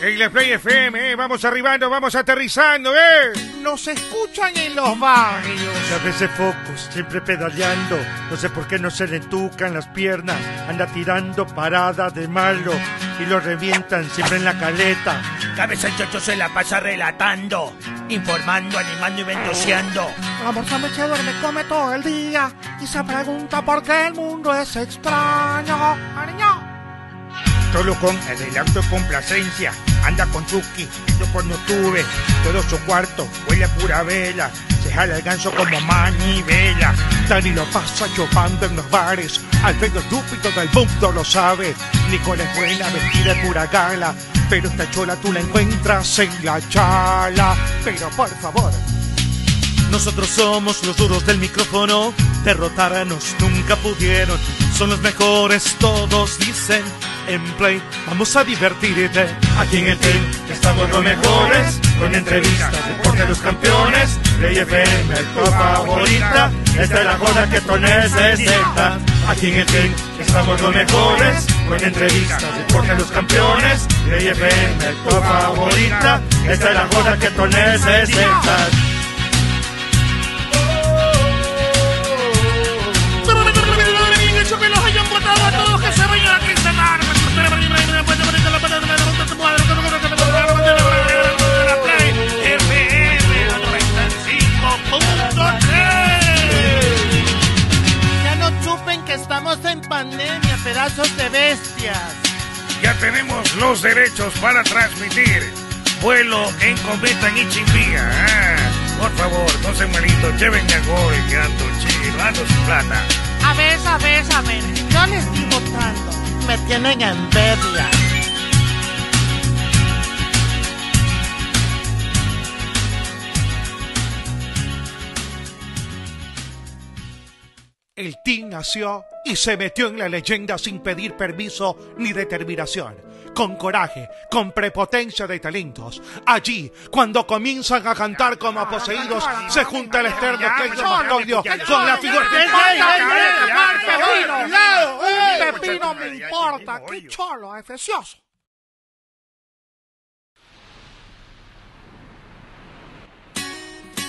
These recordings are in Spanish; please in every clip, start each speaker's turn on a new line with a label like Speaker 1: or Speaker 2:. Speaker 1: En la Play FM, eh, vamos arribando, vamos aterrizando, ¿eh?
Speaker 2: Nos escuchan en los barrios.
Speaker 3: A veces focos, siempre pedaleando. No sé por qué no se le entucan las piernas. Anda tirando parada de malo y lo revientan siempre en la caleta.
Speaker 4: Cabeza el chocho se la pasa relatando, informando, animando y ventoseando.
Speaker 2: La morfama se duerme, come todo el día y se pregunta por qué el mundo es extraño. Ariño.
Speaker 1: Solo con adelanto y complacencia. Anda con Chucky, yo cuando tuve todo su cuarto, huele a pura vela. Se jala el ganso como manivela.
Speaker 3: Dani lo pasa chupando en los bares. Alfredo estúpido del mundo lo sabe. Nicole es buena, vestida de pura gala. Pero esta chola tú la encuentras en la chala. Pero por favor,
Speaker 5: Nosotros somos los duros del micrófono, derrotarnos nunca pudieron. Son los mejores, todos dicen. En Play, vamos a divertirte.
Speaker 6: Aquí en el team estamos los mejores, con entrevistas, deporte de los campeones. Play FM, tu favorita, esta es la joda que tú necesitas. Aquí en el team estamos los mejores, con entrevistas, deporte de los campeones. Play FM, tu favorita, esta es la joda que tú necesitas.
Speaker 7: que los hayan votado a todos que se vayan a quincenar.
Speaker 2: Ya no chupen que estamos en pandemia, pedazos de bestias.
Speaker 1: Ya tenemos los derechos para transmitir vuelo en cometa en Ichimbía. Ah, por favor, no se malito, llévenme a gol, que ando chido, ando sin plata.
Speaker 2: A ver, a ver, a ver. Yo les estoy votando. Me tienen envidia.
Speaker 3: El team nació y se metió en la leyenda sin pedir permiso ni determinación. Con coraje, con prepotencia de talentos. Allí, cuando comienzan a cantar como poseídos, se junta el externo Keiko Macodio con la figura
Speaker 2: ¡Ey, ey, ey! ey,
Speaker 1: ya, ya,
Speaker 2: ¡Pepino!
Speaker 1: ya,
Speaker 2: ¡Ey! ¡Pepino me importa! ¡Qué cholo, efecioso!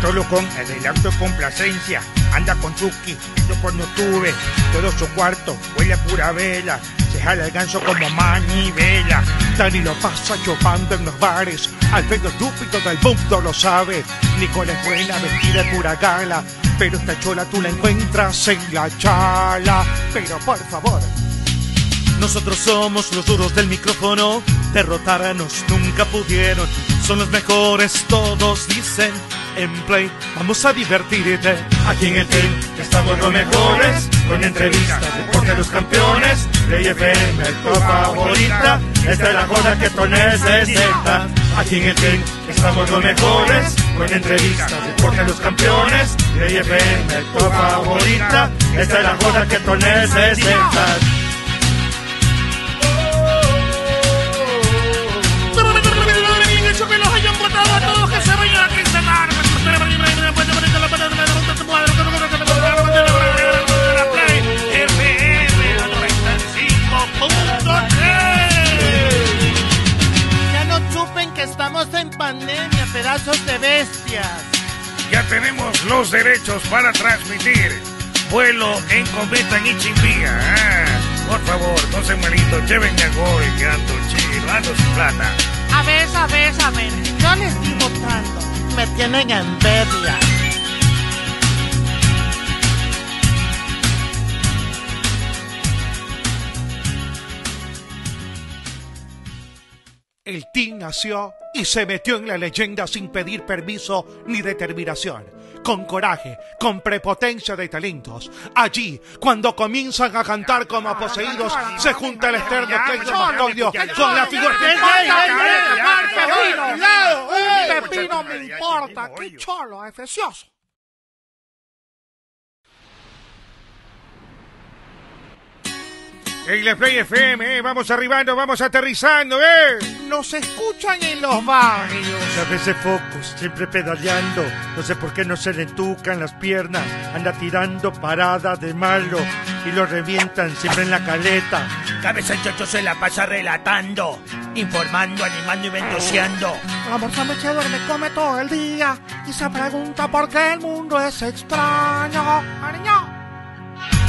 Speaker 1: Solo con adelanto y complacencia. Anda con Chucky, yo cuando tuve todo su cuarto, huele a pura vela. Se jala el ganso como manivela.
Speaker 3: Dani lo pasa chupando en los bares. Alfredo estúpido del mundo lo sabe. Nicole es buena, vestida de pura gala. Pero esta chola tú la encuentras en la chala. Pero por favor,
Speaker 5: Nosotros somos los duros del micrófono, derrotarnos nunca pudieron. Son los mejores, todos dicen. En Play, vamos a divertirte.
Speaker 6: Aquí en el team estamos los mejores, con entrevistas, deporte de los campeones. Play FM, tu favorita, esta es la joda que tú necesitas. Aquí en el team estamos los mejores, con entrevistas, deporte de los campeones. Play FM, tu favorita, esta es la joda que tú necesitas.
Speaker 7: que los hayan votado a todos que se vayan a quincenar. Play FM 95.3.
Speaker 2: Ya no chupen que estamos en pandemia, pedazos de bestias.
Speaker 1: Ya tenemos los derechos para transmitir vuelo en cometa en Ichimbía. Ah, por favor, no se malito, llévenme a gol, que ando chido, ando sin plata.
Speaker 2: A ver, a ver, a ver. Yo les estoy votando. Me tienen envidia.
Speaker 3: el team nació y se metió en la leyenda sin pedir permiso ni determinación. Con coraje, con prepotencia de talentos. Allí, cuando comienzan a cantar como poseídos, se junta el externo Keiko Macodio con la figura
Speaker 2: ¡Ey, ey, ey! ¡Pepino me
Speaker 8: allá,
Speaker 2: importa?
Speaker 8: mismo
Speaker 2: ¡Qué
Speaker 8: hoyo.
Speaker 2: cholo, efecioso!
Speaker 1: Hey, Play FM, eh, vamos arribando, vamos aterrizando, eh.
Speaker 2: Nos escuchan en los barrios.
Speaker 6: A veces focos, siempre pedaleando. No sé por qué no se le entucan las piernas. Anda tirando parada de malo y lo revientan siempre en la caleta.
Speaker 3: Cabeza el chocho se la pasa relatando, informando, animando y ventoseando.
Speaker 2: La morsa me se duerme, come todo el día y se pregunta por qué el mundo es extraño. Ariño.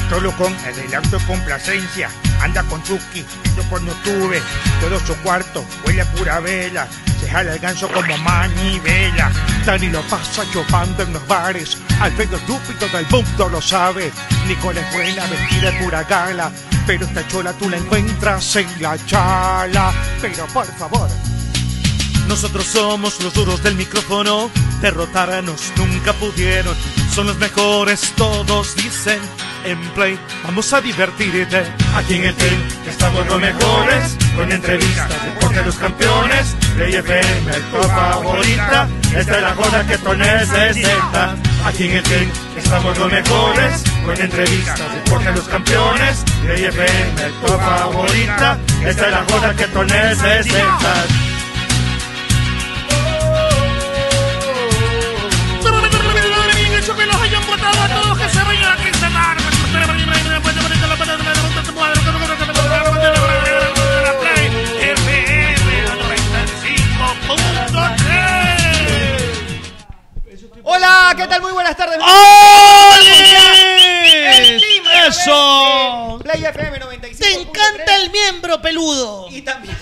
Speaker 8: Solo con adelanto y complacencia Anda con Chucky, yo cuando tuve Todo su cuarto huele a pura vela Se jala el ganso como manivela
Speaker 1: Dani lo pasa chupando en los bares, Alfredo estúpido del mundo lo sabe. Nicole es buena, vestida de pura gala, pero esta chola tú la encuentras en la chala. Pero por favor,
Speaker 9: Nosotros somos los duros del micrófono, derrotarnos nunca pudieron. Son los mejores, todos dicen. En play, vamos a divertirte.
Speaker 6: Aquí en el tren estamos los mejores con entrevistas, deporte de los campeones. Ley FM, tu favorita. Esta es la joda que tú necesitas. Aquí en el tren estamos los mejores con entrevistas, deporte de los campeones. Ley FM, tu favorita. Esta es la joda que tú necesitas.
Speaker 10: Bien hecho que los hayan botado a todos que se vayan a quincenar. La Play FM 95.3.
Speaker 11: Hola, ¿qué tal? Muy buenas tardes.
Speaker 4: ¡Olis!
Speaker 11: Dime,
Speaker 4: ¡Eso!
Speaker 11: Play FM 95.
Speaker 4: ¡Te encanta el miembro peludo!
Speaker 11: Y también.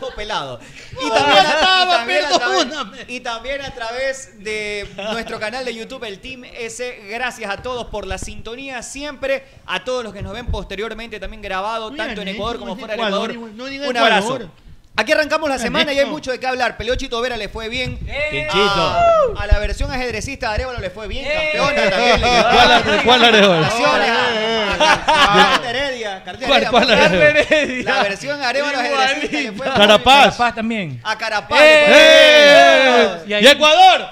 Speaker 11: O pelado. Y
Speaker 4: Oh,
Speaker 11: también,
Speaker 4: estaba,
Speaker 11: y también a
Speaker 4: perdóname.
Speaker 11: través, y también a través de nuestro canal de YouTube, el Team S. Gracias a todos por la sintonía siempre. A todos los que nos ven posteriormente, también grabado,
Speaker 4: Mira,
Speaker 11: tanto en
Speaker 4: no
Speaker 11: Ecuador
Speaker 4: digas
Speaker 11: como fuera del
Speaker 4: Ecuador,
Speaker 11: Ecuador.
Speaker 4: no digas
Speaker 11: Un abrazo.
Speaker 4: Ecuador.
Speaker 11: Aquí arrancamos la
Speaker 4: Mira
Speaker 11: semana y hay
Speaker 4: esto.
Speaker 11: mucho de qué hablar. Pelochito Vera le fue bien. Ah,
Speaker 4: Pinchito.
Speaker 11: A, a la versión ajedrecista de Arevalo le fue bien. Campeona también. le quedó.
Speaker 4: ¿Cuál are- cuál Arevalo?
Speaker 11: Felicitaciones a- a- a Carlita Heredia. Carlita
Speaker 4: ¿Cuál-
Speaker 11: Heredia,
Speaker 4: cuál
Speaker 11: porque-
Speaker 4: Arevalo?
Speaker 11: la versión Arevalo ajedrecista que fue
Speaker 4: Carapaz.
Speaker 5: Paz también.
Speaker 11: a Carapaz.
Speaker 4: ¡Eh!
Speaker 5: Y
Speaker 4: ¡Y
Speaker 5: ahí-
Speaker 4: Ecuador!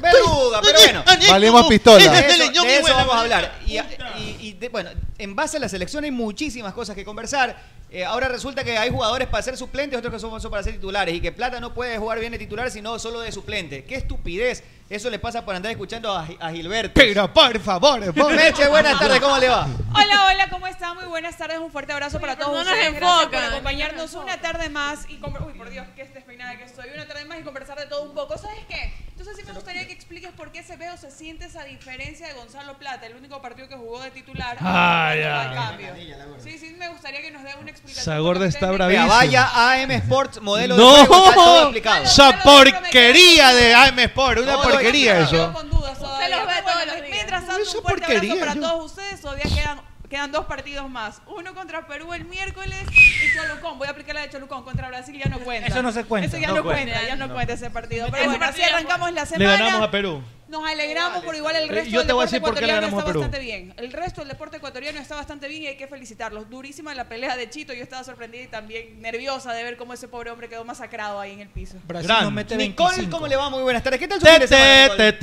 Speaker 11: Beluga, pero bueno.
Speaker 12: Valemos pistola.
Speaker 4: Ese
Speaker 11: De
Speaker 4: es el
Speaker 11: eso,
Speaker 4: leñón,
Speaker 11: de
Speaker 4: muy
Speaker 11: eso
Speaker 4: bueno.
Speaker 11: vamos a hablar. Y, y- y de- bueno, en base a la selección hay muchísimas cosas que conversar. Eh, ahora resulta que hay jugadores para ser suplentes, otros que son son para ser titulares. Y que Plata no puede jugar bien de titular, sino solo de suplente. ¡Qué estupidez! Eso le pasa por andar escuchando a, a Gilberto.
Speaker 12: Pero por favor, por-
Speaker 11: Meche, buenas tardes, ¿cómo le va?
Speaker 13: Hola, hola, ¿cómo están? Muy buenas tardes, un fuerte abrazo para todos. ustedes. Gracias por acompañarnos una tarde más y conver- Uy, por Dios, qué despeinada que estoy. Una tarde más y conversar de todo un poco. ¿Sabes qué? Entonces sí me gustaría que expliques por qué se ve o se siente esa diferencia de Gonzalo Plata, el único partido que jugó de titular.
Speaker 5: Ah,
Speaker 13: Ahora
Speaker 5: ya.
Speaker 13: no hay cambio. Sí, sí, me gustaría que nos dé una explicación.
Speaker 5: Esa gorda está
Speaker 13: completamente-
Speaker 11: Vea,
Speaker 5: bravísima.
Speaker 11: vaya AM Sports, modelo de juego, está todo
Speaker 4: ¡No!
Speaker 11: explicado.
Speaker 4: Esa porquería de AM Sport, una
Speaker 11: Todo
Speaker 4: porquería
Speaker 11: explicado.
Speaker 4: eso.
Speaker 13: Yo con dudas todavía.
Speaker 12: Se los ve
Speaker 13: Pero
Speaker 12: todos
Speaker 13: bueno,
Speaker 12: los días.
Speaker 13: Mientras tanto,
Speaker 4: Esa
Speaker 13: un fuerte
Speaker 4: porquería,
Speaker 13: abrazo para
Speaker 4: yo-
Speaker 13: todos ustedes. Todavía quedan, quedan dos partidos más. Uno contra Perú el miércoles y Cholucón. Voy a aplicar la de Cholucón. Contra Brasil ya no cuenta.
Speaker 5: Eso no se cuenta.
Speaker 13: Eso ya no,
Speaker 5: No Este
Speaker 13: cuenta. ya no, cuenta ese partido. Pero
Speaker 12: Ese
Speaker 13: bueno,
Speaker 12: partido
Speaker 13: así
Speaker 12: ya
Speaker 13: arrancamos la
Speaker 5: Le
Speaker 13: semana.
Speaker 5: ganamos a Perú.
Speaker 13: Nos alegramos, por igual el
Speaker 5: Eh,
Speaker 13: resto
Speaker 5: yo
Speaker 13: del
Speaker 5: te voy a
Speaker 13: deporte
Speaker 5: decir por qué le
Speaker 13: ecuatoriano
Speaker 5: ganamos
Speaker 13: está
Speaker 5: a Perú.
Speaker 13: bastante bien. El resto del deporte ecuatoriano está bastante bien y hay que felicitarlos. Durísima la pelea de Chito. Yo estaba sorprendida y también nerviosa de ver cómo ese pobre hombre quedó masacrado ahí en el piso.
Speaker 4: Brasil
Speaker 5: Gran.
Speaker 4: nos mete
Speaker 11: Nicole, ¿cómo le va? Muy buenas tardes. ¿Qué tal su fin de semana, Nicole?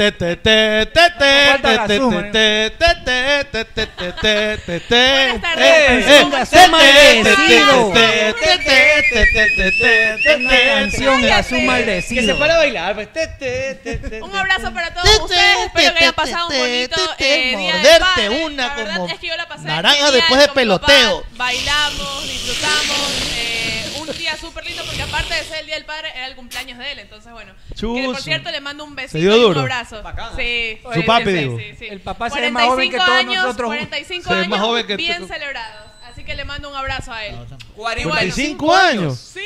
Speaker 4: Que se para a bailar. pues.
Speaker 12: Un abrazo para todos ustedes. Espero que hayan pasado un bonito eh, día del
Speaker 4: Morderte
Speaker 12: padre.
Speaker 4: una
Speaker 12: la verdad
Speaker 4: como
Speaker 12: es que yo la pasé
Speaker 4: naranja
Speaker 12: genial
Speaker 4: después de
Speaker 12: con mi papá.
Speaker 4: peloteo.
Speaker 12: Bailamos, disfrutamos. eh, un día súper lindo porque aparte de ser el día del padre era el cumpleaños de él. Entonces bueno. Que por
Speaker 5: Chuzo.
Speaker 12: cierto le mando un besito
Speaker 5: dio
Speaker 12: y un
Speaker 5: duro.
Speaker 12: abrazo. Sí.
Speaker 5: Su papi, digo.
Speaker 12: El
Speaker 4: papá se ve más joven que todos nosotros.
Speaker 12: 45
Speaker 4: Se ve
Speaker 12: años
Speaker 4: más joven que
Speaker 12: bien
Speaker 4: tú.
Speaker 12: celebrados. Así que le mando un abrazo a él.
Speaker 4: 45 años.
Speaker 12: Sí.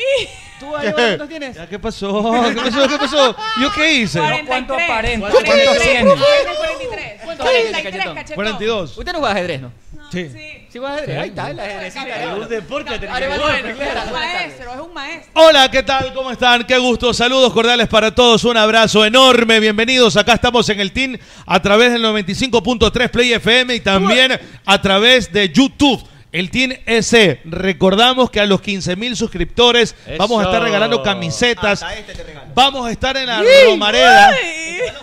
Speaker 11: ¿Tú, Arevalo, cuántos tienes?
Speaker 5: Ya, ¿Qué pasó? ¿Qué pasó? ¿Qué pasó? ¿Yo qué hice?
Speaker 13: 43.
Speaker 5: ¿Cuánto aparenta?
Speaker 13: ¿Cuánto
Speaker 5: tiene?
Speaker 13: 43. 43, cachetón.
Speaker 5: 42.
Speaker 11: Usted no juega ajedrez, ¿no?
Speaker 5: Sí.
Speaker 13: Sí.
Speaker 11: Sí, juega ajedrez. Ahí está, el ajedrecista. Arevalo. Arevalo,
Speaker 12: Bueno,
Speaker 11: buenas tardes.
Speaker 13: Un maestro, es un maestro.
Speaker 5: Hola, ¿qué tal? ¿Cómo están? Qué gusto. Saludos cordiales para todos. Un abrazo enorme. Bienvenidos. Acá estamos en el team a través del 95.3 Play FM y también a través de YouTube. El Team EC, recordamos que a los 15 mil suscriptores vamos a estar
Speaker 14: Eso.
Speaker 5: regalando camisetas. vamos a estar en la Romareda.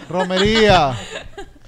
Speaker 14: Romería.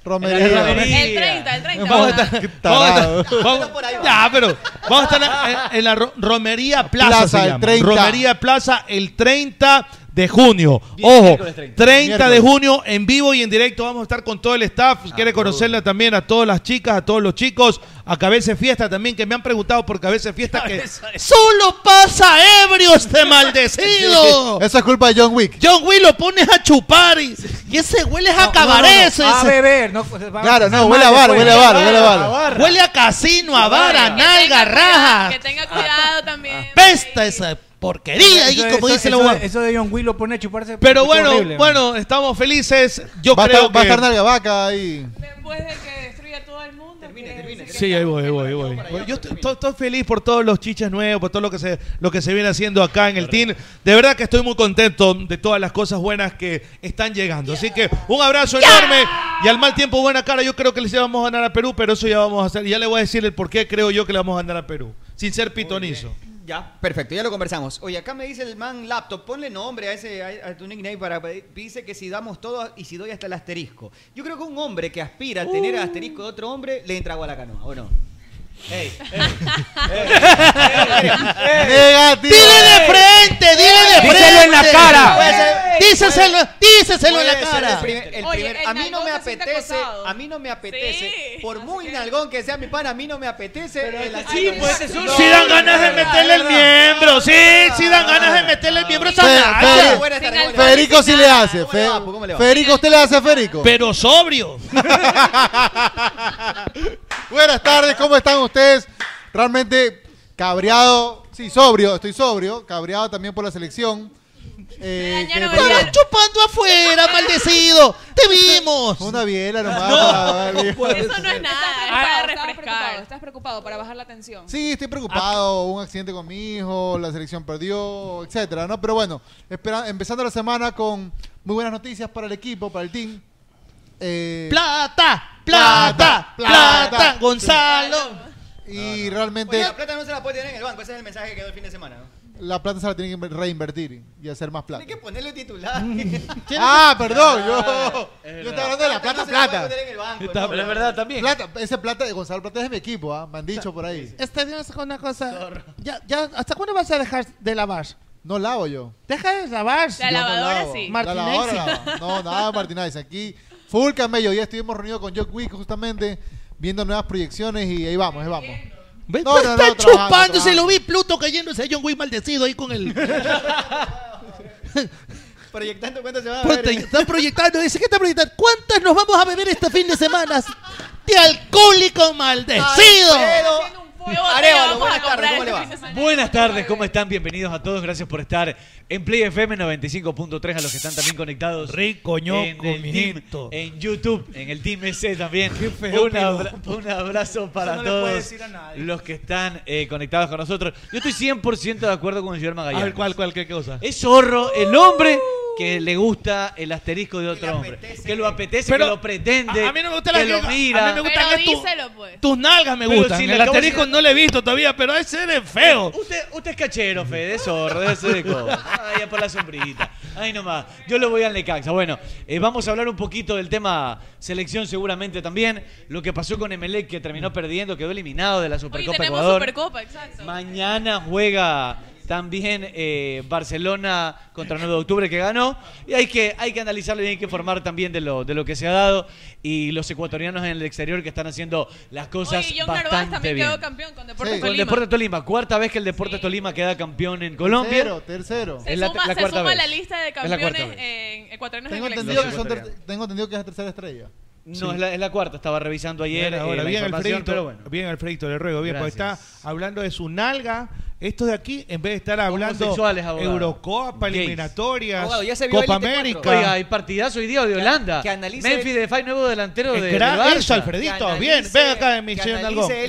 Speaker 14: Romería.
Speaker 13: El 30, el 30.
Speaker 5: Vamos a
Speaker 13: ¿verdad?
Speaker 5: estar,
Speaker 14: tarado.
Speaker 5: vamos a estar- vamos- ya, pero vamos a estar en- en, la Ro- Romería Plaza,
Speaker 14: Plaza,
Speaker 5: se
Speaker 14: el
Speaker 5: llama.
Speaker 14: 30.
Speaker 5: Romería Plaza el 30 de junio. Ojo, 30, de
Speaker 14: Miércoles.
Speaker 5: junio en vivo y en directo vamos a estar con todo el staff. Quiere conocerla también a todas las chicas, a todos los chicos, a Cabeza de Fiesta también, que me han preguntado por Cabeza de Fiesta que solo pasa ebrios de maldecido.
Speaker 14: Esa es culpa de John Wick.
Speaker 5: John Wick lo pones a chupar y, y ese huele a cabaret.
Speaker 15: no, a
Speaker 5: ese-
Speaker 15: beber, no.
Speaker 14: Claro, no, huele a bar, huele a bar, huele a bar.
Speaker 5: Huele a casino, a vara, nalga, raja.
Speaker 13: Que tenga cuidado también.
Speaker 5: Pesta esa porquería, y como dice la
Speaker 15: eso,
Speaker 5: UAM.
Speaker 15: eso de John Will lo pone a chuparse.
Speaker 5: Pero
Speaker 15: es
Speaker 5: bueno,
Speaker 15: horrible.
Speaker 5: bueno, estamos felices. Yo
Speaker 14: Va a
Speaker 5: creo
Speaker 14: estar- va a
Speaker 5: que-
Speaker 14: estar nalga vaca ahí.
Speaker 13: Después de que destruya todo el mundo. Termine, termine.
Speaker 5: Sí, ahí voy, ahí voy, ahí voy. Bueno, Yo estoy, estoy- estoy feliz por todos los chiches nuevos, por todo lo que se lo que se viene haciendo acá en el team. De verdad que estoy muy contento de todas las cosas buenas que están llegando. Así que un abrazo enorme y al mal tiempo buena cara. Yo creo que les vamos a ganar a Perú, pero eso ya vamos a hacer. Ya le voy a decir el por qué creo yo que le vamos a ganar a Perú, sin ser pitonizo.
Speaker 11: Ya. Perfecto, ya lo conversamos. Oye, acá me dice el man laptop, ponle nombre a ese a, a tu nickname para dice que si damos todo y si doy hasta el asterisco. Yo creo que un hombre que aspira a tener
Speaker 13: Uh.
Speaker 11: el asterisco de otro hombre le entra agua a la canoa, ¿o no? Ey, ey, ey, ey, ey.
Speaker 14: Negativo.
Speaker 5: Dile de frente, dile de frente.
Speaker 15: Díselo en la cara.
Speaker 5: Puede ser- Díseselo, díseselo en la
Speaker 11: Puede ser
Speaker 5: cara.
Speaker 11: el primer- el
Speaker 13: Oye,
Speaker 11: primer-
Speaker 13: el
Speaker 11: a mí no
Speaker 13: nalgón
Speaker 11: me
Speaker 13: se siente
Speaker 11: apetece,
Speaker 13: acosado.
Speaker 11: a mí no me apetece, por muy nalgón que sea mi pan, a mí no me apetece. el
Speaker 12: sí,
Speaker 11: asterisco.
Speaker 12: pues, este es un-
Speaker 11: No,
Speaker 5: Si dan
Speaker 11: no,
Speaker 5: ganas
Speaker 11: no,
Speaker 5: de
Speaker 11: no,
Speaker 5: meterle el
Speaker 11: no, no.
Speaker 5: miembro, sí, si dan ganas de meterle el miembro a esa nalga.
Speaker 14: Federico sí le hace. Fe- Federico, ¿usted le hace a Federico?
Speaker 5: Pero sobrio.
Speaker 14: Buenas tardes, ¿cómo están ustedes? Realmente cabreado, sí, sobrio, estoy sobrio, cabreado también por la selección. Eh, que-
Speaker 5: Estaban chupando afuera, maldecido. Te vimos.
Speaker 14: Una biela nomás.
Speaker 5: No,
Speaker 14: para-
Speaker 5: no puede
Speaker 13: Eso no es
Speaker 16: Estás
Speaker 13: nada. Es para
Speaker 16: preocupado,
Speaker 13: refrescar.
Speaker 16: Estás preocupado para bajar la tensión.
Speaker 14: Sí, estoy preocupado, hubo un accidente con mi hijo, la selección perdió, etcétera, ¿no? Pero bueno, espera- empezando la semana con muy buenas noticias para el equipo, para el team. Eh,
Speaker 5: Plata, plata, plata, Gonzalo.
Speaker 14: Y
Speaker 11: Oye,
Speaker 14: realmente
Speaker 11: la plata no se la puede tener en el banco, ese es el mensaje que quedó el fin de semana, ¿no?
Speaker 14: la plata se la tienen que reinvertir y hacer más plata.
Speaker 11: Hay que ponerle titular.
Speaker 14: Ah, perdón, yo, yo
Speaker 11: verdad.
Speaker 14: estaba hablando de la plata,
Speaker 11: No se la puede
Speaker 14: plata.
Speaker 11: poner en el banco,
Speaker 14: Está-
Speaker 11: no. Pero es verdad también.
Speaker 14: Plata, ese plata de Gonzalo Plata es de mi equipo, ah, me han dicho por ahí.
Speaker 4: Este día es una cosa. Ya, ya, ¿Hasta cuándo vas a dejar de lavar?
Speaker 14: No lavo yo.
Speaker 4: Deja de lavar.
Speaker 14: Yo no lavo.
Speaker 4: Martín
Speaker 14: La lavadora lava. No, nada, Martínez. Aquí, full camello. Ya estuvimos reunidos con Jock Wick justamente viendo nuevas proyecciones y ahí vamos, ahí vamos.
Speaker 5: Ve,
Speaker 14: No, no, no,
Speaker 5: está
Speaker 14: trabajando,
Speaker 5: chupándose,
Speaker 14: trabajando.
Speaker 5: lo vi Pluto cayéndose a John Wick maldecido ahí con el.
Speaker 11: Proyectando cuánto se va a
Speaker 5: Puta,
Speaker 11: ver.
Speaker 5: está proyectando, dice, ¿qué está proyectando? ¿Cuántas nos vamos a beber este fin de semana? De alcohólico maldecido.
Speaker 11: Arevalo, buenas tardes, ¿cómo le va?
Speaker 12: Buenas tardes, ¿cómo están? Bienvenidos a todos. Gracias por estar en Play FM 95.3, a los que están también conectados. Rico,
Speaker 5: ñoco,
Speaker 12: minito. En YouTube, en el Team EC también. un, abra- un abrazo para
Speaker 15: no le puede
Speaker 12: todos
Speaker 15: decir a nadie.
Speaker 12: los que están eh, conectados con nosotros. Yo estoy 100% de acuerdo con el señor Magallanes.
Speaker 5: A ver, ¿cuál, cuál, qué cosa?
Speaker 12: Es zorro el hombre que le gusta el asterisco de otro hombre. Que lo apetece,
Speaker 5: Pero
Speaker 12: que lo pretende.
Speaker 5: a- a mí no me gusta la
Speaker 12: que lo
Speaker 5: jerga.
Speaker 12: mira.
Speaker 5: A mí me gusta-
Speaker 13: Pero
Speaker 5: que tú-
Speaker 13: díselo, pues.
Speaker 5: Tus nalgas me
Speaker 12: Pero
Speaker 5: gustan.
Speaker 12: si le
Speaker 5: el
Speaker 12: acabo de
Speaker 5: asterisco no lo he visto todavía, pero ese es feo.
Speaker 12: Usted, usted es cachero, Fede, zorro, déjese de cosas. Ay, a por la sombrillita. Ay, nomás. Yo lo voy al Necaxa. Bueno, eh, vamos a hablar un poquito del tema selección seguramente también. Lo que pasó con Emelec, que terminó perdiendo, quedó eliminado de la
Speaker 13: Hoy
Speaker 12: Supercopa
Speaker 13: tenemos
Speaker 12: Ecuador.
Speaker 13: Supercopa, exacto.
Speaker 12: Mañana juega también eh, Barcelona contra 9 de octubre que ganó. Y hay que, hay que analizarlo y hay que informar también de lo, de lo que se ha dado. Y los ecuatorianos en el exterior que están haciendo las cosas
Speaker 13: Oye, John Narváez
Speaker 12: bastante
Speaker 13: también
Speaker 12: bien.
Speaker 13: quedó campeón con Deportes
Speaker 12: Con
Speaker 13: Tolima.
Speaker 12: Deportes Tolima, cuarta vez que el Deportes Tolima queda campeón en Colombia.
Speaker 14: Tercero, tercero.
Speaker 13: Se
Speaker 12: Es la-
Speaker 13: suma,
Speaker 12: la
Speaker 13: se
Speaker 12: cuarta
Speaker 13: suma
Speaker 12: vez.
Speaker 13: a la lista de
Speaker 12: Es la cuarta
Speaker 13: campeones
Speaker 12: vez.
Speaker 13: en ecuatorianos
Speaker 14: Tengo
Speaker 13: en el
Speaker 14: entendido, que
Speaker 13: exterior.
Speaker 14: son ter- tengo entendido que es la tercera estrella.
Speaker 12: No, es, la, es la cuarta, estaba revisando ayer.
Speaker 5: Bien, ahora,
Speaker 12: eh, la
Speaker 5: bien
Speaker 12: información,
Speaker 5: Alfredito,
Speaker 12: pero bueno.
Speaker 5: bien Alfredito, le ruego, bien, porque está hablando de su nalga, Estos de aquí, en vez de estar hablando
Speaker 12: Homosexuales, abogado.
Speaker 5: Eurocopa,
Speaker 12: Gays.
Speaker 5: eliminatorias,
Speaker 12: Abogado, ya se vio
Speaker 5: Copa
Speaker 12: el IT4.
Speaker 5: América.
Speaker 12: Oiga, hay partidazo hoy día de Holanda.
Speaker 5: que analice-
Speaker 12: Memphis de Fay, nuevo delantero de, del
Speaker 5: Gran-
Speaker 12: Barça.
Speaker 5: eso, Alfredito, bien, ven acá, me hicieron algo. Eso es.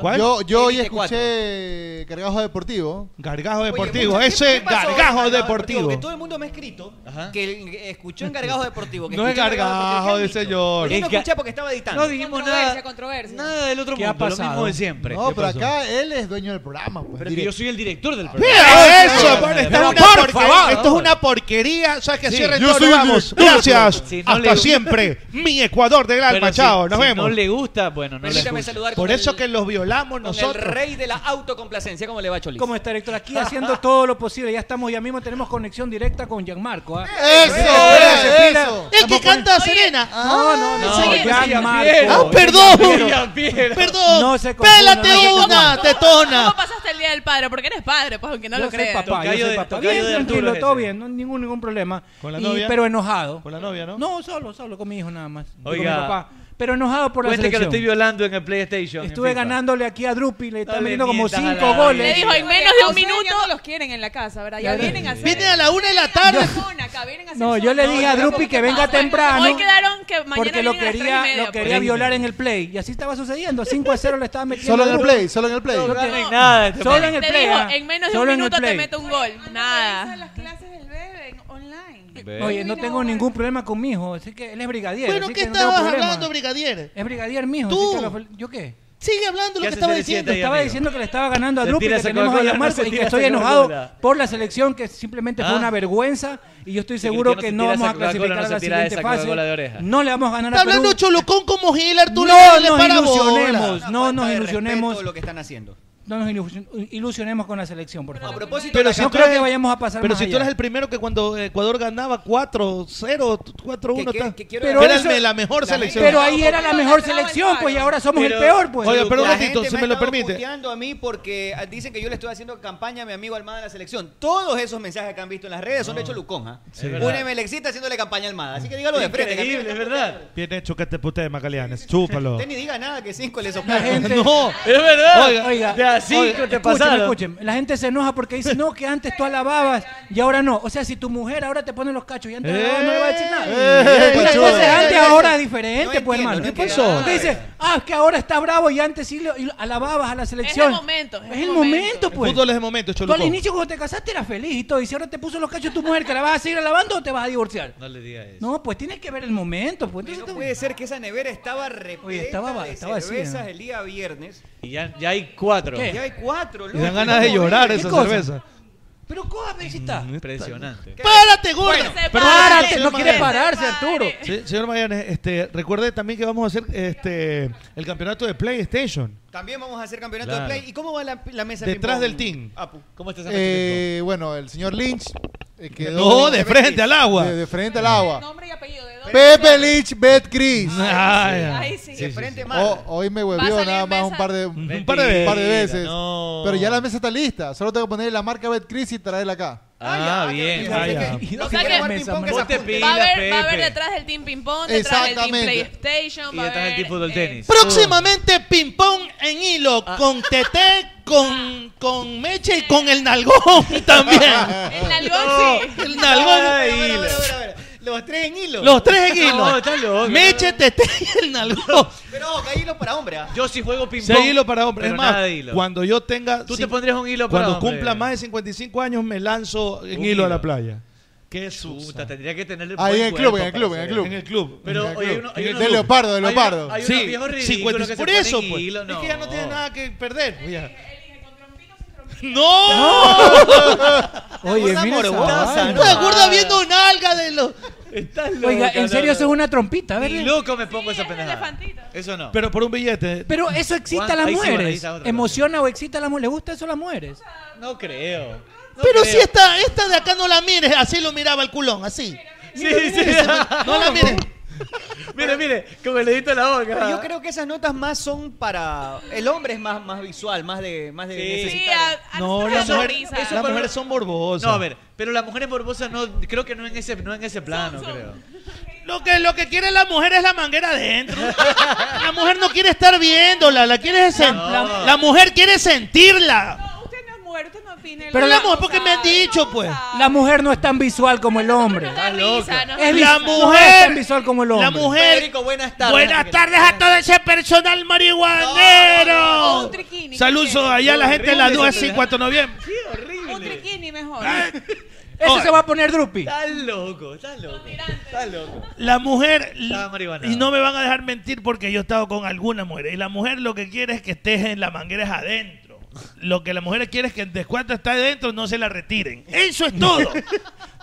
Speaker 5: ¿Cuál?
Speaker 14: Yo, yo hoy
Speaker 5: Elite cuatro.
Speaker 14: escuché Gargajo Deportivo.
Speaker 5: Gargajo
Speaker 14: Deportivo,
Speaker 11: muchachos,
Speaker 14: ese
Speaker 11: ¿qué pasó?
Speaker 14: Gargajo
Speaker 11: Porque
Speaker 14: Deportivo.
Speaker 11: todo el mundo me ha escrito que el- eh, escuchó en Gargajo Deportivo. Que
Speaker 5: No es
Speaker 11: escuchó en
Speaker 5: gargajo de señor.
Speaker 11: Yo no escuché porque estaba editando.
Speaker 12: No dijimos
Speaker 11: Controversia,
Speaker 16: controversia.
Speaker 12: Nada del otro
Speaker 5: ¿Qué
Speaker 12: mundo,
Speaker 5: ha
Speaker 12: lo
Speaker 5: pasado?
Speaker 12: mismo de siempre.
Speaker 14: No,
Speaker 12: ¿Qué
Speaker 14: pero
Speaker 12: pasó?
Speaker 14: acá él es dueño del programa. Pues,
Speaker 12: Pero es que
Speaker 14: directo.
Speaker 12: yo soy el director del programa.
Speaker 5: Mira eso,
Speaker 12: Pero,
Speaker 5: pero
Speaker 12: pero,
Speaker 5: está una
Speaker 12: por
Speaker 5: porquería,
Speaker 12: favor.
Speaker 5: esto es una porquería. O sea, que
Speaker 12: Sí.
Speaker 5: cierren
Speaker 12: Yo
Speaker 5: todo,
Speaker 12: soy
Speaker 5: nos
Speaker 12: el
Speaker 5: vamos.
Speaker 12: director.
Speaker 5: Gracias.
Speaker 12: Si no
Speaker 5: Hasta
Speaker 12: le-
Speaker 5: siempre. Mi Ecuador del alma.
Speaker 12: Pero si-
Speaker 5: Chao, nos
Speaker 12: si
Speaker 5: vemos.
Speaker 12: no le gusta, bueno, no le
Speaker 11: Permítame
Speaker 12: gusta.
Speaker 11: saludar
Speaker 5: Por
Speaker 11: con
Speaker 5: eso
Speaker 11: el-
Speaker 5: que los violamos
Speaker 11: con
Speaker 5: nosotros.
Speaker 11: el rey de la autocomplacencia. ¿Cómo le va, Cholis?
Speaker 15: ¿Cómo está, Héctor? Aquí haciendo todo lo posible. Ya estamos, ya mismo tenemos conexión directa con Gianmarco. ¿ah?
Speaker 14: ¡Eso!
Speaker 15: Espera, se
Speaker 14: ¡Eso!
Speaker 15: pila.
Speaker 14: El que canta Serena.
Speaker 15: pues.
Speaker 4: Ah,
Speaker 15: No, no, no.
Speaker 14: Seguí.
Speaker 15: Gianmarco.
Speaker 14: Ah, perdón. Perdón.
Speaker 15: No se confunda,
Speaker 14: Pélate
Speaker 15: no se
Speaker 14: una,
Speaker 15: confunda.
Speaker 14: tetona.
Speaker 13: ¿Cómo pasaste el día del padre? Porque eres padre, pues, aunque no
Speaker 15: yo
Speaker 13: lo
Speaker 15: soy
Speaker 13: creas.
Speaker 15: papá, yo
Speaker 12: Tocayo
Speaker 15: soy
Speaker 12: de-
Speaker 15: papá.
Speaker 12: tocayo
Speaker 15: Bien,
Speaker 12: de Arturo
Speaker 15: tranquilo,
Speaker 12: es
Speaker 15: todo
Speaker 12: ese.
Speaker 15: bien, no, ningún, ningún problema.
Speaker 5: ¿Con la
Speaker 15: Y-
Speaker 5: novia?
Speaker 15: Pero enojado.
Speaker 5: Con la novia, ¿no?
Speaker 15: No, solo, solo con mi hijo nada más. Yo
Speaker 12: Oiga.
Speaker 15: Con mi papá. Pero enojado por la
Speaker 12: Cuente que lo
Speaker 15: selección.
Speaker 12: estoy violando en el PlayStation. en
Speaker 15: Estuve
Speaker 12: FIFA.
Speaker 15: ganándole aquí a Drupi, le están
Speaker 12: Dale,
Speaker 15: metiendo como
Speaker 12: mientas a la
Speaker 15: cinco
Speaker 12: audiencia.
Speaker 15: goles.
Speaker 12: Le dijo, "Hay
Speaker 16: menos de un minuto.
Speaker 13: no los quieren en la casa, ¿verdad?
Speaker 15: Ya vienen a hacer- Vienen
Speaker 13: a la una de la tarde.
Speaker 15: No, yo le dije a Drupi que ¿eh? venga temprano.
Speaker 13: Hoy quedaron que mañana
Speaker 15: porque lo
Speaker 13: vienen a las tres y
Speaker 15: quería,
Speaker 13: media,
Speaker 15: lo
Speaker 13: pues.
Speaker 15: quería violar en el play. Y así estaba sucediendo. 5 a 0 le estaba metiendo.
Speaker 14: Solo en el
Speaker 15: Drupi.
Speaker 14: play, solo en el play.
Speaker 15: Solo que-
Speaker 13: No,
Speaker 12: nada, este
Speaker 15: solo en el
Speaker 13: Te
Speaker 15: play.
Speaker 13: dijo,
Speaker 15: ah.
Speaker 13: en menos de
Speaker 15: Solo
Speaker 13: un
Speaker 15: en el
Speaker 13: minuto te
Speaker 15: play.
Speaker 13: meto un gol. Nada.
Speaker 16: Las clases del bebé online.
Speaker 15: Oye, no tengo ningún problema con mi hijo. Así que él es brigadier.
Speaker 4: Bueno,
Speaker 15: así
Speaker 4: ¿qué
Speaker 15: que no
Speaker 4: estabas
Speaker 15: tengo problema.
Speaker 4: hablando, Brigadier?
Speaker 15: Es brigadier mijo.
Speaker 4: Tú.
Speaker 15: así que lo- ¿Yo qué?
Speaker 4: Sigue hablando lo
Speaker 15: ¿Qué
Speaker 4: que
Speaker 15: hace Cenicienta
Speaker 4: estaba diciendo.
Speaker 15: Te estaba diciendo que le estaba ganando a
Speaker 12: Se
Speaker 15: Drupi,
Speaker 12: tira
Speaker 15: que
Speaker 12: esa
Speaker 15: tenemos a
Speaker 12: Coca-Cola,
Speaker 15: Gianmarco
Speaker 12: no se
Speaker 15: y que
Speaker 12: tira
Speaker 15: estoy
Speaker 12: esa
Speaker 15: enojado
Speaker 12: Coca-Cola.
Speaker 15: por la selección que simplemente fue
Speaker 12: Ah.
Speaker 15: una vergüenza y yo estoy
Speaker 12: Si
Speaker 15: seguro
Speaker 12: Cristiano
Speaker 15: que
Speaker 12: se
Speaker 15: no
Speaker 12: tira
Speaker 15: vamos
Speaker 12: esa
Speaker 15: a
Speaker 12: Coca-Cola,
Speaker 15: clasificar
Speaker 12: no
Speaker 15: a
Speaker 12: se
Speaker 15: la
Speaker 12: tira
Speaker 15: siguiente
Speaker 12: esa Coca-Cola de
Speaker 15: fase.
Speaker 12: oreja.
Speaker 15: No le vamos a ganar
Speaker 4: Está
Speaker 15: a Perú.
Speaker 4: hablando Cholocón como Gil, Arturo.
Speaker 15: No
Speaker 4: le
Speaker 15: nos
Speaker 4: para bola.
Speaker 15: ilusionemos, no nos
Speaker 11: de
Speaker 15: ilusionemos,
Speaker 11: respeto lo que están haciendo.
Speaker 15: no nos ilusion- ilusionemos con la selección, por favor.
Speaker 11: propósito
Speaker 5: Pero
Speaker 15: no
Speaker 5: si tú
Speaker 15: creo
Speaker 5: eres-
Speaker 15: que vayamos a pasar
Speaker 5: Pero
Speaker 15: más
Speaker 5: si
Speaker 15: allá.
Speaker 5: tú eres el primero que cuando Ecuador ganaba 4-0, 4-1.
Speaker 15: Que- que-
Speaker 5: ta-
Speaker 15: que quiero-
Speaker 5: Pero
Speaker 15: Pero
Speaker 5: era
Speaker 15: eso-
Speaker 5: el- la mejor
Speaker 15: la-
Speaker 5: selección.
Speaker 15: pero ahí era la mejor selección, pues, y ahora somos el peor, pues.
Speaker 5: Oye, pero un
Speaker 11: La
Speaker 5: ratito,
Speaker 11: gente
Speaker 5: si me
Speaker 11: ha
Speaker 5: lo
Speaker 11: estado
Speaker 5: permite.
Speaker 11: puteando a mí porque ah, dicen que yo le estoy haciendo campaña a mi amigo Almada en la selección. Todos esos mensajes que han visto en las redes son de hecho Lucón, ¿ah?
Speaker 5: Sí.
Speaker 11: Un
Speaker 5: verdad.
Speaker 11: MLXista haciéndole campaña a Almada. Así que dígalo de frente. que a mí me
Speaker 12: Increíble, es
Speaker 11: está-
Speaker 12: verdad.
Speaker 5: Bien hecho que te putee, Magalianes. Chúpalo.
Speaker 11: Usted ni diga nada que cinco le
Speaker 15: La
Speaker 11: soplaron.
Speaker 15: gente,
Speaker 5: No,
Speaker 12: Es verdad.
Speaker 15: Oiga, oiga,
Speaker 12: de a cinco
Speaker 15: oiga,
Speaker 12: te
Speaker 15: escuchen,
Speaker 12: pasaron.
Speaker 15: escuchen. La gente se enoja porque dice, no, que antes tú alababas y ahora no. O sea, si tu mujer ahora te pone los cachos y antes alababa, no le va a decir nada.
Speaker 5: Eh,
Speaker 15: Una
Speaker 5: eh,
Speaker 15: cosa es
Speaker 5: eh,
Speaker 15: antes,
Speaker 5: eh,
Speaker 15: ahora
Speaker 5: eh,
Speaker 15: es diferente,
Speaker 11: no
Speaker 15: pues,
Speaker 11: entiendo,
Speaker 15: hermano.
Speaker 11: no entiendo nada.
Speaker 15: Porque dice, ah, es que ahora está bravo y antes sí le- y lo- alababas a la selección.
Speaker 13: Es el momento, es
Speaker 15: Es
Speaker 13: el
Speaker 15: el momento,
Speaker 5: El
Speaker 15: pues.
Speaker 5: fútbol es de momento,
Speaker 15: Tú al
Speaker 5: Cholocón.
Speaker 15: inicio cuando te casaste eras feliz y todo, y si ahora te puso los cachos tu mujer, ¿que la vas a seguir alabando o te vas a divorciar?
Speaker 12: No le diga eso.
Speaker 15: No, pues tienes que ver el momento. Pues, entonces
Speaker 11: No
Speaker 15: te-
Speaker 11: puede ser que esa nevera estaba repleta
Speaker 15: estaba-
Speaker 11: de
Speaker 15: estaba así,
Speaker 11: cervezas
Speaker 15: ¿no?
Speaker 11: el día viernes.
Speaker 12: Y ya, ya hay cuatro.
Speaker 11: Ya hay cuatro,
Speaker 5: Y
Speaker 11: loco.
Speaker 5: dan ganas de
Speaker 11: ¿Cómo
Speaker 5: llorar
Speaker 11: ven?
Speaker 5: esa
Speaker 15: cosa?
Speaker 5: cerveza.
Speaker 15: Pero coja, ve si está.
Speaker 12: Impresionante.
Speaker 4: Párate, gorda.
Speaker 15: Párate, no quiere
Speaker 5: Magalianes.
Speaker 15: pararse, Arturo.
Speaker 5: Sí, señor Magallanes, este, recuerde también que vamos a hacer este, el campeonato de PlayStation.
Speaker 11: También vamos a hacer campeonato
Speaker 5: Claro.
Speaker 11: de play. ¿Y cómo va la, la mesa?
Speaker 5: Detrás
Speaker 11: de ping-pong,
Speaker 5: del team.
Speaker 11: Apu?
Speaker 12: ¿Cómo estás?
Speaker 14: Eh, bueno, el señor Lynch eh, quedó.
Speaker 5: No, de frente al agua.
Speaker 14: De, de frente al agua.
Speaker 16: Nombre y apellido de
Speaker 14: Pepe Lynch, Bet Chris.
Speaker 5: Ay,
Speaker 16: sí.
Speaker 5: sí, sí, sí.
Speaker 14: Oh, hoy me
Speaker 16: Va a
Speaker 14: huevió
Speaker 16: salir
Speaker 14: nada más
Speaker 16: mesa.
Speaker 14: un par de,
Speaker 5: Un
Speaker 14: un
Speaker 5: par de veces.
Speaker 14: par de veces.
Speaker 5: No.
Speaker 14: Pero ya la mesa está lista. Solo tengo que poner la marca Betcris y traerla acá.
Speaker 12: Ah, bien.
Speaker 5: Ah,
Speaker 12: bien.
Speaker 5: ya.
Speaker 13: O sea que
Speaker 12: Ponte
Speaker 13: va a
Speaker 12: pilas,
Speaker 13: haber, va a haber
Speaker 12: Pepe.
Speaker 13: detrás del Team Ping Pong, detrás del Team
Speaker 14: Exactamente.
Speaker 13: PlayStation,
Speaker 12: Y
Speaker 13: va a
Speaker 12: detrás del
Speaker 13: haber...
Speaker 12: Team Fútbol
Speaker 13: eh,
Speaker 12: Tenis.
Speaker 4: Próximamente ping-pong en hilo
Speaker 12: Ah.
Speaker 4: con Tete, con, con Meche y con el Nalgón también.
Speaker 13: El nalgón sí.
Speaker 4: El Nalgón.
Speaker 11: Bueno, bueno, bueno, bueno. Los tres en hilo.
Speaker 4: Los tres en hilo.
Speaker 12: No, está loco.
Speaker 4: Meche, Tete y el Nalgón.
Speaker 11: Pero que hay hilo para hombre. ¿ah?
Speaker 12: Yo sí juego ping
Speaker 5: Si
Speaker 12: pong.
Speaker 5: hay hilo para hombres,
Speaker 12: pero
Speaker 5: es más,
Speaker 12: nada de hilo.
Speaker 5: cuando yo tenga...
Speaker 12: Tú
Speaker 5: cin-
Speaker 12: te pondrías un hilo para
Speaker 5: Cuando
Speaker 12: hombre.
Speaker 5: cumpla más de 55 años me lanzo en
Speaker 12: Un
Speaker 5: hilo, a la
Speaker 12: hilo.
Speaker 5: playa.
Speaker 12: Qué susta. Tendría que tenerle
Speaker 14: Ahí
Speaker 12: buen
Speaker 14: en el club,
Speaker 12: cuerpo
Speaker 14: en el club, en el
Speaker 12: para
Speaker 14: club.
Speaker 5: En el club.
Speaker 12: Pero
Speaker 14: En el
Speaker 12: oye, hay
Speaker 14: club.
Speaker 12: uno, hay
Speaker 14: De
Speaker 12: unos-
Speaker 14: leopardo, de
Speaker 12: hay unos-
Speaker 14: leopardo.
Speaker 12: Hay unos
Speaker 5: Sí,
Speaker 12: viejos ridículos
Speaker 5: 50,
Speaker 12: que
Speaker 5: por
Speaker 12: se
Speaker 5: eso,
Speaker 12: ponen
Speaker 5: pues.
Speaker 12: hilo,
Speaker 5: Es que ya no tiene nada que perder. pues, ya.
Speaker 12: ¡Oh!
Speaker 15: Oye,
Speaker 4: Una
Speaker 15: mira esa
Speaker 4: morbosa,
Speaker 15: vaina.
Speaker 4: ¿no? Una gorda viendo nalga de los...
Speaker 12: Estás loco,
Speaker 15: Oiga, en serio, eso es una trompita,
Speaker 12: Ni
Speaker 15: ¿verdad?
Speaker 12: loco me pongo esa pendejada. Eso no.
Speaker 5: Pero por un billete.
Speaker 15: Pero eso excita a
Speaker 12: Juan,
Speaker 15: las
Speaker 12: ahí sí, bueno, ahí
Speaker 15: mujeres.
Speaker 12: está otra cosa.
Speaker 15: Emociona o excita a las mujeres. ¿Le gusta eso a las mujeres?
Speaker 12: no creo. No
Speaker 4: Pero
Speaker 12: creo.
Speaker 4: si esta, esta de acá no la mires, eh, así lo miraba el culón, así.
Speaker 12: Sí, sí.
Speaker 4: No la mires.
Speaker 12: mire, mire, como el dedito en la boca.
Speaker 11: Pero yo creo que esas notas más son para. eh, El hombre es más, más visual, más de, más de
Speaker 12: Sí.
Speaker 13: Sí,
Speaker 11: necesitar.
Speaker 13: a, a
Speaker 5: No,
Speaker 13: nosotros
Speaker 5: las
Speaker 13: nos da
Speaker 5: mujeres
Speaker 13: risa.
Speaker 5: las mujeres son morbosas.
Speaker 12: No, a ver, pero las mujeres morbosas no, creo que no en ese, no en ese plano, creo.
Speaker 4: Lo que, lo que quiere la mujer es la manguera adentro. La mujer no quiere estar viéndola, la quiere sen-
Speaker 12: No.
Speaker 4: la, la mujer quiere sentirla.
Speaker 16: opine.
Speaker 4: Pero la mujer, porque me has dicho, pues.
Speaker 15: La mujer no es tan visual como el hombre. Es
Speaker 4: la
Speaker 15: vis- no es tan
Speaker 4: mujer.
Speaker 15: visual como el hombre.
Speaker 4: La mujer.
Speaker 11: buenas
Speaker 15: tardes.
Speaker 4: Buenas tardes a todo ese personal marihuanero. Saludos allá a la gente de la
Speaker 15: Horrible,
Speaker 4: 9 y
Speaker 15: Soledad.
Speaker 4: 4 de noviembre.
Speaker 16: Un triquini mejor.
Speaker 15: Ese se va a poner drupi.
Speaker 12: Ah. Está loco, está loco. Está loco.
Speaker 4: La mujer,
Speaker 12: Está marihuana.
Speaker 4: y no me van a dejar mentir porque yo he estado con alguna mujer, y la mujer lo que quiere es que estés en la manguera es adentro. Lo que la mujer quiere es que desde cuando está adentro no se la retiren. Eso es todo.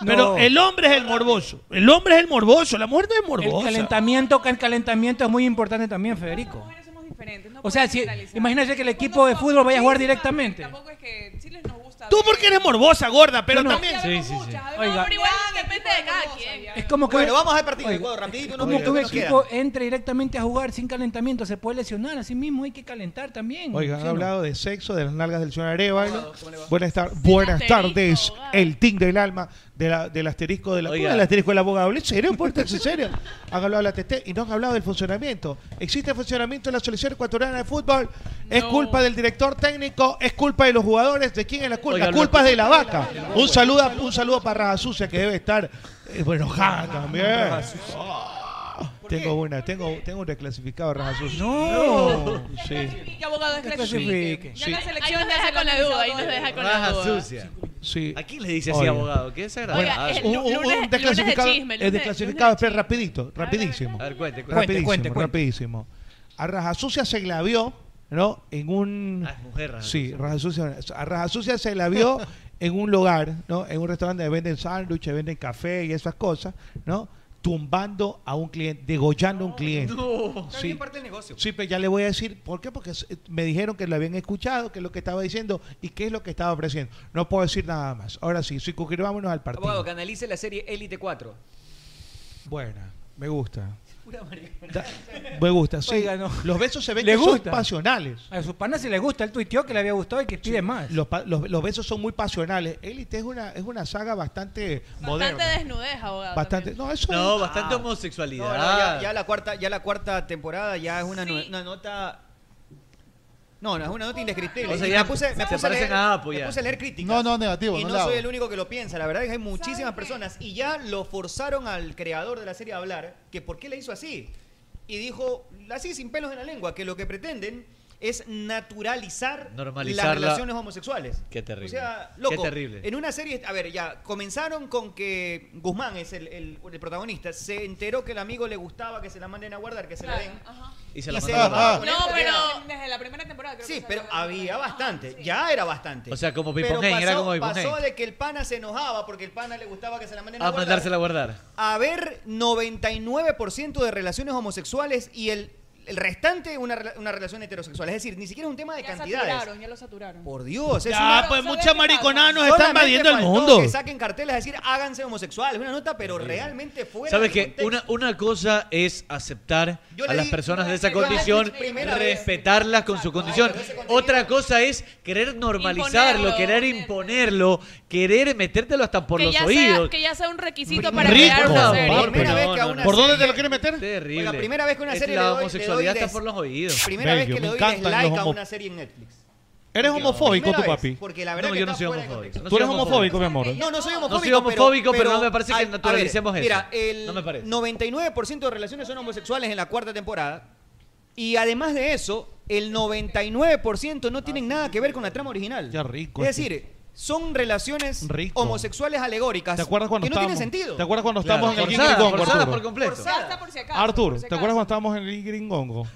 Speaker 4: Pero el hombre es el morboso. El hombre es el morboso, la mujer no es
Speaker 15: El
Speaker 4: morbosa.
Speaker 15: calentamiento, el calentamiento es muy importante también, Federico. O sea, si, imagínate que el equipo de fútbol vaya a jugar directamente.
Speaker 4: Tú porque eres morbosa, gorda, pero también.
Speaker 12: Sí, sí, sí.
Speaker 15: Oiga,
Speaker 13: Pero igual depende de cada quien.
Speaker 15: es como que
Speaker 11: Bueno, vamos al partido,
Speaker 15: Oiga,
Speaker 11: Ecuador, rapidito,
Speaker 15: es
Speaker 11: unos
Speaker 15: como que un
Speaker 11: minutos que nos
Speaker 15: equipo entre directamente a jugar sin calentamiento, se puede lesionar, así mismo hay que calentar también.
Speaker 5: Oigan,
Speaker 15: ¿sí
Speaker 5: han
Speaker 15: o no?
Speaker 5: hablado de sexo, de las nalgas del señor Arevalo. Buenas, tar-
Speaker 15: Sí,
Speaker 5: buenas
Speaker 15: asterisco,
Speaker 5: tardes, el ting del alma, de la- del asterisco de la
Speaker 12: Oiga.
Speaker 5: del asterisco del abogado. ¿En serio? Pórtense en serio. Han hablado de la TT y no han hablado del funcionamiento. ¿Existe funcionamiento en la selección ecuatoriana de fútbol? ¿Es culpa del director técnico? ¿Es culpa de los jugadores? ¿De quién es la culpa?
Speaker 4: Oiga,
Speaker 5: La culpa es de la vaca. Un saludo, un saludo para Raja Sucia que debe estar eh, enojada también.
Speaker 4: Ah, Raja Sucia.
Speaker 5: Ah, Tengo una, tengo, tengo un reclasificado Raja Sucia.
Speaker 15: No.
Speaker 5: Sí.
Speaker 16: ¿Qué abogado es
Speaker 5: Que
Speaker 16: clasifique?
Speaker 5: clasifique.
Speaker 16: Ya
Speaker 5: Sí.
Speaker 16: la
Speaker 13: Ahí
Speaker 16: selección
Speaker 13: nos
Speaker 16: ya
Speaker 13: deja
Speaker 16: se
Speaker 13: con la
Speaker 16: organizó
Speaker 13: duda, ahí
Speaker 16: todo.
Speaker 13: nos deja con la
Speaker 12: Raja
Speaker 13: duda.
Speaker 12: sucia.
Speaker 5: Sí. Ah,
Speaker 12: ¿A quién le dice así, abogado? Qué desagradable.
Speaker 13: Oiga, el
Speaker 5: un,
Speaker 13: lu-
Speaker 5: un- un
Speaker 13: lunes- lunes de
Speaker 5: desclasificado,
Speaker 13: chisme,
Speaker 5: el
Speaker 13: lunes-
Speaker 5: desclasificado, espera, rapidito, rapidísimo.
Speaker 12: A ver, cuente, cuente.
Speaker 5: rapidísimo,
Speaker 12: Cuente, cuente, cuente.
Speaker 5: rapidísimo. A Raja Sucia se la vio, ¿no? En un...
Speaker 12: Ah, es mujer, Raja
Speaker 5: Sí, Raja Sucia. A Raja Sucia se la vio en un lugar, ¿no? En un restaurante donde venden sándwiches, venden café y esas cosas, ¿no? Tumbando a un cliente, degollando a un cliente. Sí. Sí, pero ya le voy a decir, ¿por qué? Porque s- me dijeron que lo habían escuchado, que es lo que estaba diciendo y qué es lo que estaba ofreciendo. No puedo decir nada más. Ahora sí, suscribámonos al partido.
Speaker 17: Abogado, que analice la serie Elite 4.
Speaker 5: Buena, me gusta.
Speaker 17: Pura marihuana.
Speaker 5: Da- me gusta, sí.
Speaker 15: Oiga, no.
Speaker 5: Los besos se ven
Speaker 15: ¿Le
Speaker 5: que son
Speaker 15: gusta?
Speaker 5: pasionales.
Speaker 15: A su pana si le gusta, él tuiteó que le había gustado y que pide más.
Speaker 5: Los, pa- los- los besos son muy pasionales. Élite es una, es una saga bastante,
Speaker 13: Bastante
Speaker 5: moderna.
Speaker 13: desnudez, abogado.
Speaker 5: Bastante. No, eso
Speaker 12: No,
Speaker 5: es-
Speaker 12: bastante
Speaker 5: Ah.
Speaker 12: homosexualidad.
Speaker 11: No, no, ya, ya la cuarta, ya la cuarta temporada ya es una, no- una nota. No, no, es una nota indescriptible.
Speaker 12: O sea,
Speaker 11: Y
Speaker 12: ya
Speaker 11: me puse, me
Speaker 12: se
Speaker 11: puse a
Speaker 12: parecen
Speaker 11: leer,
Speaker 12: a Apu
Speaker 11: me
Speaker 12: ya.
Speaker 11: puse a leer críticas.
Speaker 14: No, no, negativo,
Speaker 11: Y
Speaker 14: no
Speaker 11: no,
Speaker 14: le hago.
Speaker 11: soy el único que lo piensa. La verdad es que hay muchísimas personas. Y ya lo forzaron al creador de la serie a hablar que por qué le hizo así. Y dijo, así sin pelos en la lengua, que lo que pretenden es naturalizar
Speaker 12: Normalizarla.
Speaker 11: las relaciones homosexuales.
Speaker 12: Qué terrible.
Speaker 11: O sea, loco,
Speaker 12: Qué terrible.
Speaker 11: en una serie, a ver, ya, comenzaron con que Guzmán es el, el- el protagonista, se enteró que el amigo le gustaba que se la manden a guardar, que se la den.
Speaker 12: Y se la
Speaker 11: Y se-
Speaker 12: mandaron.
Speaker 11: Ajá.
Speaker 16: No,
Speaker 11: Con
Speaker 16: pero.
Speaker 11: esto
Speaker 16: Desde la primera temporada creo
Speaker 11: Sí,
Speaker 16: que
Speaker 11: pero había bastante, ya era bastante.
Speaker 12: O sea, como
Speaker 11: Pero
Speaker 12: Piponen, era
Speaker 11: pasó-
Speaker 12: como Piponen.
Speaker 11: Pasó de que el pana se enojaba porque el pana le gustaba que se la manden a,
Speaker 12: A
Speaker 11: guardar.
Speaker 12: Ah, mandársela a guardar.
Speaker 11: A ver, 99% de relaciones homosexuales y el, el restante una, rela- una relación heterosexual. Es decir, ni siquiera es un tema de
Speaker 16: Ya
Speaker 11: cantidades.
Speaker 16: saturaron, ya lo saturaron.
Speaker 11: Por Dios, es
Speaker 4: Ya,
Speaker 11: una-
Speaker 4: pues mucha mariconada nos está
Speaker 11: Solamente
Speaker 4: invadiendo el
Speaker 11: faltó
Speaker 4: mundo.
Speaker 11: Que saquen carteles a decir háganse homosexuales. Una nota, pero realmente fuera.
Speaker 12: ¿Sabes
Speaker 11: de
Speaker 12: qué?
Speaker 11: contexto.
Speaker 12: Una, una cosa es aceptar
Speaker 11: Yo
Speaker 12: a
Speaker 11: le
Speaker 12: las
Speaker 11: di-
Speaker 12: personas de esa
Speaker 11: yo le di
Speaker 12: condición,
Speaker 11: primera vez.
Speaker 12: respetarlas con su condición. Otra cosa es querer normalizarlo,
Speaker 13: Imponerlo.
Speaker 12: querer imponerlo, querer metértelo hasta por
Speaker 13: que,
Speaker 12: los
Speaker 13: ya sea,
Speaker 12: oídos.
Speaker 13: que ya sea un requisito para
Speaker 12: Rico,
Speaker 13: crear una
Speaker 12: por
Speaker 13: serie.
Speaker 12: favor,
Speaker 11: Primera
Speaker 12: pero
Speaker 11: vez
Speaker 12: no,
Speaker 11: que a
Speaker 12: no,
Speaker 11: una
Speaker 12: no.
Speaker 11: ¿Por dónde te lo
Speaker 5: quieres meter?
Speaker 12: Terrible.
Speaker 11: Oiga, primera vez que una
Speaker 12: Es
Speaker 11: serie
Speaker 12: La
Speaker 11: le doy- le doy
Speaker 12: homosexualidad
Speaker 11: des-
Speaker 12: está por los oídos.
Speaker 11: Primera vez que le doy dislike a una serie en Netflix.
Speaker 5: ¿Eres
Speaker 11: Porque-
Speaker 5: homofóbico
Speaker 11: primera
Speaker 5: tu
Speaker 11: vez,
Speaker 5: papi?
Speaker 11: Porque la verdad
Speaker 12: No,
Speaker 11: que
Speaker 12: yo no
Speaker 11: está
Speaker 12: soy
Speaker 11: fuera de
Speaker 12: homofóbico,
Speaker 11: contexto.
Speaker 12: no
Speaker 5: Tú eres
Speaker 12: soy
Speaker 5: homofóbico, mi amor.
Speaker 11: No, no soy homofóbico.
Speaker 12: No soy homofóbico, pero no me parece que
Speaker 11: a- a ver,
Speaker 12: naturalicemos eso.
Speaker 11: Mira, el
Speaker 12: No me parece.
Speaker 11: 99% de relaciones son homosexuales en la cuarta temporada. Y además de eso, el 99% no tienen nada que ver con la trama original.
Speaker 5: Qué rico. este.
Speaker 11: Es decir, son relaciones
Speaker 5: Rico.
Speaker 11: homosexuales alegóricas
Speaker 5: ¿Te acuerdas cuando
Speaker 11: que no
Speaker 5: estábamos?
Speaker 11: tienen sentido.
Speaker 5: ¿Te acuerdas cuando
Speaker 12: Claro,
Speaker 5: estábamos en el
Speaker 12: forzadas,
Speaker 5: Gringongo,
Speaker 12: forzadas
Speaker 5: Arturo?
Speaker 12: por completo.
Speaker 16: Hasta por si acaso.
Speaker 5: Arturo,
Speaker 16: por si
Speaker 5: ¿te acuerdas cuando estábamos en el Gringongo?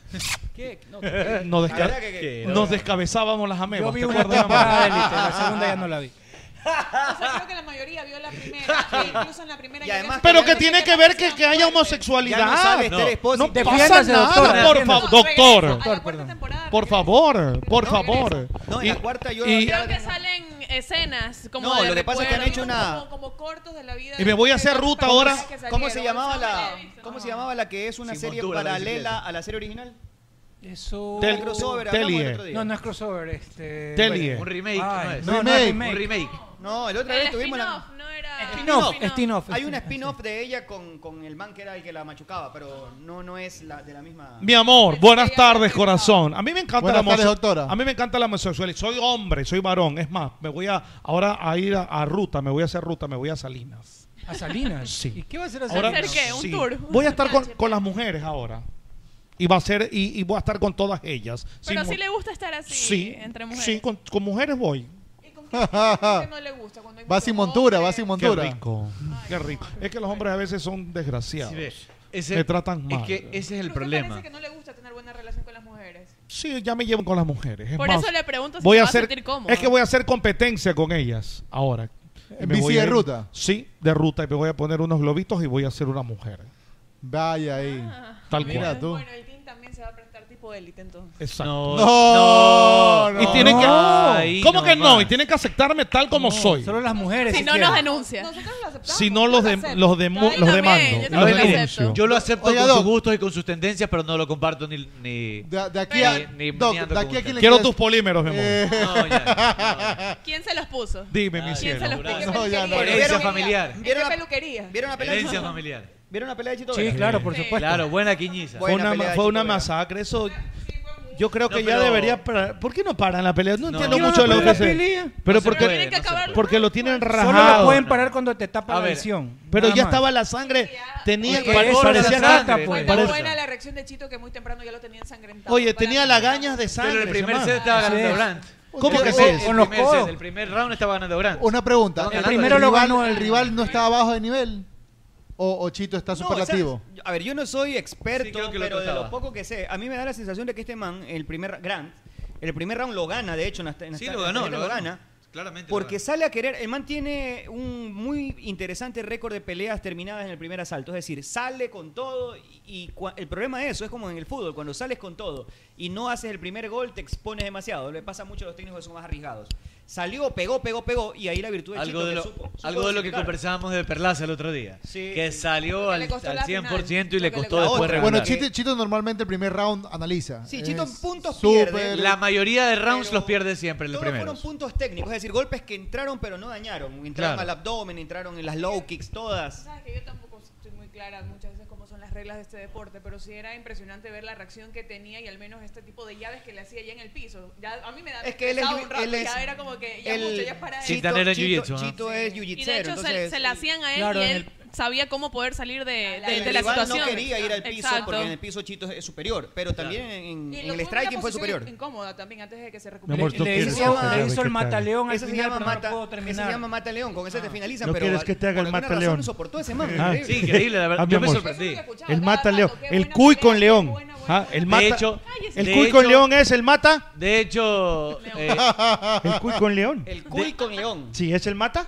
Speaker 16: ¿Qué? No,
Speaker 5: Nos,
Speaker 11: La
Speaker 5: desca-
Speaker 11: verdad que- que-
Speaker 5: nos descabezábamos las amebas.
Speaker 15: Yo vi
Speaker 5: ¿te
Speaker 15: una
Speaker 5: acuerdas,
Speaker 15: temporada de
Speaker 5: amor?
Speaker 15: élite, la segunda ya no la vi.
Speaker 16: O sea, creo que la mayoría vio la primera. e incluso en la primera.
Speaker 11: Y
Speaker 16: llegué a
Speaker 11: además-
Speaker 5: Pero
Speaker 16: saber
Speaker 5: que tiene que ver que, que haya homosexualidad.
Speaker 11: Ya no sabe
Speaker 5: no
Speaker 11: estar expósito.
Speaker 5: pasa
Speaker 15: Defiéndase,
Speaker 5: nada,
Speaker 15: doctor,
Speaker 5: por
Speaker 15: defiéndase.
Speaker 5: favor. Doctor,
Speaker 13: Doctor,
Speaker 5: por favor, por favor.
Speaker 11: No, en la cuarta yo
Speaker 5: y-
Speaker 13: Creo que salen escenas como
Speaker 11: No,
Speaker 13: de
Speaker 11: lo que pasa es que han
Speaker 13: recuerdo,
Speaker 11: hecho una-
Speaker 16: Como cortos de la vida.
Speaker 5: Y me voy a hacer ruta ahora.
Speaker 11: ¿Cómo se llamaba la cómo se llamaba la que es una
Speaker 12: Sin
Speaker 11: serie
Speaker 12: montura, la
Speaker 11: paralela
Speaker 12: bicicleta.
Speaker 11: a la serie original?
Speaker 15: Eso.
Speaker 5: Del-
Speaker 11: El crossover,
Speaker 5: Telie.
Speaker 11: hablamos el otro día.
Speaker 15: No, no es crossover, este.
Speaker 5: Telie.
Speaker 12: Un remake,
Speaker 15: Ay,
Speaker 12: ¿no es?
Speaker 15: no, no es
Speaker 12: Un
Speaker 15: remake.
Speaker 12: remake.
Speaker 11: No, el otro
Speaker 13: El
Speaker 11: día tuvimos la
Speaker 13: spin-off, no era
Speaker 15: Spin-off, spin-off,
Speaker 11: Hay
Speaker 15: spin-off,
Speaker 11: una spin-off de ella con, con el man que era el que la machucaba, pero no, no es la, de la misma.
Speaker 5: Mi amor, buenas tardes, corazón. A mí me encanta
Speaker 14: Buenas
Speaker 5: la
Speaker 14: tardes,
Speaker 5: homose-
Speaker 14: doctora.
Speaker 5: A mí me encanta la homosexualidad. Soy hombre, soy varón. Es más, me voy a ahora a ir a, a ruta, me voy a hacer ruta, me voy a Salinas.
Speaker 15: ¿A Salinas?
Speaker 5: Sí.
Speaker 15: ¿Y qué va a hacer a
Speaker 5: Ahora-
Speaker 15: Salinas? ¿Hacer qué? ¿Un
Speaker 5: sí.
Speaker 15: tour?
Speaker 5: Voy a estar con, con las mujeres ahora. Y va a ser y, y voy a estar con todas ellas.
Speaker 13: Pero
Speaker 5: Sin
Speaker 13: sí
Speaker 5: mu-
Speaker 13: le gusta estar así
Speaker 5: Sí,
Speaker 13: entre mujeres.
Speaker 5: Sí, con, con mujeres voy.
Speaker 13: no le gusta cuando
Speaker 14: Va sin montura, va sin montura.
Speaker 5: Qué rico. Qué rico. Es que los hombres a veces son desgraciados.
Speaker 12: Sí, ve, ese-
Speaker 5: me tratan mal.
Speaker 12: Es que ese es el
Speaker 16: Parece
Speaker 12: problema.
Speaker 16: que no le gusta tener buena relación con las mujeres.
Speaker 5: Sí, ya me llevo con las mujeres. Es
Speaker 16: Por
Speaker 5: más,
Speaker 16: eso le pregunto si
Speaker 5: voy
Speaker 16: te
Speaker 5: a
Speaker 16: vas a
Speaker 5: hacer,
Speaker 16: sentir cómodo.
Speaker 5: Es que voy a hacer competencia con ellas ahora. Y
Speaker 14: ¿En
Speaker 5: me
Speaker 14: bici
Speaker 5: voy
Speaker 14: de
Speaker 5: a ir-
Speaker 14: ruta?
Speaker 5: Sí, de ruta. Y me voy a poner unos globitos y voy a ser una mujer.
Speaker 14: Vaya ahí.
Speaker 5: Tal
Speaker 14: Mira
Speaker 5: cual.
Speaker 14: tú.
Speaker 16: Bueno, el team también se va a prestar tipo élite entonces.
Speaker 5: Exacto.
Speaker 14: No, No, no,
Speaker 5: y tienen
Speaker 14: no.
Speaker 5: que.
Speaker 14: Ahí
Speaker 5: ¿Cómo que no?
Speaker 14: nomás.
Speaker 5: Y tienen que aceptarme tal como soy.
Speaker 15: Solo las mujeres.
Speaker 13: Si no nos denuncia. Nosotros lo aceptamos.
Speaker 5: Si no los, de, los, demu-
Speaker 13: Ahí
Speaker 5: los
Speaker 13: también,
Speaker 5: demando.
Speaker 13: yo
Speaker 5: los
Speaker 12: Los
Speaker 5: denuncio.
Speaker 12: denuncio. Yo lo acepto
Speaker 14: Oiga,
Speaker 12: con
Speaker 14: Doc.
Speaker 12: sus gustos y con sus tendencias, pero no lo comparto ni. ni
Speaker 14: De, de aquí a.
Speaker 12: ni- ni
Speaker 14: Doc,
Speaker 12: meneando
Speaker 14: de aquí
Speaker 12: con
Speaker 14: a
Speaker 12: usted.
Speaker 14: quién le
Speaker 5: Quiero
Speaker 14: quieres-
Speaker 5: tus polímeros, mi amor.
Speaker 14: Eh.
Speaker 12: No,
Speaker 11: Ah.
Speaker 13: ¿Quién se los puso?
Speaker 5: Dime, mi
Speaker 13: ¿Quién
Speaker 5: cielo.
Speaker 13: se los puso?
Speaker 14: No, ya no.
Speaker 12: Herencia familiar.
Speaker 11: ¿Vieron la
Speaker 16: peluquería?
Speaker 11: ¿Vieron la pelea? de
Speaker 12: Herencia
Speaker 11: Chito?
Speaker 12: familiar.
Speaker 11: ¿Vieron la pelea de Chito?
Speaker 5: Sí,
Speaker 11: Vera?
Speaker 5: claro, por Sí. supuesto.
Speaker 12: Claro, buena quiñiza.
Speaker 5: Fue una,
Speaker 11: pelea de
Speaker 5: fue
Speaker 11: Chito
Speaker 5: una
Speaker 11: Vera.
Speaker 5: masacre. Eso. Yo creo
Speaker 12: No,
Speaker 5: que ya
Speaker 12: pero-
Speaker 5: debería parar. ¿Por qué no paran la pelea? No,
Speaker 12: No.
Speaker 5: entiendo
Speaker 12: ¿Por qué
Speaker 5: mucho de
Speaker 12: no
Speaker 5: lo que
Speaker 12: paran la
Speaker 5: se
Speaker 12: pelea?
Speaker 5: Pero
Speaker 12: No se
Speaker 5: porque,
Speaker 12: puede, Tienen que no se acabarlo.
Speaker 5: porque lo tienen rajado.
Speaker 15: Solo lo pueden parar cuando te tapa
Speaker 12: A
Speaker 15: la
Speaker 12: ver,
Speaker 15: visión.
Speaker 5: Pero
Speaker 15: Nada
Speaker 5: ya
Speaker 15: más.
Speaker 5: estaba la sangre. Tenía
Speaker 15: Porque
Speaker 5: pare-
Speaker 15: eso era
Speaker 5: parecía
Speaker 15: la sangre,
Speaker 5: ganas,
Speaker 15: pues.
Speaker 5: pare-
Speaker 16: Tan buena la reacción de Chito que muy temprano ya lo tenía ensangrentado.
Speaker 5: Oye,
Speaker 16: Para
Speaker 5: tenía
Speaker 16: mí.
Speaker 5: lagañas de
Speaker 12: Pero
Speaker 5: sangre.
Speaker 12: el primer
Speaker 5: semana.
Speaker 12: set estaba ganando Brandt.
Speaker 5: ¿Cómo que
Speaker 12: El-
Speaker 5: sí?
Speaker 12: el
Speaker 5: Con los
Speaker 12: primer
Speaker 5: codos.
Speaker 12: set, El primer round estaba ganando Brandt.
Speaker 14: Una pregunta.
Speaker 12: Estaban ganando de-
Speaker 14: rival- ¿El rival no está abajo de nivel? ¿O, o Chito está
Speaker 11: No, o sea,
Speaker 14: superlativo?
Speaker 11: a ver, yo no soy experto,
Speaker 12: creo que lo
Speaker 11: pero de
Speaker 12: trataba.
Speaker 11: lo poco que sé, a mí me da la sensación de que este man, el primer Grant, el primer round lo gana, de hecho, en hasta- en
Speaker 12: Sí,
Speaker 11: hasta-
Speaker 12: lo
Speaker 11: en
Speaker 12: ganó,
Speaker 11: hasta-
Speaker 12: lo
Speaker 11: lo
Speaker 12: ganó.
Speaker 11: gana.
Speaker 12: Claramente. lo
Speaker 11: Porque
Speaker 12: ganó.
Speaker 11: sale a querer, el man tiene un muy interesante récord de peleas terminadas en el primer asalto, es decir, sale con todo y, y cua- el problema de eso es como en el fútbol, cuando sales con todo y no haces el primer gol te expones demasiado, le pasa mucho a los técnicos que son más arriesgados. Salió, pegó, pegegó, pegó y ahí la virtud de
Speaker 12: algo
Speaker 11: Chito
Speaker 12: de
Speaker 11: que
Speaker 12: lo,
Speaker 11: supo- supo
Speaker 12: algo de lo que
Speaker 11: dosificar.
Speaker 12: conversábamos de Perlaza el otro día.
Speaker 11: Sí.
Speaker 12: que salió
Speaker 11: Lo que
Speaker 12: al,
Speaker 11: le costó
Speaker 12: al
Speaker 11: la
Speaker 12: 100% y le
Speaker 11: final. Lo que le
Speaker 12: costó
Speaker 11: costó.
Speaker 12: después regular.
Speaker 14: Bueno, Chito, Chito normalmente el primer round analiza. Eh,
Speaker 11: Sí, Chito en
Speaker 14: Es
Speaker 11: puntos
Speaker 14: súper-
Speaker 11: pierde.
Speaker 12: La mayoría de rounds los pierde siempre en el
Speaker 11: Todos
Speaker 12: primero.
Speaker 11: fueron puntos técnicos, es decir, golpes que entraron pero no dañaron. Entraron
Speaker 12: Claro.
Speaker 11: al abdomen, entraron en las low kicks, todas.
Speaker 16: Sabes que yo tampoco estoy muy clara muchas veces cómo son las reglas de este deporte, pero sí era impresionante ver la reacción que tenía y al menos este tipo de llaves que le hacía ya en el piso. Ya, a mí me da
Speaker 11: Es que él es
Speaker 16: pesaba
Speaker 11: ju-
Speaker 16: un rato,
Speaker 11: él es-
Speaker 16: ya era como que ya
Speaker 11: él-
Speaker 16: mucho, ya es para él.
Speaker 12: Chito- Quintanera en
Speaker 11: Chito-
Speaker 12: jiu-jitsu, ¿ah?
Speaker 11: Chito es
Speaker 13: Y de
Speaker 11: jiu-jitero,
Speaker 13: hecho se,
Speaker 11: entonces...
Speaker 13: se la hacían a él
Speaker 11: Claro,
Speaker 13: y
Speaker 11: en
Speaker 13: él sabía cómo poder salir de, de-
Speaker 11: el
Speaker 13: de la
Speaker 11: rival
Speaker 13: situación.
Speaker 11: no quería ir al piso
Speaker 13: Exacto.
Speaker 11: porque en el piso Chito es superior, pero también en,
Speaker 16: Y
Speaker 11: en
Speaker 16: lo
Speaker 11: el
Speaker 16: tuvo en una
Speaker 11: striking fue
Speaker 16: posición
Speaker 11: superior.
Speaker 16: Incómoda también antes de que se
Speaker 5: Mi amor,
Speaker 16: recuperara.
Speaker 5: tú
Speaker 15: Le hizo-
Speaker 5: quieres que te
Speaker 15: le
Speaker 5: haga
Speaker 15: hizo
Speaker 5: que
Speaker 15: el
Speaker 5: te haga.
Speaker 15: mataleón al
Speaker 11: Ese se
Speaker 15: final,
Speaker 11: llama
Speaker 15: pero no
Speaker 11: mata,
Speaker 15: pudo
Speaker 11: ese se
Speaker 15: terminar. Ah.
Speaker 11: llama mata león, con ese te finalizan,
Speaker 5: ¿No
Speaker 11: pero
Speaker 5: quieres
Speaker 11: a-
Speaker 5: que te haga
Speaker 11: por
Speaker 5: el
Speaker 11: alguna
Speaker 5: mata
Speaker 11: razón
Speaker 5: león?
Speaker 11: no soportó ese man,
Speaker 5: Ah,
Speaker 11: increíble.
Speaker 12: Sí, increíble, la verdad.
Speaker 5: Ah, mi
Speaker 12: Yo me
Speaker 5: amor.
Speaker 12: sorprendí.
Speaker 5: El mata león. El cuy con león. Ah, El mata.
Speaker 12: De hecho,
Speaker 5: el
Speaker 12: de
Speaker 5: cuy con
Speaker 12: hecho-
Speaker 5: león es el mata.
Speaker 12: De hecho, eh,
Speaker 5: El cuy con león.
Speaker 11: El cuy con león.
Speaker 5: Sí, es el mata.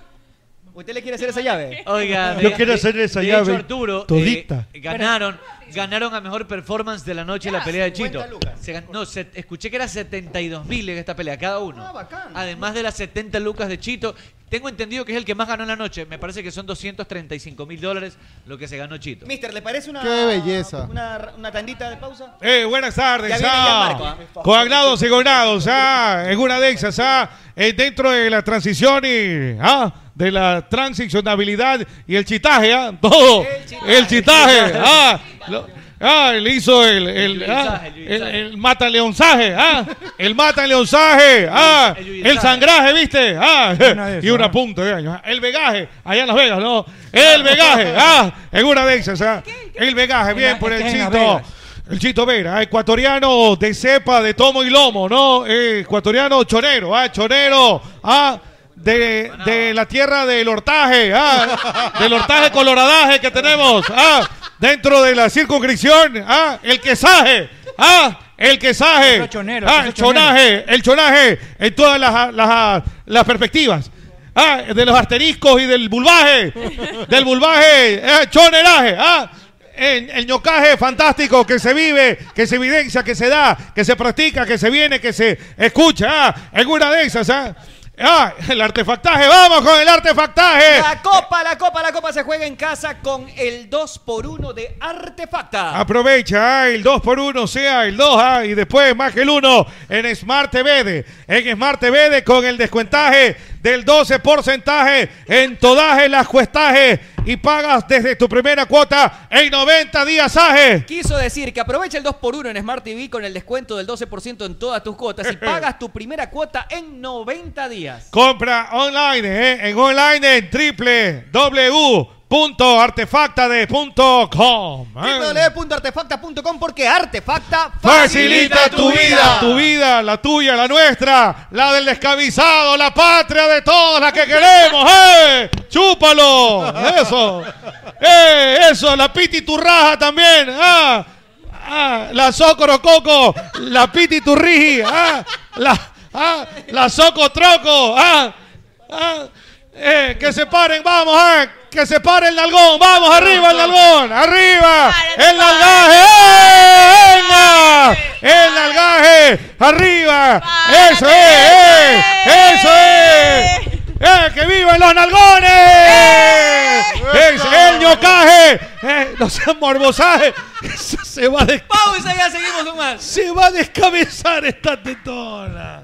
Speaker 11: ¿Usted le quiere hacer esa llave?
Speaker 12: oiga,
Speaker 5: Yo
Speaker 12: de-
Speaker 5: quiero
Speaker 12: de-
Speaker 5: hacerle esa
Speaker 12: de
Speaker 5: llave
Speaker 12: hecho, Arturo, eh,
Speaker 5: todita.
Speaker 12: ganaron, ganaron a mejor performance de la noche la pelea de Chito.
Speaker 11: 50 lucas.
Speaker 12: Se gan- no, se- escuché que era 72 mil en esta pelea, cada uno.
Speaker 11: Ah, bacán.
Speaker 12: Además de las 70 lucas de Chito, tengo entendido que es el que más ganó en la noche. Me parece que son 235 mil dólares lo que se ganó Chito.
Speaker 11: Mister, ¿le parece una,
Speaker 14: Qué belleza.
Speaker 11: una, una tandita de pausa?
Speaker 5: Eh, buenas tardes,
Speaker 11: Ya viene
Speaker 5: ah.
Speaker 11: ya Marco, ah.
Speaker 5: Coagnados y cognados, ah, en una de esas, ah, eh, dentro de la transición y, ah, de la transicionabilidad y el chitaje, ah, todo, el chitaje, ah, lo- ah, le hizo el, el,
Speaker 12: El
Speaker 5: ah,
Speaker 12: yuyizaje, el
Speaker 5: el, el mataleonzaje, ah, el mataleonzaje, ah,
Speaker 12: El yuyizaje.
Speaker 5: el sangraje, viste, ah,
Speaker 15: de esas,
Speaker 5: y una punta, de año, ah. el vegaje, allá en Las Vegas, no, el vegaje, ah, en una de esas, ah, el vegaje, bien por el
Speaker 15: es que es en Las
Speaker 5: chito.
Speaker 15: Vegas.
Speaker 5: El Chito Vera, eh, ecuatoriano de cepa, de tomo y lomo, ¿no? Eh, ecuatoriano chonero, ah, chonero, ah, de, de la tierra del hortaje, ah, del hortaje coloradaje que tenemos, ah, dentro de la circunscripción, ah, el quesaje, ah, el quesaje,
Speaker 15: Eso chonero,
Speaker 5: ah,
Speaker 15: eso
Speaker 5: el chonaje, el chonaje, en todas las, las, las perspectivas. Ah, de los asteriscos y del bulbaje, del bulbaje, eh, choneraje, ah, el, el ñocaje fantástico que se vive, que se evidencia, que se da, que se practica, que se viene, que se escucha, ah, en una de esas, ah, Ah, el artefactaje, vamos con el artefactaje.
Speaker 11: La copa, la copa, la copa se juega en casa con el 2x1 de Artefacta.
Speaker 5: Aprovecha ah, el 2x1, sea el 2 ah, y después más que el 1 en Smart TV. de- En Smart TV de con el descuentaje del 12 porcentaje en todaje, las cuestajes y pagas desde tu primera cuota en 90 días aje.
Speaker 11: Quiso decir que aprovecha el 2x1 en Smart TV con el descuento del 12% en todas tus cuotas y pagas tu primera cuota en 90 días.
Speaker 5: Compra online, eh, en online en www.artefactade.com. eh.
Speaker 18: www.artefacta.com porque Artefacta
Speaker 5: Facilita tu vida. Tu vida, la tuya, la nuestra, la del descabizado, la patria de todos, la que queremos. ¡Eh! ¡Chúpalo! Eso. ¡Eh! Eso, la piti turraja también. ¡Ah! ¡Ah! La socorro coco, la piti turriji. ¡Ah! La, ¡Ah! la soco troco. ¡Ah! ¡Ah! Eh, que se paren, vamos, ah, que se pare el nalgón, vamos, arriba el nalgón, arriba, el nalgaje, ¡eh! ¡Venga! el nalgaje, arriba, eso es, eh, eso es, ¡Eh, que vivan los nalgones,
Speaker 11: Eh,
Speaker 5: es el ñocaje, eh, no sean morbosaje, Eso se va a des-
Speaker 11: Pausa, ya seguimos con más.
Speaker 5: se va a descabezar esta tetona.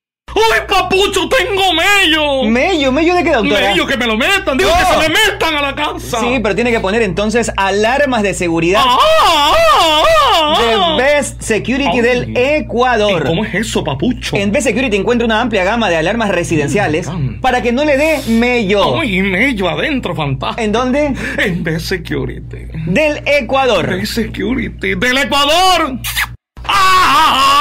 Speaker 4: ¡Ay, papucho, tengo mello!
Speaker 11: ¿Mello? ¿Mello de qué, doctora?
Speaker 4: Mello, que me lo metan. Digo que
Speaker 11: No.
Speaker 4: se le metan a la casa.
Speaker 11: Sí, pero tiene que poner entonces alarmas de seguridad.
Speaker 4: Ah, ah, ah.
Speaker 11: The Best Security
Speaker 4: Ay.
Speaker 11: del Ecuador. ¿Cómo
Speaker 1: es eso, papucho?
Speaker 11: En Best Security encuentra una amplia gama de alarmas residenciales para que no le dé mello.
Speaker 4: Ay, mello adentro, fantástico.
Speaker 11: ¿En dónde?
Speaker 4: En Best Security.
Speaker 11: Del Ecuador.
Speaker 4: Best Security. ¡Del Ecuador! ¡Ah!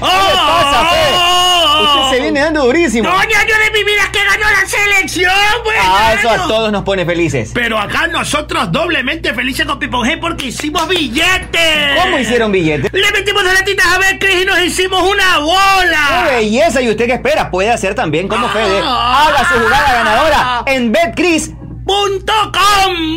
Speaker 4: ¿Qué
Speaker 11: pasa, Fe? Usted se viene dando durísimo.
Speaker 4: ¡Doña, ¡Ah! yo de mi vida que ganó la selección, güey!
Speaker 11: Ah, eso a todos nos pone felices.
Speaker 4: Pero acá nosotros doblemente felices con Pipon G porque hicimos billetes.
Speaker 11: ¿Cómo hicieron billetes?
Speaker 4: Le metimos las latitas a ver, Cris, y nos hicimos una
Speaker 11: ¡Qué
Speaker 4: bola.
Speaker 11: belleza! ¿Y usted qué espera? Puede hacer también como Fede.
Speaker 4: Ah.
Speaker 11: Haga su jugada ganadora en BetCris.com.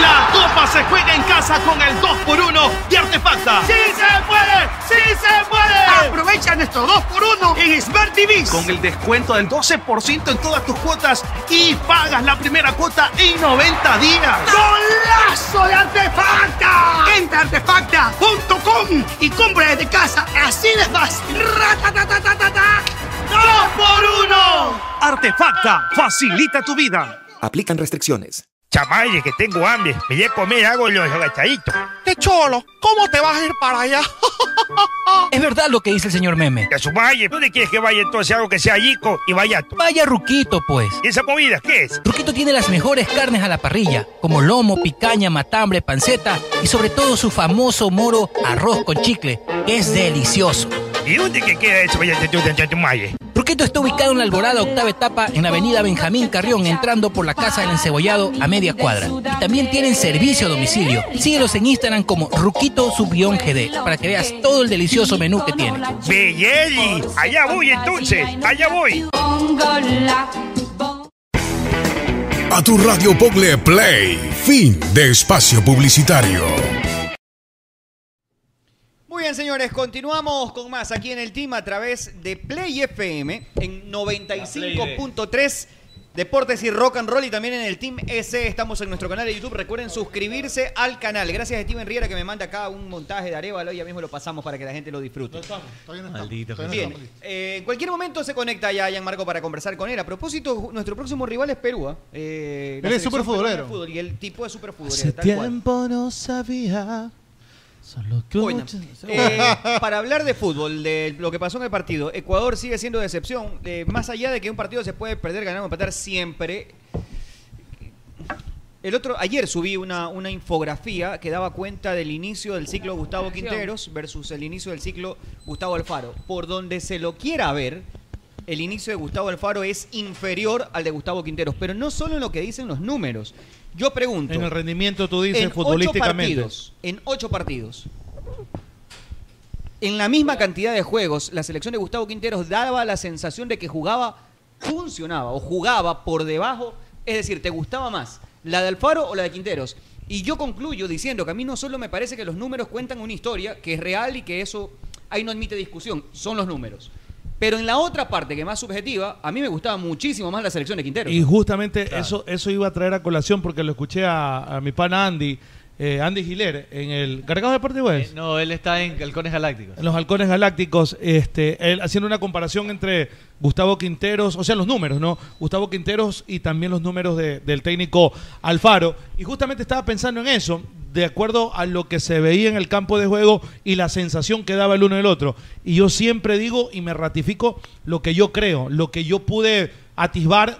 Speaker 19: La copa se juega en casa con el 2x1 de Artefacta.
Speaker 4: ¡Sí se puede! ¡Sí se puede! Aprovecha nuestro 2x1 en Smart TV.
Speaker 19: Con el descuento del 12% en todas tus cuotas y pagas la primera cuota en 90 días.
Speaker 4: ¡Golazo de Artefacta! Entra a artefacta.com y compra desde casa. Así de fácil. ¡Ratatatatata! ¡Dos por uno!
Speaker 19: Artefacta facilita tu vida.
Speaker 20: Aplican restricciones.
Speaker 21: Chamaye, que tengo hambre. Me voy a comer algo los agachaditos.
Speaker 2: ¡Qué cholo! ¿Cómo te vas a ir para allá?
Speaker 21: Es verdad lo que dice el señor Meme. A su valle. ¿Dónde quieres que vaya entonces algo que sea yico y vallato?
Speaker 22: Vaya Ruquito, pues.
Speaker 21: ¿Y esa comida qué es?
Speaker 22: Ruquito tiene las mejores carnes a la parrilla, como lomo, picaña, matambre, panceta y sobre todo su famoso moro arroz con chicle, que es delicioso.
Speaker 21: ¿Y dónde que queda eso vallato de Chamaye?
Speaker 22: Ruquito está ubicado en la Alborada Octava Etapa en la avenida Benjamín Carrión, entrando por la Casa del Encebollado a media cuadra. Y también tienen servicio a domicilio. Síguelos en Instagram como Ruquito-GD para que veas todo el delicioso menú que tiene.
Speaker 21: ¡Belleli! Allá voy entonces. Allá voy.
Speaker 23: A tu radio Pogle Play. Fin de espacio publicitario.
Speaker 11: Muy bien, señores, continuamos con más aquí en el team a través de Play FM en 95.3 Deportes y Rock and Roll y también en el Team S. Estamos en nuestro canal de YouTube. Recuerden suscribirse al canal. Gracias a Steven Riera que me manda acá un montaje de Arevalo y ya mismo lo pasamos para que la gente lo disfrute.
Speaker 12: Maldito.
Speaker 11: Bien, eh, en cualquier momento se conecta ya Gianmarco para conversar con él. A propósito, ju- nuestro próximo rival es Perú. ¿ah? Eh, la
Speaker 14: Él es
Speaker 11: selección
Speaker 14: superfutbolero.
Speaker 11: peruana de fútbol Y el tipo es
Speaker 5: Hace
Speaker 11: superfutbolero. tal cual.
Speaker 5: tiempo no sabía. Solo que
Speaker 11: Bueno, eh, para hablar de fútbol, de lo que pasó en el partido, Ecuador sigue siendo decepción. Eh, más allá de que un partido se puede perder, ganar o empatar siempre. El otro, ayer subí una, una infografía que daba cuenta del inicio del ciclo Gustavo Quinteros versus el inicio del ciclo Gustavo Alfaro. Por donde se lo quiera ver, el inicio de Gustavo Alfaro es inferior al de Gustavo Quinteros, pero no solo en lo que dicen los números. Yo pregunto.
Speaker 5: En el rendimiento tú dices
Speaker 11: en
Speaker 5: futbolísticamente.
Speaker 11: Ocho partidos, en ocho partidos. En la misma cantidad de juegos, la selección de Gustavo Quinteros daba la sensación de que jugaba, funcionaba o jugaba por debajo. Es decir, te gustaba más la de Alfaro o la de Quinteros. Y yo concluyo diciendo que a mí no solo me parece que los números cuentan una historia que es real y que eso ahí no admite discusión, son los números. Pero en la otra parte, que es más subjetiva, a mí me gustaba muchísimo más la selección de Quinteros.
Speaker 12: pues.
Speaker 5: Y justamente eso, eso iba a traer a colación porque lo escuché a, a mi pana Andy, eh, Andy Giler, en el Cargados Deportivo es.
Speaker 12: Eh, No, él está en Halcones Galácticos.
Speaker 5: En los halcones galácticos, este, él haciendo una comparación entre Gustavo Quinteros, o sea, los números, ¿no? Gustavo Quinteros y también los números de- del técnico Alfaro. Y justamente estaba pensando en eso, de acuerdo a lo que se veía en el campo de juego y la sensación que daba el uno y el otro. Y yo siempre digo y me ratifico lo que yo creo, lo que yo pude atisbar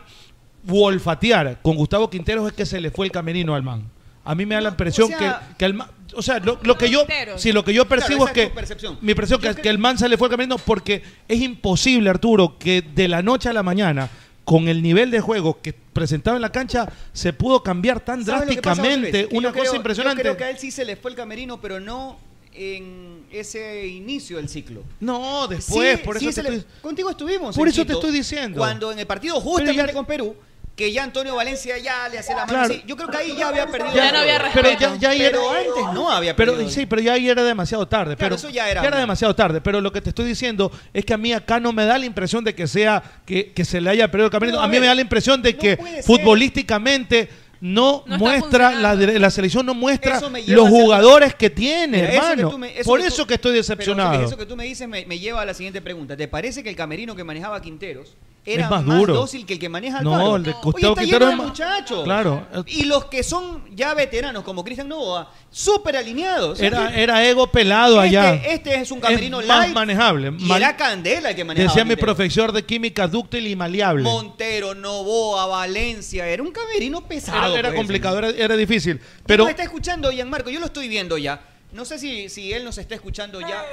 Speaker 5: u olfatear con Gustavo Quinteros es que se le fue el camerino al man. A mí me da la impresión
Speaker 11: o sea,
Speaker 5: que, que al man- o sea, lo, lo que yo,
Speaker 11: Quinteros.
Speaker 5: si lo que yo
Speaker 11: Claro,
Speaker 5: percibo
Speaker 11: esa
Speaker 5: es que
Speaker 11: es tu percepción.
Speaker 5: mi impresión que, que el man se le fue el camino porque es imposible, Arturo, que de la noche a la mañana, con el nivel de juego que presentaba en la cancha, se pudo cambiar tan
Speaker 11: ¿Sabes lo que pasa, José
Speaker 5: drásticamente
Speaker 11: Luis? Que
Speaker 5: una
Speaker 11: yo creo-
Speaker 5: cosa impresionante.
Speaker 11: Yo creo que a él sí se le fue el camerino, pero no en ese inicio del ciclo.
Speaker 5: No, después,
Speaker 11: Sí,
Speaker 5: por
Speaker 11: sí
Speaker 5: eso
Speaker 11: se
Speaker 5: te
Speaker 11: le-
Speaker 5: estoy-
Speaker 11: Contigo estuvimos.
Speaker 5: Por
Speaker 11: en
Speaker 5: eso te
Speaker 11: Quito,
Speaker 5: estoy diciendo.
Speaker 11: Cuando en el partido justamente con Perú, que ya Antonio Valencia ya le hace la mano.
Speaker 5: Claro.
Speaker 11: así, Yo creo que ahí ya había perdido.
Speaker 5: Ya
Speaker 11: el
Speaker 5: no había
Speaker 11: juego.
Speaker 5: respeto. Pero ya- ya ahí
Speaker 11: Pero
Speaker 5: era-
Speaker 11: antes no había
Speaker 5: pero,
Speaker 11: perdido.
Speaker 5: Sí, pero ya ahí era demasiado tarde.
Speaker 11: Claro,
Speaker 5: pero
Speaker 11: eso ya era una-
Speaker 5: demasiado tarde. Pero lo que te estoy diciendo es que a mí acá no me da la impresión de que sea que, que se le haya perdido el camino.
Speaker 11: No, a
Speaker 5: a mí
Speaker 11: ver,
Speaker 5: me da la impresión de que
Speaker 11: puede ser.
Speaker 5: futbolísticamente no, muestra, la, de- la selección no muestra
Speaker 11: Eso me lleva
Speaker 5: los
Speaker 11: a ser-
Speaker 5: jugadores que tiene,
Speaker 11: Mira, eso que
Speaker 5: hermano.
Speaker 11: tú me- eso
Speaker 5: Por
Speaker 11: que tú-
Speaker 5: eso que estoy
Speaker 11: pero, José Luis,
Speaker 5: decepcionado.
Speaker 11: eso que tú me dices me, me lleva a la siguiente pregunta. ¿Te parece que el camerino que manejaba Quinteros era
Speaker 5: Es
Speaker 11: más,
Speaker 5: más duro.
Speaker 11: dócil que el que maneja
Speaker 5: No,
Speaker 11: Alfaro?
Speaker 5: el de
Speaker 11: Oye,
Speaker 5: Gustavo
Speaker 11: está
Speaker 5: Quinteros
Speaker 11: lleno de
Speaker 5: es más-
Speaker 11: muchachos.
Speaker 5: Claro.
Speaker 11: Y los que son ya veteranos, como Cristian Novoa, súper alineados.
Speaker 5: Era,
Speaker 11: Este-
Speaker 5: era ego pelado allá.
Speaker 11: Este, este es un camerino
Speaker 5: Es más
Speaker 11: light.
Speaker 5: manejable.
Speaker 11: Y
Speaker 5: Man-
Speaker 11: era Candela el que manejaba
Speaker 5: Decía mi
Speaker 11: Quinteros.
Speaker 5: profesor de química dúctil y maleable.
Speaker 11: Montero, Novoa, Valencia. Era un camerino
Speaker 5: era
Speaker 11: pesado.
Speaker 5: era
Speaker 11: pues.
Speaker 5: complicado, era, era difícil.
Speaker 11: Pero...
Speaker 5: Pero
Speaker 11: está escuchando, Gianmarco? Yo lo estoy viendo ya. No sé si, si él nos está escuchando ya.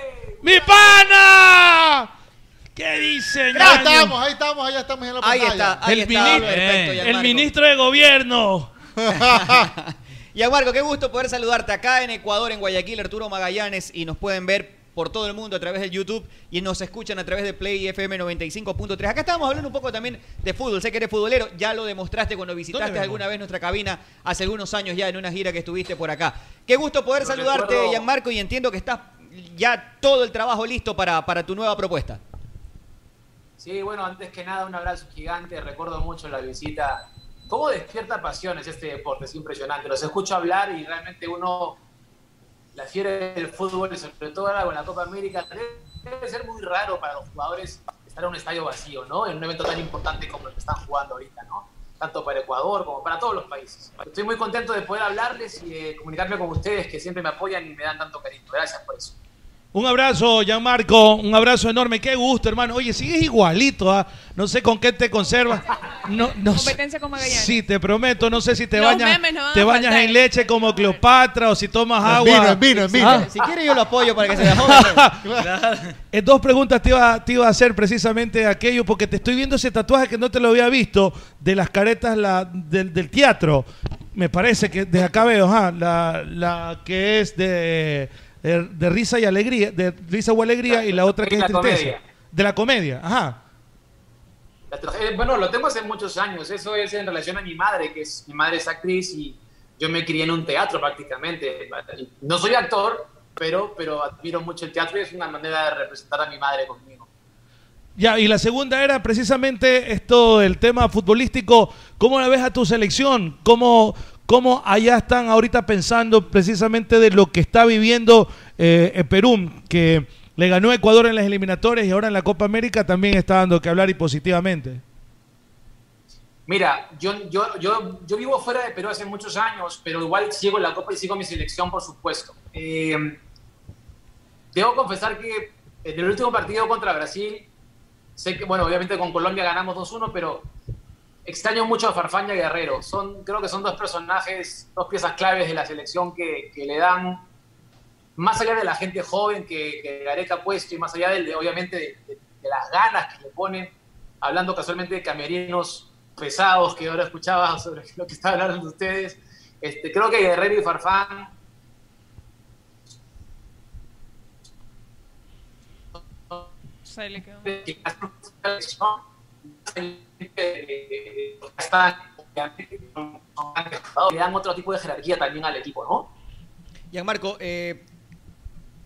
Speaker 4: ¡Mi pana!
Speaker 5: ¡Ah!
Speaker 4: ¿Qué dice?
Speaker 14: Ahí
Speaker 4: ñaño?
Speaker 14: estamos, ahí estamos, ahí estamos en la
Speaker 11: Ahí
Speaker 14: pantalla.
Speaker 11: está, ahí
Speaker 4: el
Speaker 11: está.
Speaker 4: ministro,
Speaker 11: perfecto,
Speaker 4: Eh, el
Speaker 11: Gianmarco.
Speaker 4: ministro de gobierno.
Speaker 11: Gianmarco, qué gusto poder saludarte acá en Ecuador, en Guayaquil, Arturo Magallanes, y nos pueden ver por todo el mundo a través del YouTube y nos escuchan a través de Play FM 95.3. Acá estábamos hablando un poco también de fútbol. Sé que eres futbolero, ya lo demostraste cuando visitaste
Speaker 24: ¿Dónde
Speaker 11: alguna vez nuestra cabina hace algunos años ya en una gira que estuviste por acá. Qué gusto poder saludarte, Gianmarco, y entiendo que estás ya todo el trabajo listo para, para tu nueva propuesta.
Speaker 25: Sí, bueno, antes que nada, un abrazo gigante. Recuerdo mucho la visita. ¿Cómo despierta pasiones este deporte? Es impresionante. Los escucho hablar y realmente uno, la fiebre del fútbol, y sobre todo ahora con la Copa América, debe ser muy raro para los jugadores estar en un estadio vacío, ¿no? En un evento tan importante como el que están jugando ahorita, ¿no? tanto para Ecuador como para todos los países. Estoy muy contento de poder hablarles y de comunicarme con ustedes que siempre me apoyan y me dan tanto cariño. Gracias por eso.
Speaker 5: Un abrazo, Gianmarco. Un abrazo enorme. Qué gusto, hermano. Oye, sigues igualito. ¿ah? No sé con qué te conservas. No, no sé.
Speaker 16: Competencia con Magallanes.
Speaker 5: Sí, te prometo. No sé si te
Speaker 16: Los
Speaker 5: bañas,
Speaker 16: memes no van a
Speaker 5: te bañas
Speaker 16: faltar.
Speaker 5: en leche como Cleopatra o si tomas
Speaker 14: En
Speaker 5: agua.
Speaker 14: vino, en vino, en vino.
Speaker 5: Ah.
Speaker 11: Si quiere yo lo apoyo para que se la
Speaker 5: Eh, dos preguntas te iba, te iba a hacer precisamente aquello, porque te estoy viendo ese tatuaje que no te lo había visto de las caretas la- del, del teatro. Me parece que desde acá veo, ajá, la, la que es de, de, de risa y alegría, de risa o alegría, y la otra que
Speaker 25: y
Speaker 5: es
Speaker 25: la
Speaker 5: tristeza.
Speaker 25: comedia.
Speaker 5: De la comedia, ajá.
Speaker 25: La tra- eh, bueno, lo tengo hace muchos años. Eso es en relación a mi madre, que es mi madre es actriz y yo me crié en un teatro prácticamente. No soy actor, pero, pero admiro mucho el teatro y es una manera de representar a mi madre conmigo.
Speaker 5: Ya, y la segunda era precisamente esto del tema futbolístico. ¿Cómo la ves a tu selección? ¿Cómo, cómo allá están ahorita pensando precisamente de lo que está viviendo eh, eh, Perú, que le ganó a Ecuador en las eliminatorias y ahora en la Copa América también está dando que hablar y positivamente?
Speaker 25: Mira, yo, yo, yo, yo vivo fuera de Perú hace muchos años, pero igual sigo la Copa y sigo mi selección, por supuesto. Eh, debo confesar que en el último partido contra Brasil, sé que, bueno, obviamente con Colombia ganamos 2-1, pero extraño mucho a Farfán y a Guerrero. Son, creo que son dos personajes, dos piezas claves de la selección que, que le dan, más allá de la gente joven que, que Gareca ha puesto y más allá, del- de, obviamente, de- de- de las ganas que le ponen, hablando casualmente de camerinos pesados que ahora escuchaba sobre lo que está hablando de ustedes. Este, creo que Guerrero y Farfán
Speaker 16: Se le quedó.
Speaker 25: que hacen una selección, hacen, eh, están, obviamente, son- son grandes jugadores, le dan otro tipo de jerarquía también al equipo, ¿no?
Speaker 11: Gianmarco, eh,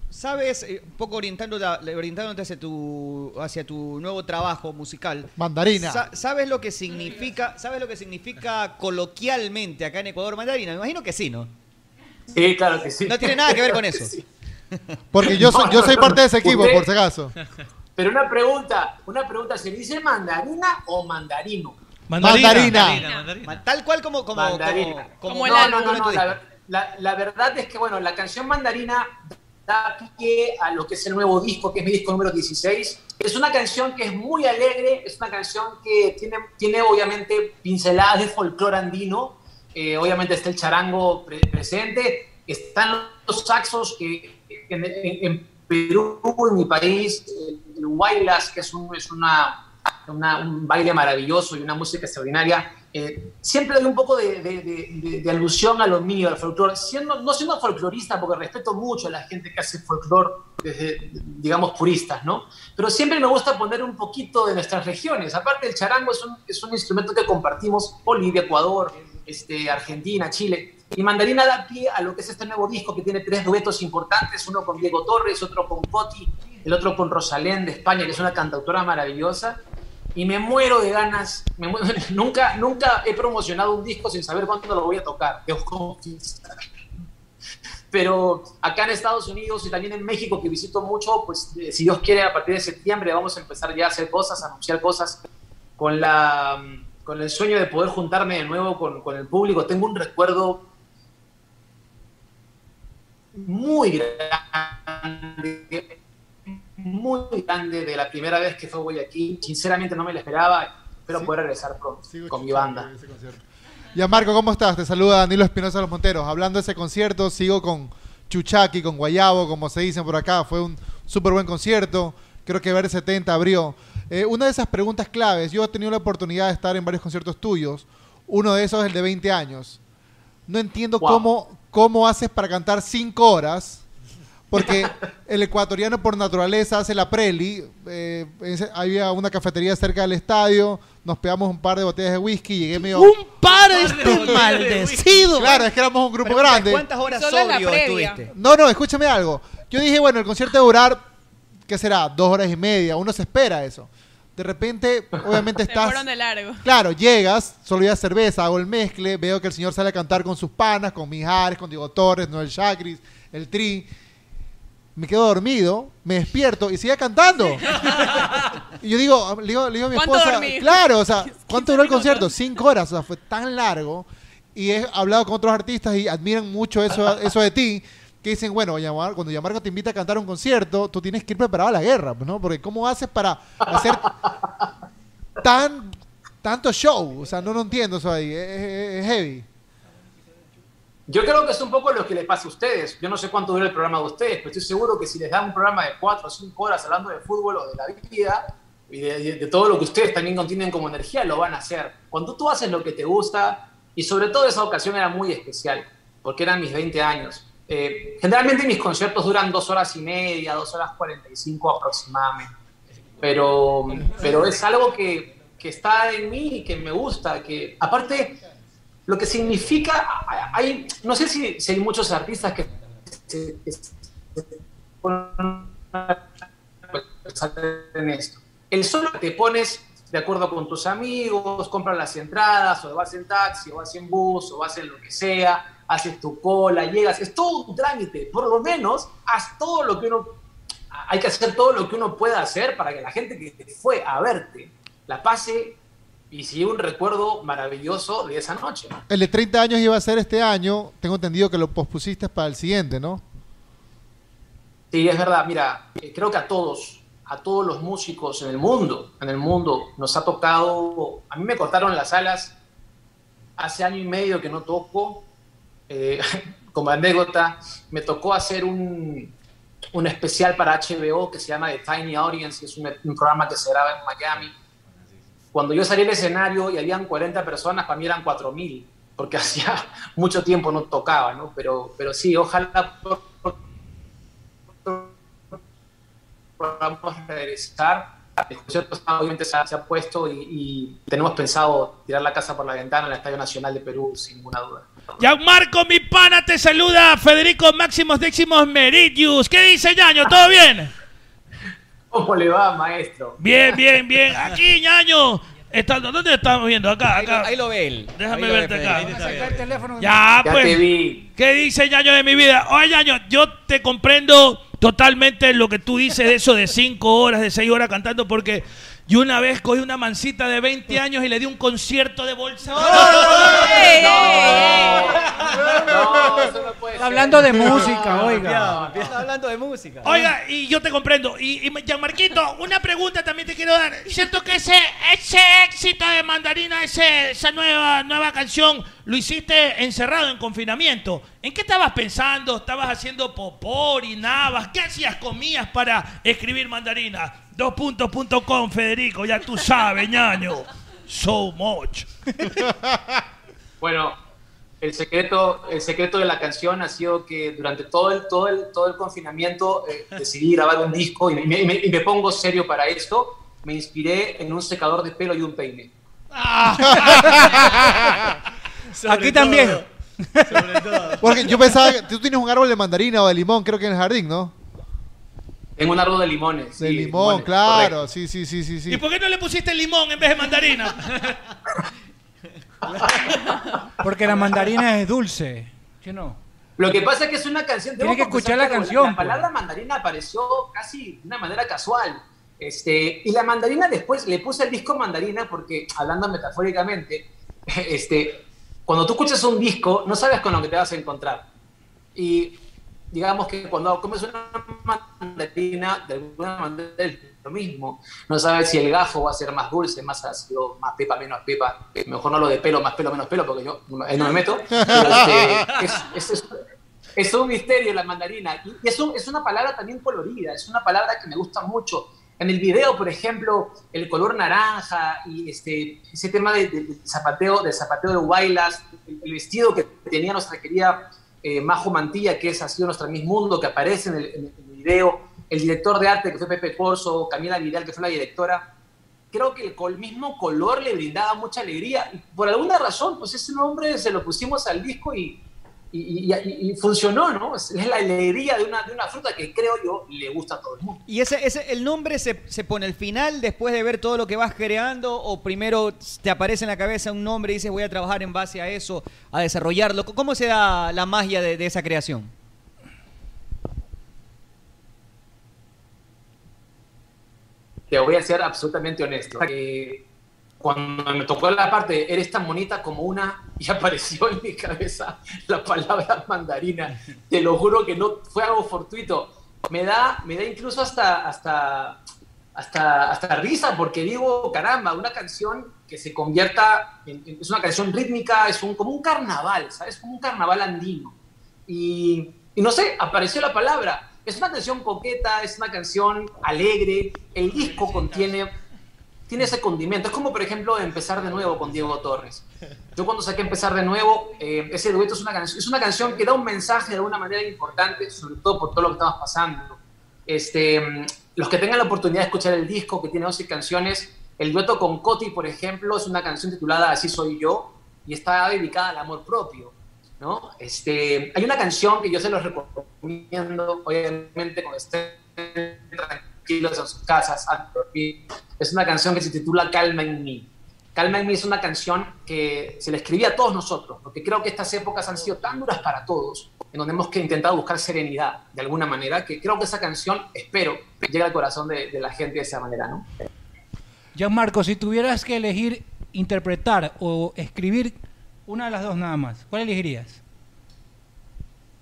Speaker 11: ¿sabes, eh, un poco orientándote, a- orientándote hacia, tu, hacia tu nuevo trabajo musical?
Speaker 14: Mandarina.
Speaker 11: sa- ¿Sabes lo que significa, sabes lo que significa coloquialmente acá en Ecuador mandarina? Me imagino que sí, ¿no?
Speaker 25: Sí, claro que sí.
Speaker 11: No tiene nada que ver con eso.
Speaker 14: Porque yo, soy,
Speaker 25: No,
Speaker 14: yo
Speaker 25: no,
Speaker 14: soy
Speaker 25: no.
Speaker 14: parte de ese equipo,
Speaker 25: Usted-
Speaker 14: por si acaso.
Speaker 25: Pero una pregunta, una pregunta, ¿se dice mandarina o mandarino?
Speaker 14: Mandarina. Mandarina.
Speaker 11: Ma- Tal cual como, como,
Speaker 25: Mandarina.
Speaker 11: como,
Speaker 25: Como el
Speaker 11: no,
Speaker 25: álbum,
Speaker 11: no, no,
Speaker 25: no,
Speaker 11: tú
Speaker 25: la,
Speaker 11: dices.
Speaker 25: ver- la- la verdad es que, bueno, la canción Mandarina da pie a lo que es el nuevo disco, que es mi disco número 16. Es una canción que es muy alegre, es una canción que tiene, tiene obviamente pinceladas de folclore andino, eh, obviamente está el charango pre- presente, están los saxos que que en, en- en Perú, en mi país, el, el huaylas, que es, un- es una, una- un baile maravilloso y una música extraordinaria. Eh, siempre hay un poco de, de- de- de- de alusión a lo mío, al folclore, siendo, no siendo folclorista, porque respeto mucho a la gente que hace folclore desde, digamos, puristas, ¿no? Pero siempre me gusta poner un poquito de nuestras regiones. Aparte, el charango es un, es un instrumento que compartimos Bolivia, Ecuador, este, Argentina, Chile. Y Mandarina da pie a lo que es este nuevo disco que tiene tres duetos importantes, uno con Diego Torres, otro con Coti, el otro con Rosalén de España, que es una cantautora maravillosa. Y me muero de ganas, me mu- nunca, nunca he promocionado un disco sin saber cuándo lo voy a tocar, debo confesar. Pero acá en Estados Unidos y también en México, que visito mucho, pues eh, si Dios quiere, a partir de septiembre vamos a empezar ya a hacer cosas, a anunciar cosas con, la, mm, con el sueño de poder juntarme de nuevo con, con el público. Tengo un recuerdo muy grande, muy grande de la primera vez que fue a Guayaquil. Sinceramente no me lo esperaba, pero poder regresar pronto con mi banda.
Speaker 14: Ya Marco, ¿cómo estás? Te saluda Danilo Espinosa de los Monteros. Hablando de ese concierto, sigo con Chuchaki, con Guayabo, como se dicen por acá. Fue un súper buen concierto. Creo que Ver 70 abrió. Eh, una de esas preguntas claves, yo he tenido la oportunidad de estar en varios conciertos tuyos. Uno de esos es el de 20 años. No entiendo cómo, cómo haces para cantar 5 horas. Porque el ecuatoriano por naturaleza hace la preli. eh, ese- había una cafetería cerca del estadio. Nos pegamos un par de botellas de whisky. Llegué medio.
Speaker 26: Un par de este maldecido.
Speaker 14: Claro, es que éramos un grupo
Speaker 26: Pregunta,
Speaker 14: grande.
Speaker 26: ¿cuántas horas Solo en la sobrio previa. estuviste?
Speaker 14: No, no, escúchame algo. Yo dije, bueno, el concierto va a durar, ¿qué será? Dos horas y media. Uno se espera eso. De repente, obviamente
Speaker 13: Se fueron
Speaker 14: estás.
Speaker 13: de largo.
Speaker 14: Claro, llegas, solo ya cerveza, hago el mezcle, veo que el señor sale a cantar con sus panas, con Mijares, con Diego Torres, Noel Chacris, el Tri. Me quedo dormido, me despierto y sigue cantando. Y yo digo, le digo, le digo a mi
Speaker 13: ¿Cuánto
Speaker 14: esposa,
Speaker 13: dormí?
Speaker 14: claro, o sea, ¿cuánto duró el concierto? Cinco horas, o sea, fue tan largo. Y he hablado con otros artistas y admiran mucho eso, eso de ti, que dicen, bueno, Yamarco, cuando Yamarco te invita a cantar un concierto, tú tienes que ir preparado a la guerra, pues, ¿no? Porque ¿cómo haces para hacer tan tanto show? O sea, no lo entiendo eso ahí, es, es- es heavy.
Speaker 25: Yo creo que es un poco lo que les pasa a ustedes. Yo no sé cuánto dura el programa de ustedes, pero estoy seguro que si les dan un programa de cuatro o cinco horas hablando de fútbol o de la vida y de, de- de todo lo que ustedes también contienen como energía, lo van a hacer. Cuando tú haces lo que te gusta, y sobre todo esa ocasión era muy especial, porque eran mis 20 años. Eh, generalmente mis conciertos duran dos horas y media, dos horas 45 aproximadamente. Pero, pero es algo que, que está en mí y que me gusta, que aparte lo que significa, hay, no sé si, si hay muchos artistas que se, que se- ponen a pensar en esto. El solo que te pones de acuerdo con tus amigos, compras las entradas, o vas en taxi, o vas en bus, o vas en lo que sea, haces tu cola, llegas, es todo un trámite, por lo menos haz todo lo que uno, hay que hacer todo lo que uno pueda hacer para que la gente que fue a verte la pase y si un recuerdo maravilloso de esa noche.
Speaker 14: El de 30 años iba a ser este año, tengo entendido que lo pospusiste para el siguiente, ¿no?
Speaker 25: Sí, es verdad, mira, eh, creo que a todos, a todos los músicos en el mundo, en el mundo nos ha tocado, a mí me cortaron las alas hace año y medio que no toco, eh, como anécdota, me tocó hacer un, un especial para HBO que se llama The Tiny Audience, que es un, un programa que se graba en Miami. Cuando yo salí al escenario y habían 40 personas, para mí eran 4.000, porque hacía mucho tiempo no tocaba, ¿no? Pero, pero sí, ojalá podamos regresar. El concierto obviamente se ha, se ha puesto y, y tenemos pensado tirar la casa por la ventana en el Estadio Nacional de Perú, sin ninguna duda.
Speaker 4: Marco, mi pana, te saluda Federico Máximos Décimos Meridius. ¿Qué dice, Ñaño? ¿Todo bien?
Speaker 25: ¿Cómo le va, maestro?
Speaker 4: Bien, bien, bien. Aquí, Ñaño. Está- ¿Dónde estamos viendo? Acá, acá.
Speaker 17: Ahí lo ve él.
Speaker 4: Déjame
Speaker 17: Ahí lo ve
Speaker 4: verte
Speaker 17: Federico.
Speaker 4: acá.
Speaker 17: Ahí te está
Speaker 15: El teléfono.
Speaker 4: Ya,
Speaker 17: Ya
Speaker 4: pues.
Speaker 17: te
Speaker 4: ¿Qué dice Yaño de mi vida? Oye, Yaño, yo te comprendo totalmente lo que tú dices de eso de 5 horas, de 6 horas cantando, porque yo una vez cogí una mancita de 20 años y le di un concierto de bolsa.
Speaker 15: Está hablando de música, oiga.
Speaker 11: hablando de música.
Speaker 4: Oiga, y yo te comprendo. Y, y Gianmarquito, una pregunta también te quiero dar. ¿Cierto que ese, ese éxito de Mandarina, ese- esa nueva, nueva canción, lo hiciste encerrado en confinamiento? ¿En qué estabas pensando? ¿Estabas haciendo popó, orinabas? ¿Qué hacías? ¿Comías para escribir Mandarina? Dos puntos punto com, Federico, ya tú sabes, ñaño. So much.
Speaker 25: Bueno, el secreto, el secreto de la canción ha sido que durante todo el, todo el, todo el confinamiento eh, decidí grabar un disco y me, y me- y me pongo serio para esto. Me inspiré en un secador de pelo y un peine.
Speaker 14: Ah.
Speaker 15: Aquí también.
Speaker 14: Porque yo pensaba que tú tienes un árbol de mandarina o de limón, creo que en el jardín, ¿no?
Speaker 25: En un árbol de limones.
Speaker 14: De
Speaker 25: sí,
Speaker 14: limón,
Speaker 25: limones,
Speaker 14: claro,
Speaker 25: correcto.
Speaker 14: sí, sí, sí, sí, sí.
Speaker 4: ¿Y por qué no le pusiste limón en vez de mandarina?
Speaker 15: Porque la mandarina es dulce. ¿Qué no?
Speaker 25: Lo que pasa es que es una canción. debo
Speaker 15: Tienes que
Speaker 25: confesar
Speaker 15: escuchar la
Speaker 25: como
Speaker 15: canción, pues.
Speaker 25: La palabra mandarina apareció casi de una manera casual. Este, y la mandarina después le puse el disco mandarina porque, hablando metafóricamente, este, cuando tú escuchas un disco, no sabes con lo que te vas a encontrar. Y digamos que cuando comes una mandarina, de alguna manera es lo mismo. No sabes si el gajo va a ser más dulce, más ácido, más pepa, menos pepa. Mejor no lo de pelo, más pelo, menos pelo, porque yo no me- ahí no me meto. Pero, este, es, es- es- es un misterio la mandarina. Y, y es, un- es una palabra también colorida, es una palabra que me gusta mucho. En el video, por ejemplo, el color naranja y este, ese tema de, de- del zapateo, del zapateo de guaylas, el, el vestido que tenía nuestra querida eh, Majo Mantilla, que es ha sido nuestra Miss Mundo, que aparece en el, en el video, el director de arte que fue Pepe Corso, Camila Vidal, que fue la directora. Creo que el col- mismo color le brindaba mucha alegría. Y por alguna razón, pues ese nombre se lo pusimos al disco y, y, y- y- y funcionó, ¿no? Es es la alegría de una, de una fruta que creo yo le gusta a todo el mundo.
Speaker 11: ¿Y ese, ese, el nombre se, se pone al final después de ver todo lo que vas creando o primero te aparece en la cabeza un nombre y dices voy a trabajar en base a eso, a desarrollarlo? ¿Cómo se da la magia de, de esa creación?
Speaker 25: te voy a ser absolutamente honesto. Eh, cuando me tocó la parte, eres tan bonita como una, y apareció en mi cabeza la palabra mandarina. Te lo juro que no fue algo fortuito. Me da, me da incluso hasta, hasta, hasta, hasta risa, porque digo, caramba, una canción que se convierta, en- en- es una canción rítmica, es un, como un carnaval, ¿sabes? Como un carnaval andino. Y, y no sé, apareció la palabra. Es una canción coqueta, es una canción alegre, el disco contiene, tiene ese condimento. Es como, por ejemplo, empezar de nuevo con Diego Torres. Yo cuando saqué Empezar de nuevo, eh, ese dueto es una, canción es una canción que da un mensaje de una manera importante, sobre todo por todo lo que estamos pasando. Este, mm, los que tengan la oportunidad de escuchar el disco, que tiene 11 canciones, el dueto con Coti, por ejemplo, es una canción titulada Así soy yo y está dedicada al amor propio. ¿no? Este, hay una canción que yo se los recomiendo, obviamente, cuando estén tranquilos en sus casas, antes de dormir. es una canción que se titula Calma en mí. Calma en mí es una canción que se le escribía a todos nosotros, porque creo que estas épocas han sido tan duras para todos, en donde hemos que intentar buscar serenidad de alguna manera, que creo que esa canción, espero, llegue al corazón de, de la gente de esa manera, ¿no?
Speaker 15: Gianmarco, si tuvieras que elegir interpretar o escribir una de las dos nada más, ¿cuál elegirías?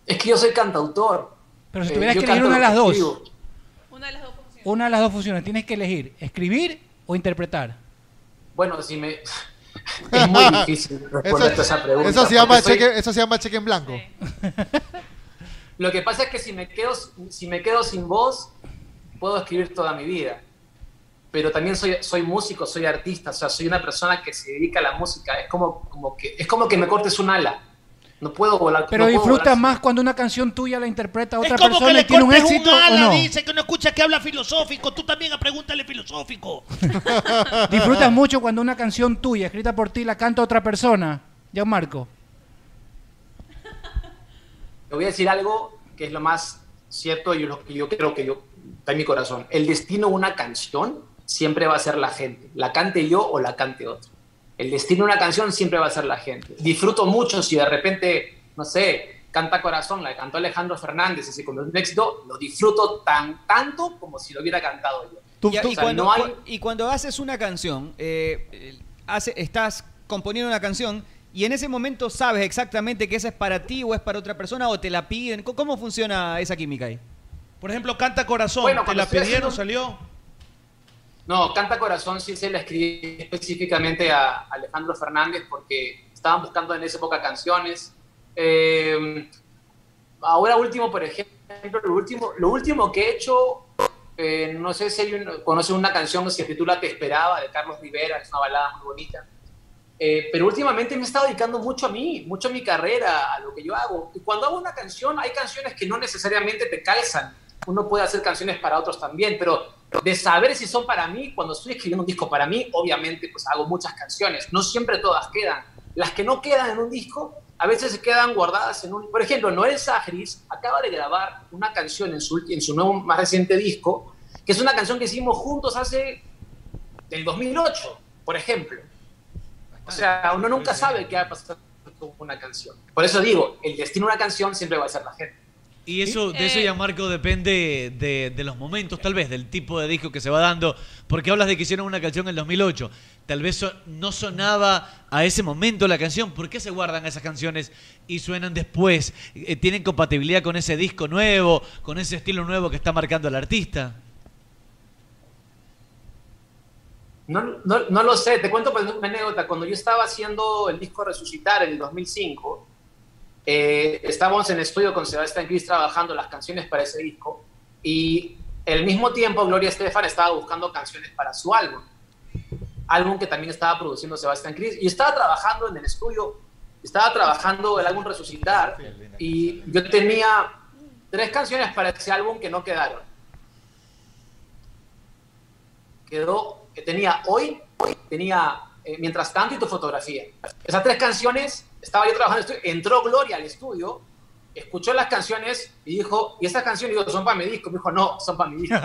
Speaker 25: Es que yo soy cantautor.
Speaker 15: Pero si
Speaker 25: Eh,
Speaker 15: tuvieras
Speaker 25: yo
Speaker 15: que elegir
Speaker 25: canto
Speaker 15: una de
Speaker 25: lo
Speaker 15: las
Speaker 25: que
Speaker 15: dos,
Speaker 25: escribo.
Speaker 15: una de las dos funciones, tienes que elegir, escribir o interpretar.
Speaker 25: Bueno, si me... Es muy difícil responderte a esa pregunta.
Speaker 14: eso Ah, se llama
Speaker 25: porque soy-
Speaker 14: cheque, eso se llama cheque en blanco.
Speaker 25: Lo que pasa es que si me quedo, si me quedo sin voz, puedo escribir toda mi vida. Pero también soy, soy músico, soy artista, o sea, soy una persona que se dedica a la música. Es como, como, que, es como que me cortes un ala. No puedo volar.
Speaker 15: Pero
Speaker 25: no puedo
Speaker 15: disfrutas
Speaker 25: volar.
Speaker 15: más cuando una canción tuya la interpreta otra
Speaker 4: es como que
Speaker 15: persona y
Speaker 4: le
Speaker 15: tiene un
Speaker 4: cortes un
Speaker 15: éxito o
Speaker 4: ala,
Speaker 15: no.
Speaker 4: dice que no escucha que habla filosófico. Tú también pregúntale filosófico.
Speaker 15: Disfrutas mucho cuando una canción tuya escrita por ti la canta otra persona. Gianmarco.
Speaker 25: Te voy a decir algo que es lo más cierto y lo que yo creo que yo está en mi corazón. El destino de una canción siempre va a ser la gente. La cante yo o la cante otro. El destino de una canción siempre va a ser la gente. Disfruto mucho si de repente, no sé, canta Corazón, la cantó Alejandro Fernández y se convirtió en un éxito, lo disfruto tan tanto como si lo hubiera cantado yo.
Speaker 11: y,
Speaker 25: O
Speaker 11: y
Speaker 25: sea,
Speaker 11: cuando,
Speaker 25: no hay-
Speaker 11: cu- y cuando haces una canción, eh, eh, hace- estás componiendo una canción y en ese momento sabes exactamente que esa es para ti o es para otra persona o te la piden. Co- ¿Cómo funciona esa química ahí?
Speaker 5: Por ejemplo, canta corazón.
Speaker 25: Bueno,
Speaker 5: ¿Te
Speaker 25: cuando
Speaker 5: la
Speaker 25: estoy
Speaker 5: pidieron?
Speaker 25: haciendo-
Speaker 5: ¿Salió?
Speaker 25: No, Canta Corazón sí se la escribí específicamente a Alejandro Fernández porque estaban buscando en esa época canciones. Eh, ahora último, por ejemplo, lo último, lo último que he hecho, eh, no sé si hay un- conocen una canción que se titula Te Esperaba de Carlos Rivera, es una balada muy bonita. Eh, pero últimamente me he estado dedicando mucho a mí, mucho a mi carrera, a lo que yo hago. Y cuando hago una canción, hay canciones que no necesariamente te calzan. Uno puede hacer canciones para otros también, pero de saber si son para mí, cuando estoy escribiendo un disco para mí, obviamente pues hago muchas canciones. No siempre todas quedan. Las que no quedan en un disco, a veces se quedan guardadas en un... Por ejemplo, Noel Sajris acaba de grabar una canción en su, ulti- en su nuevo, más reciente disco, que es una canción que hicimos juntos hace... del 2008, por ejemplo. O sea, uno nunca sabe qué va a pasar con una canción. Por eso digo, el destino de una canción siempre va a ser la gente.
Speaker 12: Y eso, de eso ya Marco depende de, de los momentos, tal vez, del tipo de disco que se va dando. Porque hablas de que hicieron una canción en el 2008. Tal vez so- no sonaba a ese momento la canción. ¿Por qué se guardan esas canciones y suenan después? Eh, ¿Tienen compatibilidad con ese disco nuevo, con ese estilo nuevo que está marcando el artista?
Speaker 25: No, no- no lo sé, te cuento pues, una anécdota. Cuando yo estaba haciendo el disco Resucitar en el 2005, eh, estábamos en el estudio con Sebastián Cris trabajando las canciones para ese disco y al mismo tiempo Gloria Estefan estaba buscando canciones para su álbum, álbum que también estaba produciendo Sebastián Cris y estaba trabajando en el estudio, estaba trabajando el álbum Resucitar y yo tenía tres canciones para ese álbum que no quedaron. Quedó, que tenía hoy, tenía eh, mientras tanto y tu fotografía. Esas tres canciones, estaba yo trabajando, en el estudio, entró Gloria al estudio, escuchó las canciones y dijo, y esas canciones, digo, son para mi disco. Me dijo, no, son para mi disco.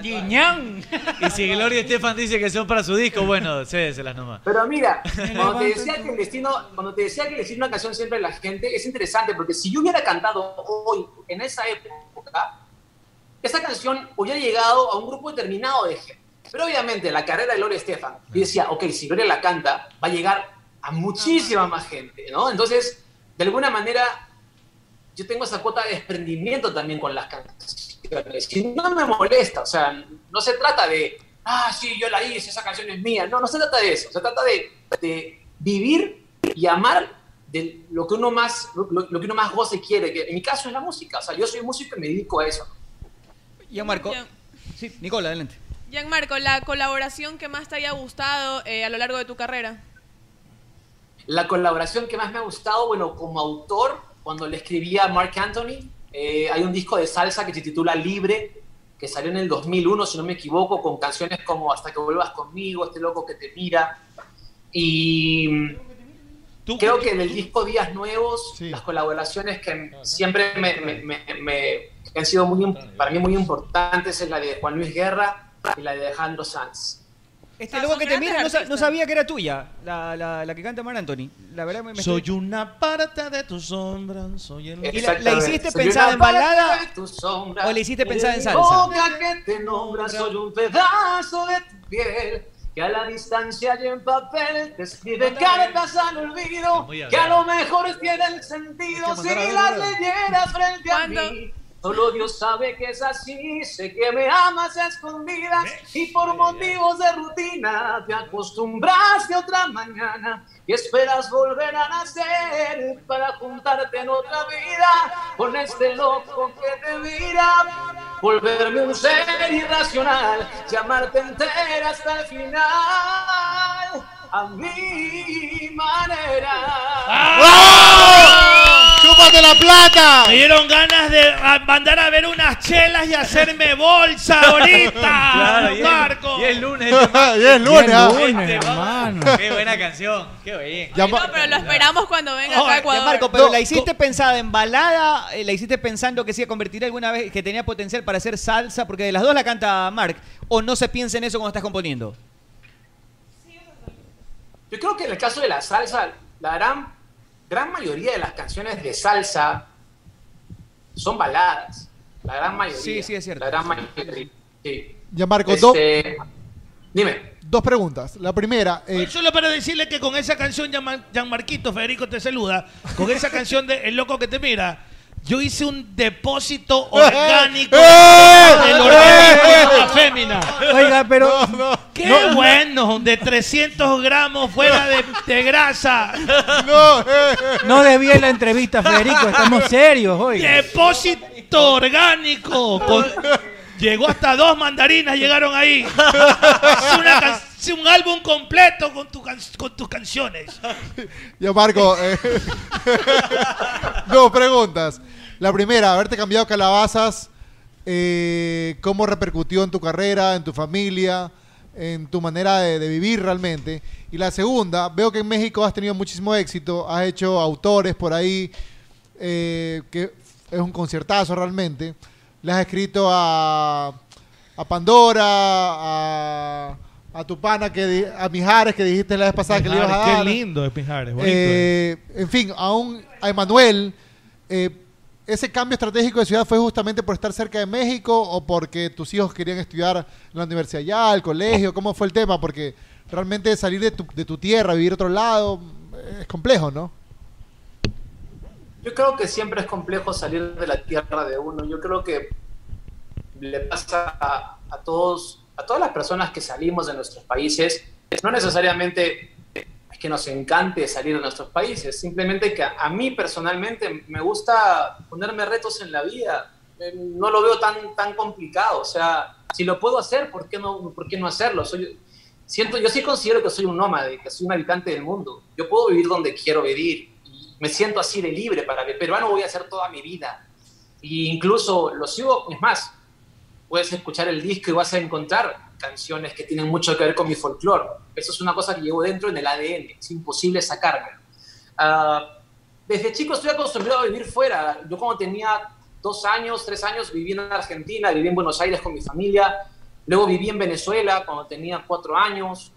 Speaker 12: Y si Gloria Estefan dice que son para su disco, bueno, cédeselas nomás.
Speaker 25: Pero mira, cuando te decía que el destino, cuando te decía que el destino de una canción siempre es la gente, es interesante porque si yo hubiera cantado hoy en esa época, esa canción hubiera llegado a un grupo determinado de gente. Pero obviamente la carrera de Gloria Estefan, yo decía, ok, si Gloria la canta, va a llegar a muchísima más gente, ¿no? Entonces, de alguna manera, yo tengo esa cuota de desprendimiento también con las canciones. Y no me molesta, o sea, no se trata de, ah, sí, yo la hice, esa canción es mía. No, no se trata de eso, se trata de, de vivir y amar de lo que uno más, lo, lo que uno más goce y quiere. que en mi caso es la música, o sea, yo soy músico y me dedico a eso.
Speaker 11: Ya, Marco. Sí, Nicola, adelante.
Speaker 13: Gianmarco, la colaboración que más te haya gustado eh, a lo largo de tu carrera.
Speaker 25: La colaboración que más me ha gustado, bueno, como autor, cuando le escribí a Mark Anthony, eh, hay un disco de salsa que se titula Libre, que salió en el 2001, si no me equivoco, con canciones como Hasta que vuelvas conmigo, Este loco que te mira. Y creo que en el disco Días Nuevos, las colaboraciones que siempre me, me- me- me- que han sido muy, im- para mí muy importantes es la de Juan Luis Guerra y la de Alejandro Sanz.
Speaker 11: Este loco que te mira no, sa- no sabía que era tuya, la, la, la que canta Mar Anthony. La verdad me, me
Speaker 5: Soy
Speaker 11: estoy-
Speaker 5: una parte de tu sombra, soy el...
Speaker 11: ¿Y la, la hiciste pensada en balada o la hiciste pensada en salsa?
Speaker 25: boca que te nombra soy un pedazo de tu piel. Que a la distancia y en papel te escribe cartas al olvido. Voy a Que a ver. lo mejor tienen sentido Hay que si mandar a las Dora. leyeras frente a mí. Solo Dios sabe que es así, sé que me amas a escondidas y por motivos de rutina te acostumbraste a otra mañana y esperas volver a nacer para juntarte en otra vida con este loco que te mira, volverme un ser irracional, llamarte entera hasta el final a mi manera.
Speaker 4: ¡Chúpate la plata! Me dieron ganas de a- mandar a ver unas chelas y hacerme bolsa ahorita.
Speaker 12: Claro, y es-
Speaker 4: Marco.
Speaker 12: Y es lunes.
Speaker 14: y es lunes, ah.
Speaker 12: este, Qué buena canción. Qué bien.
Speaker 14: Ya
Speaker 13: No, pero lo esperamos cuando venga acá a
Speaker 11: Ya,
Speaker 13: Ecuador.
Speaker 11: Marco, pero la hiciste pensada en balada, eh, la hiciste pensando que se iba a convertir alguna vez, que tenía potencial para hacer salsa, porque de las dos la canta Mark, o no se piensa en eso cuando estás componiendo.
Speaker 25: Yo creo que en el caso de la salsa, la gran, gran mayoría de las canciones de salsa son baladas. La gran mayoría.
Speaker 11: Sí, sí, es cierto.
Speaker 25: La gran mayoría. Sí.
Speaker 14: Ya Marco,
Speaker 25: Este, Dime.
Speaker 14: dos preguntas. La primera, eh,
Speaker 4: Solo para decirle que con esa canción, Gian- Gianmarquito, Federico te saluda, con esa canción de El Loco que te mira, yo hice un depósito orgánico del organismo de la fémina.
Speaker 15: Oiga, pero.
Speaker 4: ¡Qué bueno! De 300 gramos fuera de, de grasa.
Speaker 14: No,
Speaker 15: No debía la entrevista, Federico. Estamos serios hoy.
Speaker 4: Depósito orgánico. con- llegó hasta dos mandarinas, llegaron ahí. Es una can- es un álbum completo con, tu can- con tus canciones.
Speaker 14: ya Marco, eh, dos preguntas. La primera, haberte cambiado calabazas, eh, ¿cómo repercutió en tu carrera, en tu familia, en tu manera de, de vivir realmente? Y la segunda, veo que en México has tenido muchísimo éxito, has hecho autores por ahí, eh, que es un conciertazo realmente. Le has escrito a, a Pandora, a, a tu pana, que di- a Mijares, que dijiste la vez pasada que le ibas a
Speaker 5: Mijares,
Speaker 14: dar.
Speaker 5: Ah, qué lindo es Mijares, bonito
Speaker 14: Eh, en fin, aún a Emanuel, eh, ese cambio estratégico de ciudad fue justamente por estar cerca de México o porque tus hijos querían estudiar en la universidad allá, el colegio, ¿cómo fue el tema? Porque realmente salir de tu, de tu tierra, vivir a otro lado, eh, es complejo, ¿no?
Speaker 25: Yo creo que siempre es complejo salir de la tierra de uno. Yo creo que le pasa a, a todos, a todas las personas que salimos de nuestros países. No necesariamente es que nos encante salir de nuestros países, simplemente que a, a mí personalmente me gusta ponerme retos en la vida. Eh, No lo veo tan, tan complicado. O sea, si lo puedo hacer, ¿por qué no, por qué no hacerlo? Soy, siento, yo sí considero que soy un nómade, que soy un habitante del mundo. Yo puedo vivir donde quiero vivir me siento así de libre para que peruano voy a hacer toda mi vida. Y incluso lo sigo, es más, puedes escuchar el disco y vas a encontrar canciones que tienen mucho que ver con mi folclore. Eso es una cosa que llevo dentro en el ADN, es imposible sacármelo. Ah, desde chico estoy acostumbrado a vivir fuera. Yo cuando tenía dos años, tres años, viví en Argentina, viví en Buenos Aires con mi familia, luego viví en Venezuela cuando tenía cuatro años,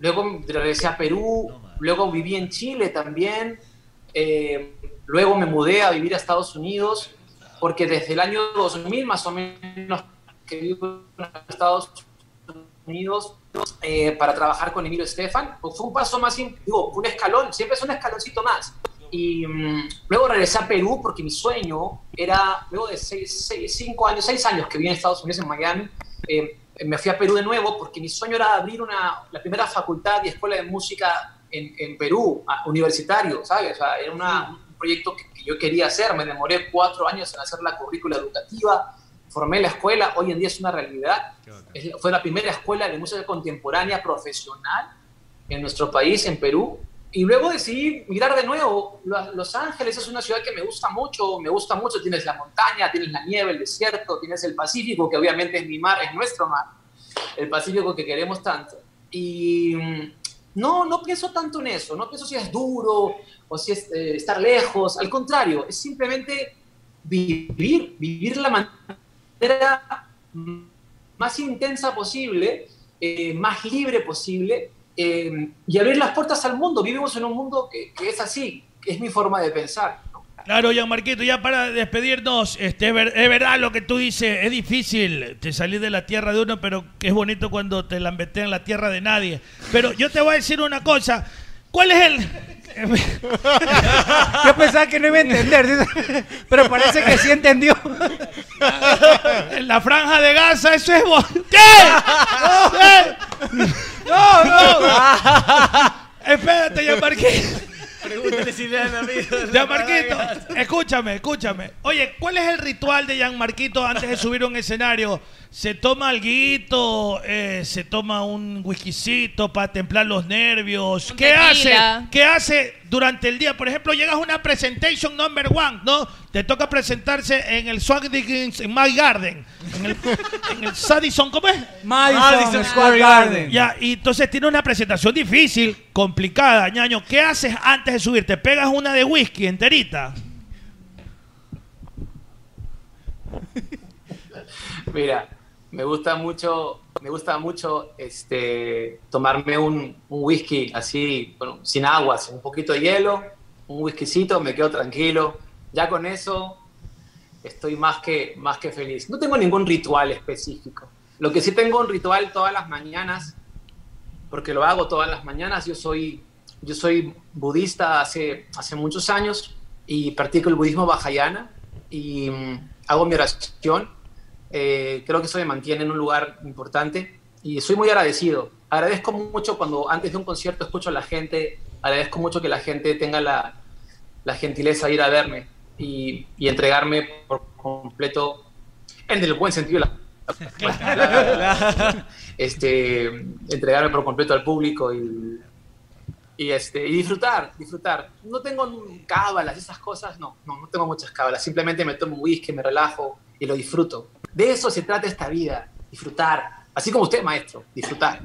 Speaker 25: luego regresé a Perú, luego viví en Chile también, eh, luego me mudé a vivir a Estados Unidos porque desde el año 2000 más o menos que vivo en Estados Unidos eh, para trabajar con Emilio Estefan, pues fue un paso más, in- digo, un escalón, siempre es un escaloncito más. Y mm, luego regresé a Perú porque mi sueño era, luego de seis, seis- cinco años, seis años que viví en Estados Unidos, en Miami, eh, me fui a Perú de nuevo porque mi sueño era abrir una, la primera facultad y escuela de música en, en Perú, a- universitario, ¿sabes? O sea, era una- un proyecto que, que yo quería hacer, me demoré cuatro años en hacer la currícula educativa, formé la escuela, hoy en día es una realidad, Es la- fue la primera escuela de música contemporánea profesional en nuestro país, en Perú. Y luego decidí mirar de nuevo. Lo- Los Ángeles es una ciudad que me gusta mucho, me gusta mucho. Tienes la montaña, tienes la nieve, el desierto, tienes el Pacífico, que obviamente es mi mar, es nuestro mar. El Pacífico que queremos tanto. Y mm, no, no pienso tanto en eso. No pienso si es duro o si es eh, estar lejos. Al contrario, es simplemente vivir, vivir la manera más intensa posible, eh, más libre posible, eh, y abrir las puertas al mundo. Vivimos en un mundo que, que es así, que es mi forma de pensar.
Speaker 4: Claro, Jean Marquito, ya para despedirnos, este, es, ver- es verdad lo que tú dices, es difícil te salir de la tierra de uno, pero es bonito cuando te lambetean la tierra de nadie. Pero yo te voy a decir una cosa, ¿cuál es el...?
Speaker 15: Yo pensaba que no iba a entender, dice, pero parece que sí entendió.
Speaker 4: En la franja de Gaza, eso es... bo- ¿Qué? ¿Qué?
Speaker 15: No, no.
Speaker 4: Espérate, Jean Marquito.
Speaker 12: Pregúntale si le dan amigos.
Speaker 4: Jean Marquito, escúchame, escúchame. Oye, ¿cuál es el ritual de Jean Marquito antes de subir a un escenario? ¿Se toma alguito? eh, ¿Se toma un whiskycito para templar los nervios? ¿Qué hace?
Speaker 13: tequila.
Speaker 4: ¿Qué hace durante el día? Por ejemplo, llegas a una presentation number one, ¿no? Te toca presentarse en el Swag Dickens en My Garden. En el, en el Sadison, ¿cómo es?
Speaker 15: Madison Madison Square Garden. Garden.
Speaker 4: Ya, y entonces tiene una presentación difícil, complicada, ñaño. ¿Qué haces antes de subir? ¿Te pegas una de whisky enterita?
Speaker 25: Mira, me gusta mucho, me gusta mucho este, tomarme un, un whisky así, bueno, sin agua, sin un poquito de hielo, un whiskycito, me quedo tranquilo. Ya con eso estoy más que, más que feliz. No tengo ningún ritual específico. Lo que sí tengo un ritual todas las mañanas, porque lo hago todas las mañanas. Yo soy, yo soy budista hace, hace muchos años y practico el budismo Vajrayana y mm, hago mi oración eh, creo que eso me mantiene en un lugar importante y soy muy agradecido. Agradezco mucho cuando antes de un concierto escucho a la gente, agradezco mucho que la gente tenga la, la gentileza de ir a verme y, y entregarme por completo, en el buen sentido de la, este, entregarme por completo al público y, y, este, y disfrutar, disfrutar. No tengo cábalas, esas cosas, no, no, no tengo muchas cábalas, simplemente me tomo un whisky, me relajo y lo disfruto. De eso se trata esta vida, disfrutar. Así como usted, maestro, disfrutar.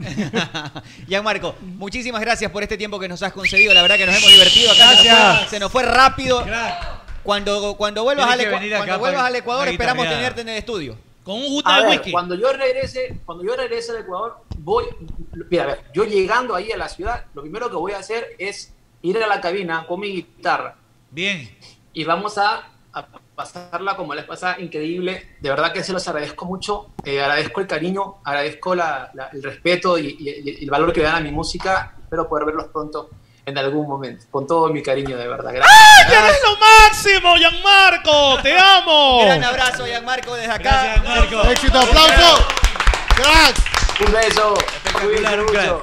Speaker 11: Gianmarco, muchísimas gracias por este tiempo que nos has concedido. La verdad que nos hemos divertido acá. Se nos
Speaker 12: Gracias.
Speaker 11: fue- Se nos fue rápido. Cuando, cuando vuelvas, al,
Speaker 12: Tienes que
Speaker 11: Ecua-
Speaker 12: venir acá
Speaker 11: cuando
Speaker 12: para
Speaker 11: vuelvas
Speaker 12: que-
Speaker 11: al Ecuador
Speaker 12: una
Speaker 11: esperamos
Speaker 12: guitarreada.
Speaker 11: tenerte en el estudio.
Speaker 4: Con un
Speaker 11: gusto
Speaker 25: A ver, Cuando yo regrese, cuando yo regrese de Ecuador, voy, mira, a ver, yo llegando ahí a la ciudad, lo primero que voy a hacer es ir a la cabina con mi guitarra.
Speaker 12: Bien.
Speaker 25: Y vamos a, a pasarla como les pasa, increíble. De verdad que se los agradezco mucho, eh, agradezco el cariño, agradezco la- la- el respeto y, y- y el valor que le dan a mi música. Espero poder verlos pronto en algún momento, con todo mi cariño, de verdad. Gracias.
Speaker 4: ¡Eres lo máximo, Gianmarco! ¡Te amo!
Speaker 11: Gran abrazo, Gianmarco, desde acá.
Speaker 14: Éxito, aplauso.
Speaker 25: ¡Crack! Un beso.
Speaker 12: Espectacular, un crack.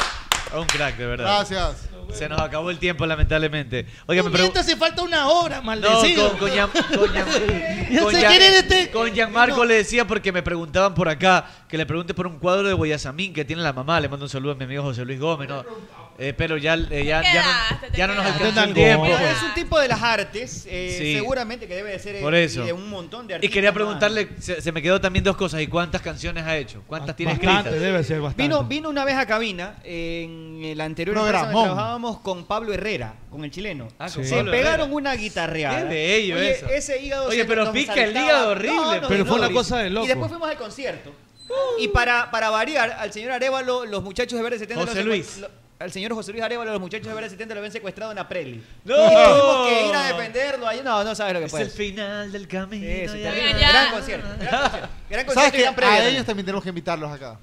Speaker 12: Un crack, de verdad.
Speaker 14: Gracias.
Speaker 12: Se nos acabó el tiempo, lamentablemente. Oiga, me pregunto.
Speaker 26: Mientras hace falta una hora,
Speaker 12: No,
Speaker 26: maldecido.
Speaker 12: con, con Gian- con Gian-
Speaker 26: Ya
Speaker 12: con
Speaker 26: se
Speaker 12: Gian-
Speaker 26: quieren este-
Speaker 12: con Gianmarco le decía porque me preguntaban por acá que le pregunte por un cuadro de Guayasamín que tiene la mamá. Le mando un saludo a mi amigo José Luis Gómez. ¿no? Eh, pero ya, eh, ya, ya no, ya no nos alcanza el tiempo. pues.
Speaker 11: Pero es un tipo de las artes, eh,
Speaker 12: Sí.
Speaker 11: seguramente que debe de ser eh,
Speaker 12: Por eso.
Speaker 11: y de un montón
Speaker 12: Y
Speaker 11: de artistas.
Speaker 12: quería
Speaker 11: más.
Speaker 12: preguntarle, se, se me quedó también dos cosas. ¿Y cuántas canciones ha hecho? ¿Cuántas tiene
Speaker 5: Bastante,
Speaker 12: escritas?
Speaker 5: debe ser bastante.
Speaker 11: Vino, vino una vez a cabina eh, en el anterior empresa donde
Speaker 5: Programón.
Speaker 11: trabajábamos con Pablo Herrera, con el chileno.
Speaker 12: Ah, con
Speaker 11: Se
Speaker 12: Pablo
Speaker 11: pegaron
Speaker 12: Herrera.
Speaker 11: una guitarreada.
Speaker 12: Qué bello
Speaker 11: Oye,
Speaker 12: eso.
Speaker 11: ese hígado
Speaker 12: Oye,
Speaker 11: se
Speaker 12: pero
Speaker 11: nos
Speaker 12: pica el
Speaker 11: saltaba.
Speaker 12: hígado horrible.
Speaker 11: nos
Speaker 12: Pero fue una
Speaker 11: horrible.
Speaker 12: cosa de loco.
Speaker 11: Y después fuimos al concierto. Y para, para variar, al señor Arevalo, los muchachos de Verde 70
Speaker 12: José
Speaker 11: los encon-
Speaker 12: Luis.
Speaker 11: lo-
Speaker 15: al señor José Luis Arevalo, los muchachos de Vera 70 lo habían secuestrado en Apreli.
Speaker 12: ¡No!
Speaker 15: Y tuvimos que ir a defenderlo. Ahí, no, no sabes lo que
Speaker 12: Es
Speaker 15: fue.
Speaker 12: el final del camino.
Speaker 15: Sí, sí,
Speaker 12: ya.
Speaker 15: terrible.
Speaker 12: Ya.
Speaker 15: Gran concierto. Gran concierto. Gran
Speaker 14: ¿Sabes
Speaker 15: concierto y
Speaker 14: qué?
Speaker 15: gran previa
Speaker 14: A
Speaker 15: también.
Speaker 14: ellos también tenemos que invitarlos acá.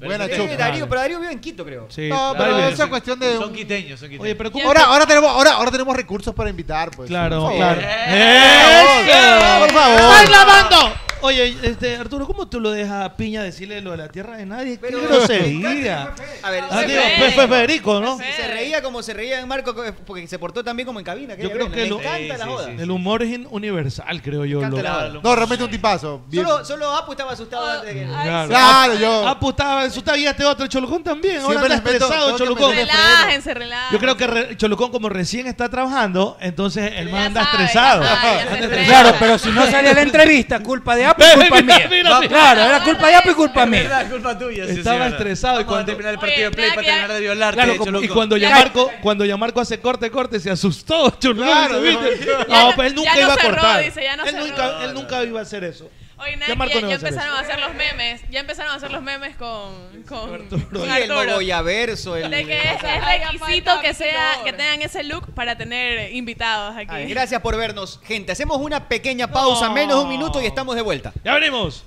Speaker 15: Pero
Speaker 14: Buena
Speaker 15: sí,
Speaker 14: chupa.
Speaker 15: Darío, pero Darío vive en Quito, creo.
Speaker 14: Sí, No, pero
Speaker 12: Dale.
Speaker 14: esa cuestión de
Speaker 12: Son
Speaker 14: un-
Speaker 12: quiteños, son quiteños.
Speaker 14: Oye, pero ahora, ahora, tenemos, ahora, ahora tenemos recursos para invitar, pues.
Speaker 5: Claro,
Speaker 14: Por favor.
Speaker 5: claro.
Speaker 14: ¡Eso! Por favor.
Speaker 5: ¡Están lavando! Oye, este, Arturo, ¿cómo tú lo dejas a Piña decirle lo de la tierra de nadie? ¡Qué grosería!
Speaker 15: A ver,
Speaker 5: Ah,
Speaker 15: se
Speaker 5: digo,
Speaker 15: reía.
Speaker 5: fue- fue Federico, ¿no?
Speaker 15: Sí, Se reía como se reía en Marco, porque se portó también como en cabina.
Speaker 5: Yo creo que
Speaker 15: le
Speaker 5: lo-
Speaker 15: encanta la joda.
Speaker 5: el humor es in- universal, creo yo.
Speaker 15: encanta
Speaker 5: lo-
Speaker 15: la joda.
Speaker 14: No, realmente un tipazo. Bien.
Speaker 15: Solo, solo Apu estaba asustado antes de que.
Speaker 5: Claro,
Speaker 14: Claro, yo-
Speaker 5: Ah, pues estaba en su tabla este otro, Cholocón también. Ahora
Speaker 14: Siempre
Speaker 5: está
Speaker 14: les meto-
Speaker 5: estresado,
Speaker 14: tengo que
Speaker 5: Cholocón.
Speaker 14: meter-
Speaker 13: Relájense, relájense.
Speaker 5: Yo creo que re- Cholocón, como recién está trabajando, entonces el más anda
Speaker 13: sabe,
Speaker 5: estresado.
Speaker 13: ya sabe, ya se
Speaker 5: Anda
Speaker 13: estresa.
Speaker 27: Claro, pero si no sale a la entrevista, culpa de Apo y Ah, pues, culpa
Speaker 5: Mira,
Speaker 27: mía.
Speaker 5: mira, mira.
Speaker 27: Claro, era culpa de Apo y culpa
Speaker 12: Es
Speaker 27: mía.
Speaker 12: verdad, culpa tuya. sí,
Speaker 5: Estaba
Speaker 12: sí, verdad.
Speaker 5: estresado y
Speaker 12: Vamos a
Speaker 5: cuando
Speaker 12: terminar el partido de play para terminar de violarte.
Speaker 5: Claro,
Speaker 12: de
Speaker 5: como-
Speaker 12: hecho,
Speaker 5: y
Speaker 12: loco.
Speaker 5: cuando ya Marco, cuando ya Marco hace corte, corte, se asustó, Cholocón.
Speaker 13: Claro,
Speaker 5: ¿viste?
Speaker 13: ya
Speaker 5: No,
Speaker 13: no-
Speaker 5: pues él
Speaker 13: ya
Speaker 5: nunca
Speaker 13: no
Speaker 5: iba a
Speaker 13: cerró,
Speaker 5: cortar.
Speaker 13: dice, ya no
Speaker 5: él,
Speaker 13: cerró.
Speaker 5: nunca, él nunca iba a hacer eso.
Speaker 13: Oye, nada,
Speaker 5: Ya
Speaker 13: ya,
Speaker 5: Marco no
Speaker 13: ya
Speaker 5: va a hacer
Speaker 13: empezaron a hacer los memes. Ya empezaron a hacer los memes con, con,
Speaker 15: Sí,
Speaker 13: con
Speaker 15: el
Speaker 13: Arturo.
Speaker 15: Mogoyaverso. El...
Speaker 13: De que es, es requisito que sea que tengan ese look para tener invitados aquí.
Speaker 15: Ay, gracias por vernos, gente. Hacemos una pequeña pausa, menos un minuto y estamos de vuelta.
Speaker 5: ¡Ya venimos!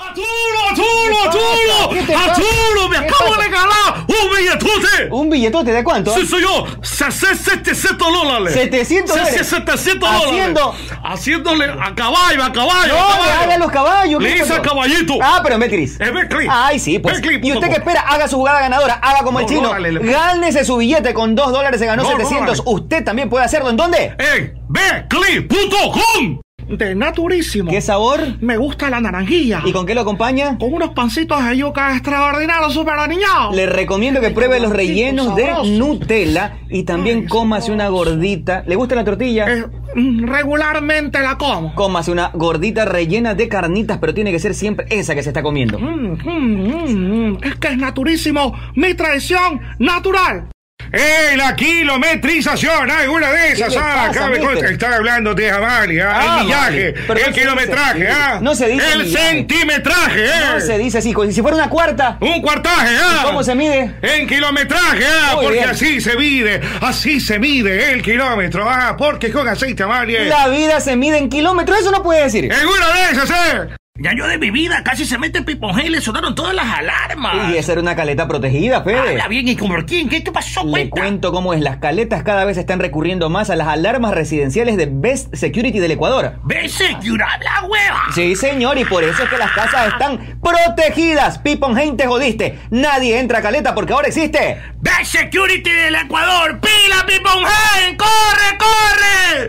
Speaker 15: ¡Arturo,
Speaker 4: Arturo, Arturo, me acabo de ganar un billetote.
Speaker 15: ¿Un billetote de cuánto?
Speaker 4: Sí, soy yo. Se- se- 700 dólares.
Speaker 15: 700
Speaker 4: Se- se-
Speaker 15: dólares.
Speaker 4: 700 dólares.
Speaker 15: Haciendo-
Speaker 4: Haciéndole a caballo, a caballo.
Speaker 11: No,
Speaker 4: a caballo.
Speaker 11: haga los caballos.
Speaker 4: Le hice
Speaker 11: Cristo.
Speaker 4: a caballito.
Speaker 11: Ah, pero en Betcris.
Speaker 4: Es Betcris.
Speaker 11: Ay, sí, pues.
Speaker 4: Betcris
Speaker 11: y
Speaker 4: punto
Speaker 11: usted
Speaker 4: com.
Speaker 11: que espera, haga su jugada ganadora, haga como el
Speaker 4: No,
Speaker 11: chino.
Speaker 4: no, dale, le-
Speaker 11: Gánese su billete con 2 dólares, se ganó
Speaker 4: No, no,
Speaker 11: 700.
Speaker 4: dale.
Speaker 11: usted también puede hacerlo. ¿En dónde?
Speaker 4: En Betcris.com.
Speaker 11: De naturísimo. ¿Qué sabor?
Speaker 4: Me gusta la naranjilla.
Speaker 11: ¿Y con qué lo acompaña?
Speaker 4: Con unos pancitos de yuca extraordinarios, super aniñados.
Speaker 11: Le recomiendo que pruebe los rellenos de Nutella y también cómase una gordita. ¿Le gusta la tortilla? Eh, mm, regularmente la como. Cómase una gordita rellena de carnitas, pero tiene que ser siempre esa que se está comiendo.
Speaker 4: Mm, Es que es naturísimo. Mi tradición natural. ¡Eh, la kilometrización! ¡Hay una de esas!
Speaker 11: le
Speaker 4: ¡Ah,
Speaker 11: pasa,
Speaker 4: acá me
Speaker 11: mister?
Speaker 4: consta que están hablando de Amalia!
Speaker 11: Ah,
Speaker 4: ¡El millaje!
Speaker 11: vale. Pero
Speaker 4: ¡El
Speaker 11: no se
Speaker 4: kilometraje!
Speaker 11: dice así.
Speaker 4: ¡Ah!
Speaker 11: No se dice
Speaker 4: ¡El
Speaker 11: millaje.
Speaker 4: centimetraje! ¿eh?
Speaker 11: No se dice así. Si fuera una cuarta.
Speaker 4: ¡Un cuartaje! ¿ah?
Speaker 11: ¿Y cómo se mide?
Speaker 4: ¡En kilometraje! ¿ah?
Speaker 11: Muy
Speaker 4: Porque
Speaker 11: bien.
Speaker 4: así se mide, así se mide el kilómetro. ¡Ah! Porque con aceite, Amalia.
Speaker 11: La vida se mide en kilómetros, eso no puede decir.
Speaker 4: ¡En una de esas, eh!
Speaker 28: Ya yo de mi vida casi se mete pipón y le sonaron todas las alarmas.
Speaker 11: Y
Speaker 4: eh.
Speaker 11: esa era una caleta protegida, Fede.
Speaker 28: Habla bien y como quién, ¿qué te pasó,
Speaker 11: Le cuento cómo es. Las caletas cada vez están recurriendo más a las alarmas residenciales de Best Security del Ecuador.
Speaker 28: Vese, curar la hueva.
Speaker 11: Sí, señor, y por eso es que las casas están protegidas. Pipon, gente, jodiste. Nadie entra a caleta porque ahora existe.
Speaker 28: Back Security del Ecuador, pila Pipon corre, corre.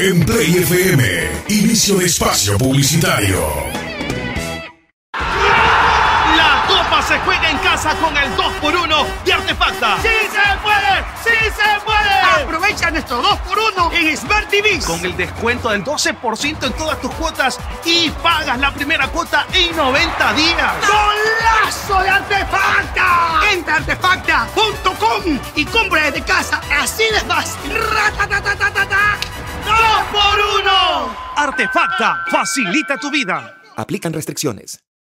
Speaker 23: En Play FM, inicio de espacio publicitario.
Speaker 17: La copa se juega en casa con el 2x1 de Artefacta.
Speaker 11: ¡Sí se puede! ¡Sí se puede! Aprovecha nuestro 2x1 en Smart TV.
Speaker 17: Con el descuento del 12% en todas tus cuotas y pagas la primera cuota en 90 días.
Speaker 11: ¡Golazo de Artefacta!
Speaker 17: Entra
Speaker 11: artefacta.com
Speaker 17: y compra
Speaker 11: desde casa. Así de fácil. ¡Ratatatatata!
Speaker 17: ¡Dos por uno! Artefacta facilita tu vida.
Speaker 29: Aplican restricciones.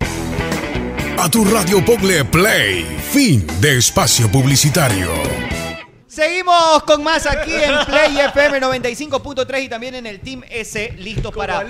Speaker 23: A tu radio Pogle Play, fin de espacio publicitario.
Speaker 15: Seguimos con más aquí en Play FM 95.3 y también en el Team S, listos para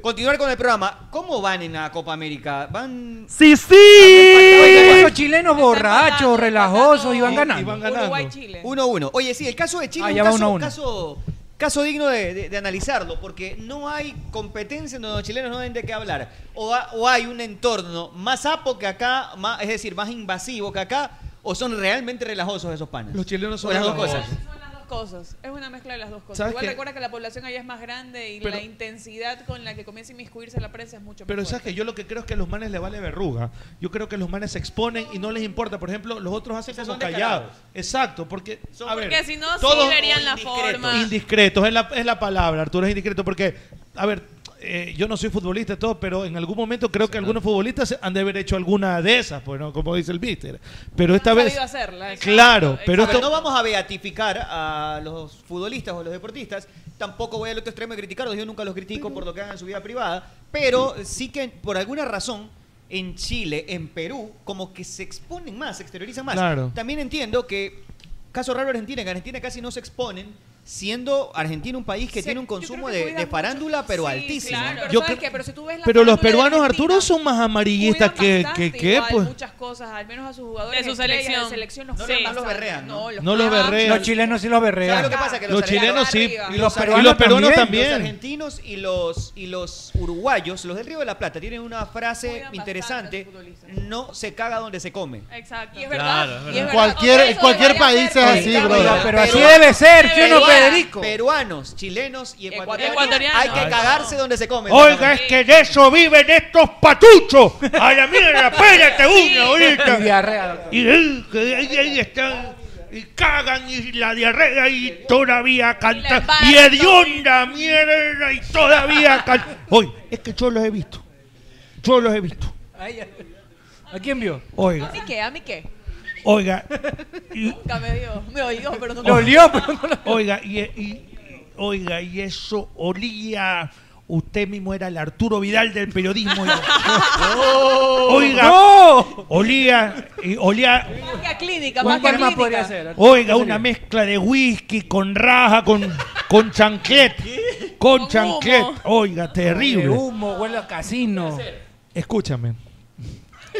Speaker 15: continuar con el programa. ¿Cómo van en la Copa América? ¿Van
Speaker 30: Sí, sí.
Speaker 15: Oye, Muchos chilenos borrachos, relajosos, iban ganando.
Speaker 11: Uruguay-Chile. 1-1. Oye, sí, el caso de Chile
Speaker 15: Ah,
Speaker 11: es
Speaker 15: ya
Speaker 11: un
Speaker 15: va
Speaker 11: caso,
Speaker 15: 1-1.
Speaker 11: caso, caso digno de, de- de analizarlo, porque no hay competencia en donde los chilenos no den de qué hablar. O, ha- o hay un entorno más sapo que acá, más- es decir, más invasivo que acá, o son realmente relajosos esos panas. Los
Speaker 5: chilenos
Speaker 11: son las dos cosas.
Speaker 16: Las dos cosas. Es una mezcla de las dos cosas.
Speaker 11: ¿Sabes
Speaker 16: Igual
Speaker 11: qué?
Speaker 16: recuerda que la población allá es más grande y
Speaker 5: Pero-
Speaker 16: la intensidad con la que comienza a inmiscuirse la prensa es mucho más
Speaker 5: Pero
Speaker 16: fuerte.
Speaker 5: sabes que yo lo que creo es que a los manes le vale verruga. Yo creo que los manes se exponen y no les importa. Por ejemplo, los otros hacen como
Speaker 16: son
Speaker 5: callados. Exacto, porque a ver,
Speaker 13: Porque si no, sí
Speaker 5: todos
Speaker 13: verían la forma.
Speaker 5: indiscretos es la, es la palabra, Arturo es indiscreto porque a ver, eh, yo no soy futbolista y todo, pero en algún momento creo que algunos futbolistas han de haber hecho alguna de esas, pues no, como dice el míster. Pero esta vez
Speaker 11: sabido hacerla, exacto.
Speaker 5: Claro, pero
Speaker 11: A ver,
Speaker 5: esto
Speaker 11: no vamos a beatificar a los futbolistas o los deportistas. Tampoco voy al otro extremo de criticarlos. Yo nunca los critico por lo que hagan en su vida privada. Pero sí que por alguna razón en Chile, en Perú, como que se exponen más, se exteriorizan más.
Speaker 5: Claro.
Speaker 11: También entiendo que, caso raro Argentina, que en Argentina casi no se exponen, siendo Argentina un país que
Speaker 16: Se-
Speaker 11: tiene un
Speaker 16: yo creo
Speaker 11: consumo
Speaker 16: que
Speaker 11: de,
Speaker 16: cuidan
Speaker 11: de farándula, pero
Speaker 16: Sí,
Speaker 11: altísimo.
Speaker 16: claro, pero
Speaker 5: Yo
Speaker 16: ¿sabes
Speaker 5: creo-
Speaker 16: qué? Pero si tú ves pues, la
Speaker 5: Pero los
Speaker 16: farándula
Speaker 5: peruanos
Speaker 16: de
Speaker 5: Arturo son más amarillistas que que,
Speaker 16: Argentina,
Speaker 5: que,
Speaker 16: igual,
Speaker 5: pues.
Speaker 16: muchas cosas, al menos a sus jugadores
Speaker 13: De su
Speaker 16: estrellas
Speaker 13: selección.
Speaker 16: de selección los
Speaker 13: No,
Speaker 16: cuidan
Speaker 13: no los
Speaker 16: bastante.
Speaker 13: berrean,
Speaker 16: No, los
Speaker 5: No los
Speaker 16: cuidan.
Speaker 5: berrean.
Speaker 15: Los chilenos sí los berrean.
Speaker 11: ¿Sabes lo que pasa? Que
Speaker 5: los chilenos sí.
Speaker 11: arriba.
Speaker 5: Y los peruanos, también.
Speaker 11: Los argentinos y los, y los uruguayos, los del Río de la Plata, tienen una frase interesante. No se caga donde se come.
Speaker 16: Exacto. Y es
Speaker 11: Claro,
Speaker 16: verdad.
Speaker 11: es
Speaker 16: y
Speaker 11: verdad.
Speaker 16: es verdad.
Speaker 11: Cualquier-
Speaker 16: O sea, eso
Speaker 11: cualquier
Speaker 16: debería
Speaker 11: país
Speaker 16: ser
Speaker 11: es
Speaker 16: por
Speaker 11: así,
Speaker 16: el
Speaker 11: brother.
Speaker 16: camino.
Speaker 11: Pero así debe ser, ¿sí o no,
Speaker 16: Debería.
Speaker 11: Federico? Peruanos, chilenos y ecuatorianos.
Speaker 13: Ecuatorianos.
Speaker 11: Hay que cagarse donde se come.
Speaker 4: Oiga, es que de eso viven estos patuchos. A la mierda, pégate una ahorita.
Speaker 15: Y diarrea,
Speaker 4: Y eh, que ahí, ahí están. Y cagan y la diarrea y todavía cantan. Y hedionda, mierda, y todavía cantan. Oye, es que yo los he visto. Yo los he visto.
Speaker 15: Ay, ya. ¿A quién vio?
Speaker 16: ¿A
Speaker 4: Oiga,
Speaker 16: mí qué? ¿A mí qué?
Speaker 4: oiga.
Speaker 16: Nunca me dio. Me oyó, pero no
Speaker 4: Oiga, y, y- oiga, y eso olía. Usted mismo era el Arturo Vidal del periodismo. Oiga, olía, y olía
Speaker 16: Magia clínica,
Speaker 15: ¿Cuál
Speaker 16: magia
Speaker 15: más
Speaker 16: clínica.
Speaker 15: podría ser?
Speaker 4: Oiga, una mezcla de whisky con raja, con, con chanclet. Con chanclet. Oiga,
Speaker 15: De
Speaker 4: terrible.
Speaker 15: humo, huele a casino.
Speaker 5: Escúchame.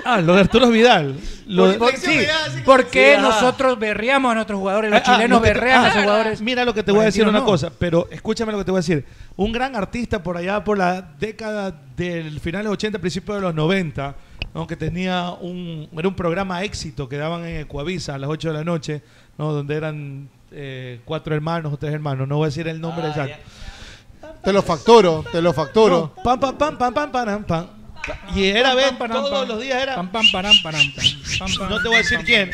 Speaker 5: Ah, lo de Arturo Vidal. Lo de-
Speaker 15: Por- por- sí, porque
Speaker 5: Sí, ajá.
Speaker 15: nosotros berreamos a nuestros jugadores, los
Speaker 5: Ah, ah,
Speaker 15: chilenos
Speaker 5: lo que te-
Speaker 15: berrean
Speaker 5: ah,
Speaker 15: a sus jugadores.
Speaker 5: Mira lo que te voy a decir una
Speaker 15: Argentinos no.
Speaker 5: cosa, pero escúchame lo que te voy a decir. Un gran artista por allá, por la década del final de los 80, principio de los 90, aunque tenía un. Era un programa éxito que daban en Ecuavisa a las 8 de la noche, ¿no? donde eran eh, cuatro hermanos o tres hermanos. No voy a decir el nombre exacto.
Speaker 14: Ah, Te lo facturo, te lo facturo.
Speaker 5: No, pam, pam, pam, pam, pam, pam, pam. Y era ver todos los días era. No te voy a decir quién.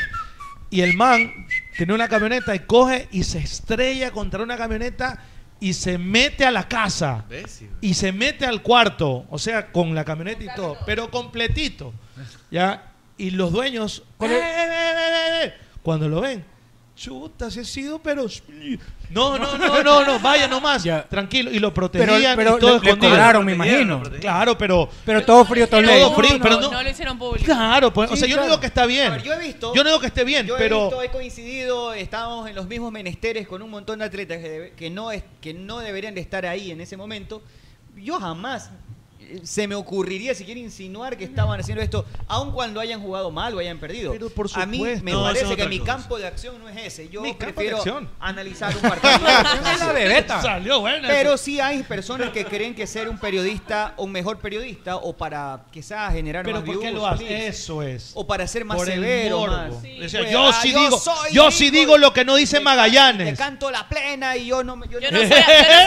Speaker 5: Y el man tiene una camioneta y coge y se estrella contra una camioneta y se mete a la casa. Y se mete al cuarto. O sea, con la camioneta y todo. Pero completito. ¿Ya? Y los dueños. "Eh, eh, eh, eh, eh, eh", Cuando lo ven. Chuta, se ha sido, pero. No, no, no, no, no, vaya nomás. Tranquilo. Y lo protegían
Speaker 15: pero
Speaker 5: y todo
Speaker 15: le- le
Speaker 5: escondido.
Speaker 15: cobraron, me imagino.
Speaker 5: Claro, pero.
Speaker 15: Pero todo frío, todo
Speaker 5: Todo
Speaker 15: ley.
Speaker 5: frío, pero no.
Speaker 13: No lo hicieron público.
Speaker 5: Claro, pues, o
Speaker 13: Sí,
Speaker 5: sea, yo no
Speaker 13: claro.
Speaker 5: digo que está bien.
Speaker 13: A ver,
Speaker 11: Yo he visto.
Speaker 5: Yo no digo que esté bien,
Speaker 11: yo he
Speaker 5: pero-
Speaker 11: visto, he coincidido, estamos en los mismos menesteres con un montón de atletas que, debe- que no, es, que no deberían de estar ahí en ese momento. Yo jamás eh, se me ocurriría siquiera insinuar que estaban haciendo esto, aun cuando hayan jugado mal o hayan perdido.
Speaker 5: Pero por
Speaker 11: A mí
Speaker 5: supuesto.
Speaker 11: me
Speaker 5: No, eso es
Speaker 11: parece que
Speaker 5: otra
Speaker 11: mi
Speaker 5: cosa.
Speaker 11: campo de acción no es ese. Yo
Speaker 5: Mi campo de
Speaker 11: prefiero
Speaker 5: acción.
Speaker 11: analizar un partido.
Speaker 5: Es la bebeta. Salió buena.
Speaker 11: Pero sí hay personas que creen que ser un periodista, un mejor periodista, o para quizás generar
Speaker 5: Pero
Speaker 11: más
Speaker 5: ¿por qué
Speaker 11: views,
Speaker 5: lo hace?
Speaker 11: clics,
Speaker 5: Eso es.
Speaker 11: O para ser más
Speaker 5: Por el
Speaker 11: severo.
Speaker 5: morbo.
Speaker 11: más.
Speaker 5: O sea,
Speaker 11: Pues,
Speaker 5: yo
Speaker 11: ah,
Speaker 5: sí digo,
Speaker 11: soy
Speaker 5: yo
Speaker 11: rico
Speaker 5: sí digo lo que no dice
Speaker 11: y Te
Speaker 5: Magallanes.
Speaker 11: canto la plena y yo no me. Yo
Speaker 13: Yo no soy, yo no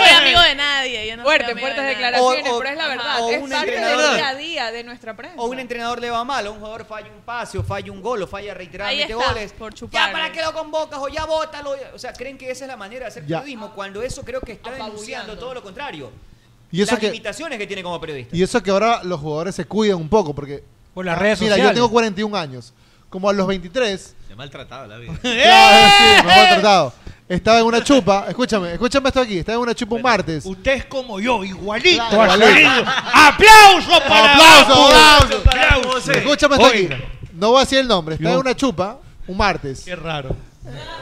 Speaker 13: soy amigo de nadie. Yo no
Speaker 16: Fuerte,
Speaker 13: soy amigo
Speaker 16: fuertes
Speaker 13: de nadie.
Speaker 16: declaraciones,
Speaker 11: O- o-
Speaker 16: pero es la
Speaker 11: ajá,
Speaker 16: verdad.
Speaker 11: o
Speaker 16: es
Speaker 11: un
Speaker 16: parte del
Speaker 11: entrenador.
Speaker 16: día a día de nuestra prensa.
Speaker 11: O un entrenador le va mal, o un jugador falla un pase, o falla un gol, o falla
Speaker 16: Ahí
Speaker 11: reiteradamente
Speaker 16: está,
Speaker 11: goles.
Speaker 16: por
Speaker 11: ya
Speaker 16: chuparle.
Speaker 11: para qué lo convocas, o ya bótalo. O sea, creen que esa es la manera de hacer
Speaker 14: Ya.
Speaker 11: periodismo, cuando eso creo que está denunciando todo lo contrario.
Speaker 14: Y eso
Speaker 11: Las
Speaker 14: que-
Speaker 11: limitaciones que tiene como periodista.
Speaker 14: Y eso que ahora los jugadores se cuidan un poco, porque.
Speaker 15: Por
Speaker 11: las redes
Speaker 14: Mira, yo
Speaker 11: sociales.
Speaker 14: tengo 41 años. Como a los 23.
Speaker 2: Me ha maltratado la vida.
Speaker 4: ¡Eh!
Speaker 14: Claro,
Speaker 11: ¡Eh!
Speaker 14: sí, me fue maltratado. Estaba en una chupa. Escúchame, escúchame esto aquí. Estaba en una chupa un martes.
Speaker 4: Usted es como yo, igualito.
Speaker 14: Claro, igualito.
Speaker 4: Alfredo. ¡Aplauso para
Speaker 14: ¡Aplauso,
Speaker 4: Bacu!
Speaker 14: aplauso!
Speaker 4: ¡Aplauso!
Speaker 14: Escúchame esto aquí.
Speaker 4: Oiga,
Speaker 14: No voy a decir el nombre. Estaba en una chupa un martes.
Speaker 5: Qué raro.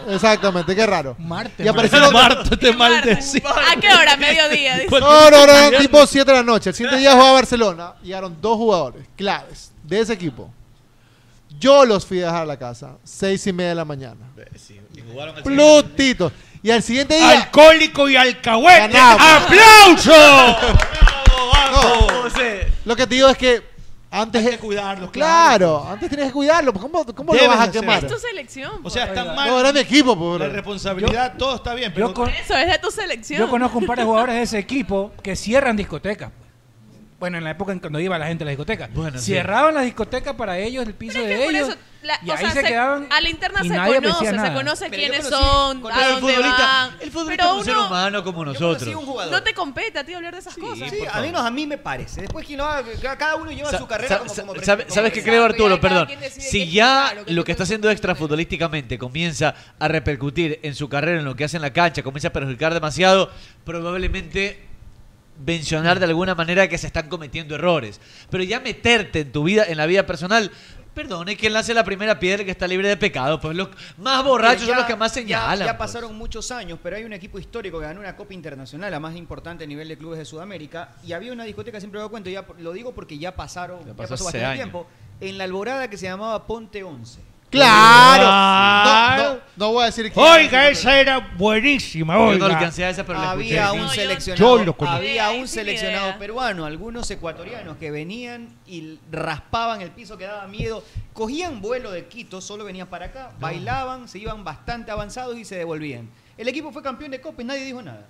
Speaker 14: Exactamente, qué raro.
Speaker 15: Martes.
Speaker 14: Y aparecieron.
Speaker 5: Marto, te maldecí.
Speaker 13: ¿A qué hora? Mediodía. dice.
Speaker 14: No, no, no, eran tipo 7 de la noche. El siguiente día jugaba Barcelona. Llegaron dos jugadores claves de ese equipo. Yo los fui a dejar a la casa, seis y media de la mañana.
Speaker 12: Y jugaron al
Speaker 14: Plutito. Y al siguiente día.
Speaker 4: Alcohólico y alcahuete.
Speaker 14: Ganamos.
Speaker 4: ¡Aplauso!
Speaker 14: No, Lo que te digo es que antes. Hay que
Speaker 4: cuidarlo,
Speaker 14: claro. Antes tenías que cuidarlo. pues, ¿Cómo, cómo lo
Speaker 4: Debes
Speaker 14: vas a
Speaker 4: hacer.
Speaker 14: quemar?
Speaker 13: Es tu selección.
Speaker 4: O
Speaker 13: pues.
Speaker 4: sea,
Speaker 13: po.
Speaker 4: están
Speaker 14: No,
Speaker 4: mal.
Speaker 14: era mi equipo, pobre.
Speaker 4: La responsabilidad, todo está bien. Pero
Speaker 13: Eso es de tu selección.
Speaker 15: Yo conozco un par de jugadores de ese equipo que cierran discotecas. pues. Bueno, en la época en cuando iba la gente a las discotecas.
Speaker 4: sí.
Speaker 15: Cerraban las discotecas para ellos, el piso de
Speaker 13: Por
Speaker 15: ellos.
Speaker 13: eso, la-
Speaker 15: y
Speaker 13: o
Speaker 15: ahí
Speaker 13: sea,
Speaker 15: se quedaban
Speaker 13: a la interna
Speaker 15: y
Speaker 13: se
Speaker 15: nadie decía
Speaker 13: conoce, se
Speaker 15: nada.
Speaker 13: conoce
Speaker 15: Pero yo
Speaker 13: quiénes
Speaker 15: conocí-
Speaker 13: son,
Speaker 15: conocí
Speaker 13: a
Speaker 15: al
Speaker 13: dónde
Speaker 15: futbolista-
Speaker 13: van.
Speaker 12: El futbolista
Speaker 13: Pero
Speaker 12: es un ser
Speaker 13: uno
Speaker 12: humano como nosotros.
Speaker 13: no te compete a ti hablar de esas cosas.
Speaker 11: Sí, a menos a mí me parece. Después quien lo haga, ca- cada uno lleva
Speaker 12: Sa-
Speaker 11: su carrera
Speaker 12: sa-
Speaker 11: como,
Speaker 12: sa-
Speaker 11: como
Speaker 12: sabe- ¿Sabes qué creo, Arturo? Perdón. Si ya lo que está haciendo extra futbolísticamente comienza a repercutir en su carrera, en lo que hace en la cancha, comienza a perjudicar demasiado, probablemente mencionar de alguna manera que se están cometiendo errores. Pero ya meterte en tu vida, en la vida personal, perdone que lance la primera piedra que está libre de pecado. Pues los más borrachos
Speaker 11: Pero Eh, ya-
Speaker 12: son los que más
Speaker 11: ya-
Speaker 12: señalan.
Speaker 11: Ya,
Speaker 12: pues.
Speaker 11: pasaron muchos años, pero hay un equipo histórico que ganó una Copa Internacional, la más importante a nivel de clubes de Sudamérica, y había una discoteca, siempre lo cuento, ya por- lo digo porque ya pasaron, ya,
Speaker 12: pasó
Speaker 11: pasó
Speaker 12: hace
Speaker 11: bastante
Speaker 12: años.
Speaker 11: tiempo, en la alborada que se llamaba Ponte 11.
Speaker 14: Claro.
Speaker 4: Claro.
Speaker 14: No, no, no voy a decir que.
Speaker 4: Oiga, esa era buenísima,
Speaker 12: Yo no
Speaker 4: oiga.
Speaker 12: alcancé a esa, pero la
Speaker 11: había
Speaker 12: escuché.
Speaker 11: un
Speaker 12: No, yo-
Speaker 11: seleccionado,
Speaker 4: Yo lo conozco.
Speaker 11: había un
Speaker 13: sí,
Speaker 11: seleccionado
Speaker 13: idea.
Speaker 11: peruano, algunos ecuatorianos que venían y raspaban el piso que daba miedo, cogían vuelo de Quito, solo venían para acá,
Speaker 12: Ah.
Speaker 11: bailaban, se iban bastante avanzados y se devolvían. El equipo fue campeón de Copa y nadie dijo nada.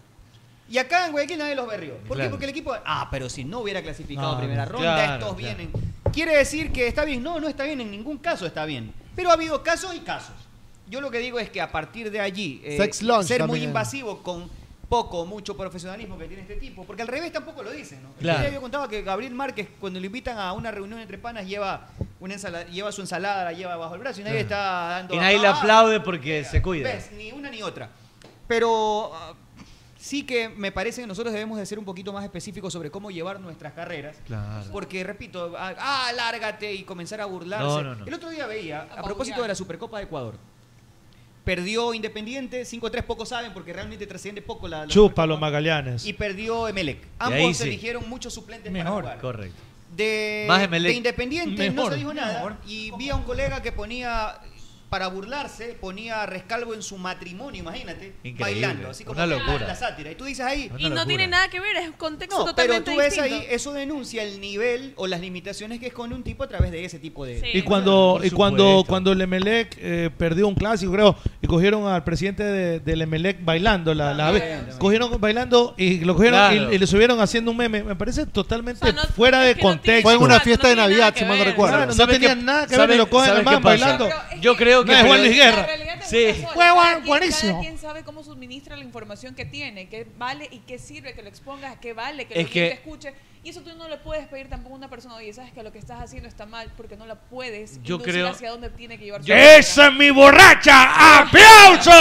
Speaker 11: Y acá en Guayaquil nadie los berrió. ¿Por qué?
Speaker 12: Claro.
Speaker 11: Porque el equipo, ah, pero si no hubiera clasificado
Speaker 12: No,
Speaker 11: primera
Speaker 12: no,
Speaker 11: ronda,
Speaker 12: claro, claro.
Speaker 11: estos vienen. Quiere decir que está bien. No, no está bien, en ningún caso está bien. Pero ha habido casos y casos. Yo lo que digo es que a partir de allí, eh,
Speaker 14: Sex lunch
Speaker 11: ser muy
Speaker 14: también.
Speaker 11: invasivo con poco o mucho profesionalismo que tiene este tipo, porque al revés tampoco lo dicen, ¿no?
Speaker 12: Claro.
Speaker 11: Yo contaba que Gabriel Márquez, cuando lo invitan a una reunión entre panas, lleva, una ensalada, lleva su ensalada, la lleva bajo el brazo y nadie está dando...
Speaker 12: Y nadie le
Speaker 11: "Ah,
Speaker 12: aplaude porque se cuida.
Speaker 11: ¿Ves? Ni una ni otra. Pero ah, sí que me parece que nosotros debemos de ser un poquito más específicos sobre cómo llevar nuestras carreras.
Speaker 12: Claro.
Speaker 11: Porque, repito, ah, ah, lárgate y comenzar a burlarse.
Speaker 12: No, no, no.
Speaker 11: El otro día veía, a propósito de la Supercopa de Ecuador, perdió Independiente, 5-3 pocos saben porque realmente trasciende poco la... la
Speaker 4: Chúpalo,
Speaker 11: Supercopa,
Speaker 4: Magallanes.
Speaker 11: Y perdió Emelec.
Speaker 4: ahí
Speaker 11: Ambos
Speaker 4: sí.
Speaker 11: eligieron muchos suplentes para jugar.
Speaker 12: Correcto.
Speaker 11: De,
Speaker 12: Más Emelec.
Speaker 11: de Independiente no
Speaker 12: Mejor.
Speaker 11: se dijo nada. Y vi a un colega que ponía, para burlarse, ponía rescalvo en su matrimonio, imagínate,
Speaker 12: Increíble,
Speaker 11: bailando. Así como
Speaker 12: una
Speaker 11: que
Speaker 12: locura.
Speaker 11: La, la sátira. Y tú dices ahí.
Speaker 13: Y no tiene nada que ver, es un contexto
Speaker 11: No, pero
Speaker 13: totalmente
Speaker 11: tú ves
Speaker 13: distinto.
Speaker 11: ahí, eso denuncia el nivel o las limitaciones que esconde un tipo a través de ese tipo de.
Speaker 4: Y cuando, y cuando, cuando el Emelec eh, perdió un clásico, creo, y cogieron al presidente de- del Emelec bailando, la, la- cogieron bailando y lo cogieron
Speaker 14: Claro.
Speaker 4: y, y le subieron haciendo un meme. Me parece totalmente
Speaker 14: fuera
Speaker 4: de contexto.
Speaker 14: Fue en una fiesta de Navidad, si mal no recuerdo.
Speaker 4: Claro, no tenía nada que ver, y lo cogen al man bailando.
Speaker 12: Yo creo que.
Speaker 4: No, es Juan Luis Guerra.
Speaker 16: La realidad es
Speaker 12: Sí.
Speaker 16: una sola.
Speaker 4: Fue
Speaker 16: Cada quien-
Speaker 4: buenísimo.
Speaker 16: Cada quien sabe cómo suministra la información que tiene, qué vale y qué sirve que lo expongas, qué vale que
Speaker 12: Es
Speaker 16: lo que...
Speaker 12: que-
Speaker 16: escuche. Y eso tú no le puedes pedir tampoco a una persona, oye, sabes que lo que estás haciendo está mal porque no la puedes
Speaker 12: Yo
Speaker 16: inducir
Speaker 12: creo-
Speaker 16: hacia dónde tiene que llevar su
Speaker 4: ¡Esa es mi borracha! ¡Aplauso!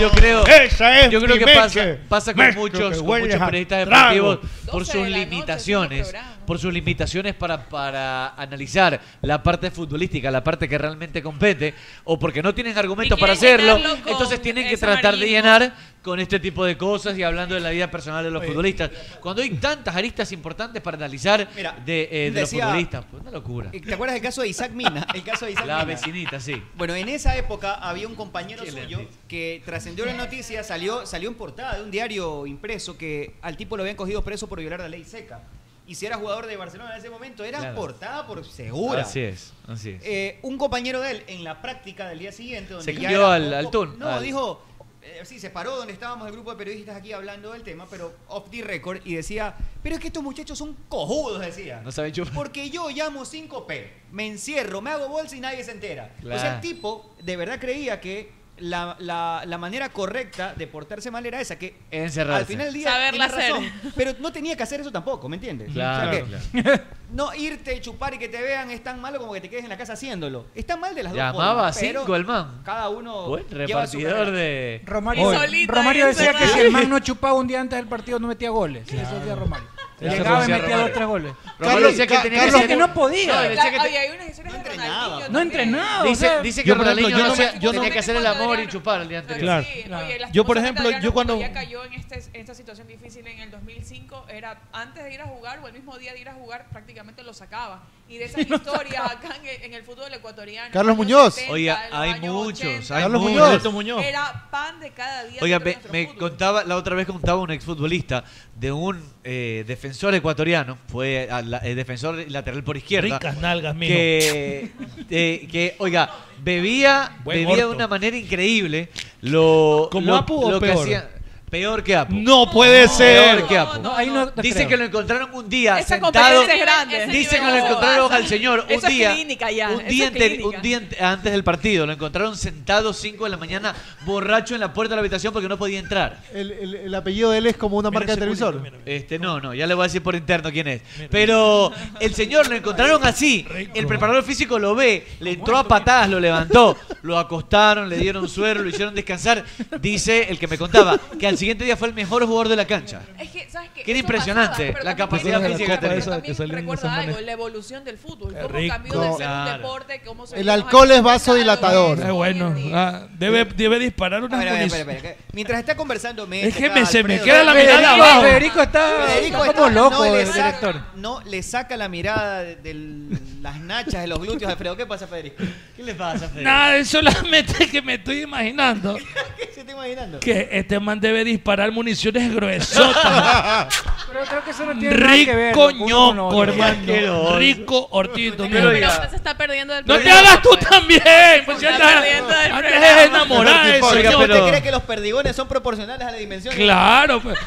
Speaker 12: Yo creo.
Speaker 4: Esa es
Speaker 12: Yo creo
Speaker 4: mi
Speaker 12: que
Speaker 4: meche.
Speaker 12: pasa, pasa con
Speaker 4: Meche
Speaker 12: muchos,
Speaker 4: que
Speaker 12: con
Speaker 4: huele
Speaker 12: muchos
Speaker 4: a
Speaker 12: periodistas
Speaker 4: trago.
Speaker 12: deportivos por sus limitaciones. Por sus limitaciones para, para analizar la parte futbolística, la parte que realmente compete, o porque no tienen argumentos
Speaker 17: Y
Speaker 12: para
Speaker 17: quieren
Speaker 12: hacerlo,
Speaker 17: llenarlo con
Speaker 12: entonces tienen que
Speaker 17: ese
Speaker 12: tratar de
Speaker 17: amarillo.
Speaker 12: llenar con este tipo de cosas y hablando de la vida personal de los futbolistas. Cuando hay tantas aristas importantes para analizar
Speaker 11: Mira,
Speaker 12: de, eh, de los
Speaker 11: decía-
Speaker 12: futbolistas, pues, una locura.
Speaker 11: Eh, ¿Te acuerdas del caso de Isaac Mina? El caso de Isaac
Speaker 12: La
Speaker 11: Mina.
Speaker 12: vecinita, sí.
Speaker 11: Bueno, en esa época había un compañero suyo que trascendió la noticia, salió, salió en portada de un diario impreso que al tipo lo habían cogido preso por violar la ley seca. Y si era jugador de Barcelona en ese momento, era
Speaker 12: Claro.
Speaker 11: portada por segura.
Speaker 12: Así es, así es.
Speaker 11: Eh, un compañero de él en la práctica del día siguiente, donde
Speaker 12: Se
Speaker 11: ya
Speaker 12: crió
Speaker 11: era
Speaker 12: al-
Speaker 11: un
Speaker 12: al
Speaker 11: po-
Speaker 12: tun,
Speaker 11: No,
Speaker 12: al-
Speaker 11: dijo, eh, sí, se paró donde estábamos el grupo de periodistas aquí hablando del tema, pero off the record, y decía, pero es que estos muchachos son cojudos, decía.
Speaker 12: No saben chupar.
Speaker 11: Porque yo llamo 5P, me encierro, me hago bolsa y nadie se entera.
Speaker 12: Claro.
Speaker 11: O sea, el tipo de verdad creía que la, la- la manera correcta de portarse mal era esa, que
Speaker 12: Encerrarse.
Speaker 11: al final del día
Speaker 13: Saberla
Speaker 11: tenía razón,
Speaker 13: hacer.
Speaker 11: pero no tenía que hacer eso tampoco, ¿me entiendes?
Speaker 12: Claro,
Speaker 11: O sea que No irte y chupar y que te vean es tan malo como que te quedes en la casa haciéndolo. Está mal de las dos formas.
Speaker 12: Llamaba a
Speaker 11: pero
Speaker 12: cinco el man.
Speaker 11: Cada uno
Speaker 12: Buen
Speaker 11: lleva su
Speaker 12: repartidor
Speaker 11: carrera.
Speaker 12: de.
Speaker 15: Romario,
Speaker 12: Oye,
Speaker 15: Romario decía que si el man
Speaker 12: no
Speaker 15: no chupaba un día antes del partido no metía goles. Eso decía Romario.
Speaker 12: Eso
Speaker 15: Llegaba y
Speaker 12: decía
Speaker 15: metía
Speaker 12: Romario.
Speaker 15: dos tres goles.
Speaker 12: Romario decía que tenía que
Speaker 15: Carlos,
Speaker 12: ser-
Speaker 15: no podía.
Speaker 12: No, decía que
Speaker 16: Oye, hay unas historias de
Speaker 11: entrenaba.
Speaker 15: No entrenaba.
Speaker 12: Dice,
Speaker 15: o sea,
Speaker 12: dice que
Speaker 25: yo, por ejemplo,
Speaker 12: Ronaldinho no
Speaker 25: yo no me-
Speaker 12: hacía-
Speaker 25: yo no-
Speaker 12: tenía que hacer el amor y chupar el día anterior.
Speaker 25: Claro. Yo, por ejemplo, yo cuando.
Speaker 13: ya cayó en, este- en esta situación difícil en el 2005, era antes de ir a jugar o el mismo día de ir a jugar, prácticamente lo sacaba. Y de esas historias acá en el, en el fútbol ecuatoriano.
Speaker 14: Carlos
Speaker 13: en los
Speaker 14: Muñoz.
Speaker 13: 70,
Speaker 12: Oye,
Speaker 13: en los
Speaker 12: hay
Speaker 13: años
Speaker 12: muchos.
Speaker 13: 80,
Speaker 12: Hay
Speaker 14: Carlos
Speaker 12: muchos.
Speaker 14: Muñoz.
Speaker 13: Era pan de cada día.
Speaker 12: Oiga,
Speaker 13: dentro de
Speaker 12: me, me contaba, la otra vez contaba un exfutbolista de un eh, defensor ecuatoriano, fue a la- eh, defensor lateral por izquierda.
Speaker 5: Ricas nalgas, mijo.
Speaker 12: que, eh, que, oiga, bebía,
Speaker 5: Buen
Speaker 12: bebía de
Speaker 5: orto.
Speaker 12: una manera increíble. Lo,
Speaker 25: ¿Como
Speaker 12: lo-
Speaker 25: Apu o
Speaker 12: lo que
Speaker 25: peor?
Speaker 12: hacía- peor que Apu.
Speaker 25: No puede ser.
Speaker 12: Peor que Apu.
Speaker 15: No, ahí no te
Speaker 12: Dice
Speaker 15: creo.
Speaker 12: que lo encontraron un día
Speaker 15: Esa
Speaker 12: sentado.
Speaker 15: competencia es grande. Ese
Speaker 12: Dice que
Speaker 15: nivel
Speaker 12: lo
Speaker 15: no
Speaker 12: encontraron
Speaker 15: pasa.
Speaker 12: al señor un
Speaker 15: Eso es
Speaker 12: día.
Speaker 15: clínica ya,
Speaker 12: Un
Speaker 15: eso
Speaker 12: día,
Speaker 15: es
Speaker 12: anteri-
Speaker 15: clínica.
Speaker 12: un día ante- antes del partido. Lo encontraron sentado 5 de la mañana, borracho en la puerta de la habitación porque no podía entrar.
Speaker 14: El, el- el apellido de él es como una marca de televisor.
Speaker 12: Este, no, no, ya le voy a decir por interno quién es. Pero el señor lo encontraron así. El preparador físico lo ve, le entró a patadas, lo levantó, lo acostaron, le dieron suero, lo hicieron descansar. Dice el que me contaba que al siguiente día fue el mejor jugador de la cancha.
Speaker 13: Es que, ¿sabes qué?
Speaker 12: Que era
Speaker 13: Eso
Speaker 12: impresionante
Speaker 13: pasaba, pero
Speaker 12: la
Speaker 13: también-
Speaker 12: capacidad
Speaker 13: pero
Speaker 12: física que
Speaker 13: también
Speaker 12: tenía.
Speaker 13: Recuerda algo, la evolución del fútbol, cómo
Speaker 5: rico.
Speaker 13: cambió de ser un
Speaker 5: Claro.
Speaker 13: deporte, cómo se
Speaker 14: El
Speaker 13: vio más
Speaker 14: alcohol es
Speaker 13: vasodilatador.
Speaker 5: Es bueno. Ah, debe, debe disparar una
Speaker 11: A ver, a ver, espera,
Speaker 5: munición.
Speaker 11: espera, espera. Mientras está conversando Messi
Speaker 5: Es que
Speaker 11: acá,
Speaker 5: me- se me
Speaker 11: Alfredo,
Speaker 5: queda la
Speaker 11: Federico-
Speaker 5: mirada abajo.
Speaker 15: Federico está- está como loco,
Speaker 11: le
Speaker 15: el
Speaker 11: saca-
Speaker 15: director.
Speaker 11: No le saca la mirada de del- las nachas de los glúteos a Alfredo. ¿Qué pasa, Federico? ¿Qué le pasa, Federico?
Speaker 5: Nada, solamente que me estoy imaginando
Speaker 11: ¿Qué se está imaginando?
Speaker 5: que este man debe disparar municiones gruesotas.
Speaker 15: Pero creo que eso no tiene nada que ver.
Speaker 5: Rico
Speaker 15: lo que uno
Speaker 5: ñoco,
Speaker 15: conoce.
Speaker 5: hermano. Rico Ortito.
Speaker 4: Pero usted se está perdiendo del
Speaker 5: No te
Speaker 4: programa.
Speaker 5: hagas tú también. Pues ya
Speaker 4: Está
Speaker 5: estás-
Speaker 4: perdiendo el
Speaker 5: antes
Speaker 4: programa.
Speaker 5: es enamorada de eso.
Speaker 11: Oiga,
Speaker 5: yo-
Speaker 11: ¿Usted cree que los perdigones son proporcionales a la dimensión?
Speaker 5: Claro, pues.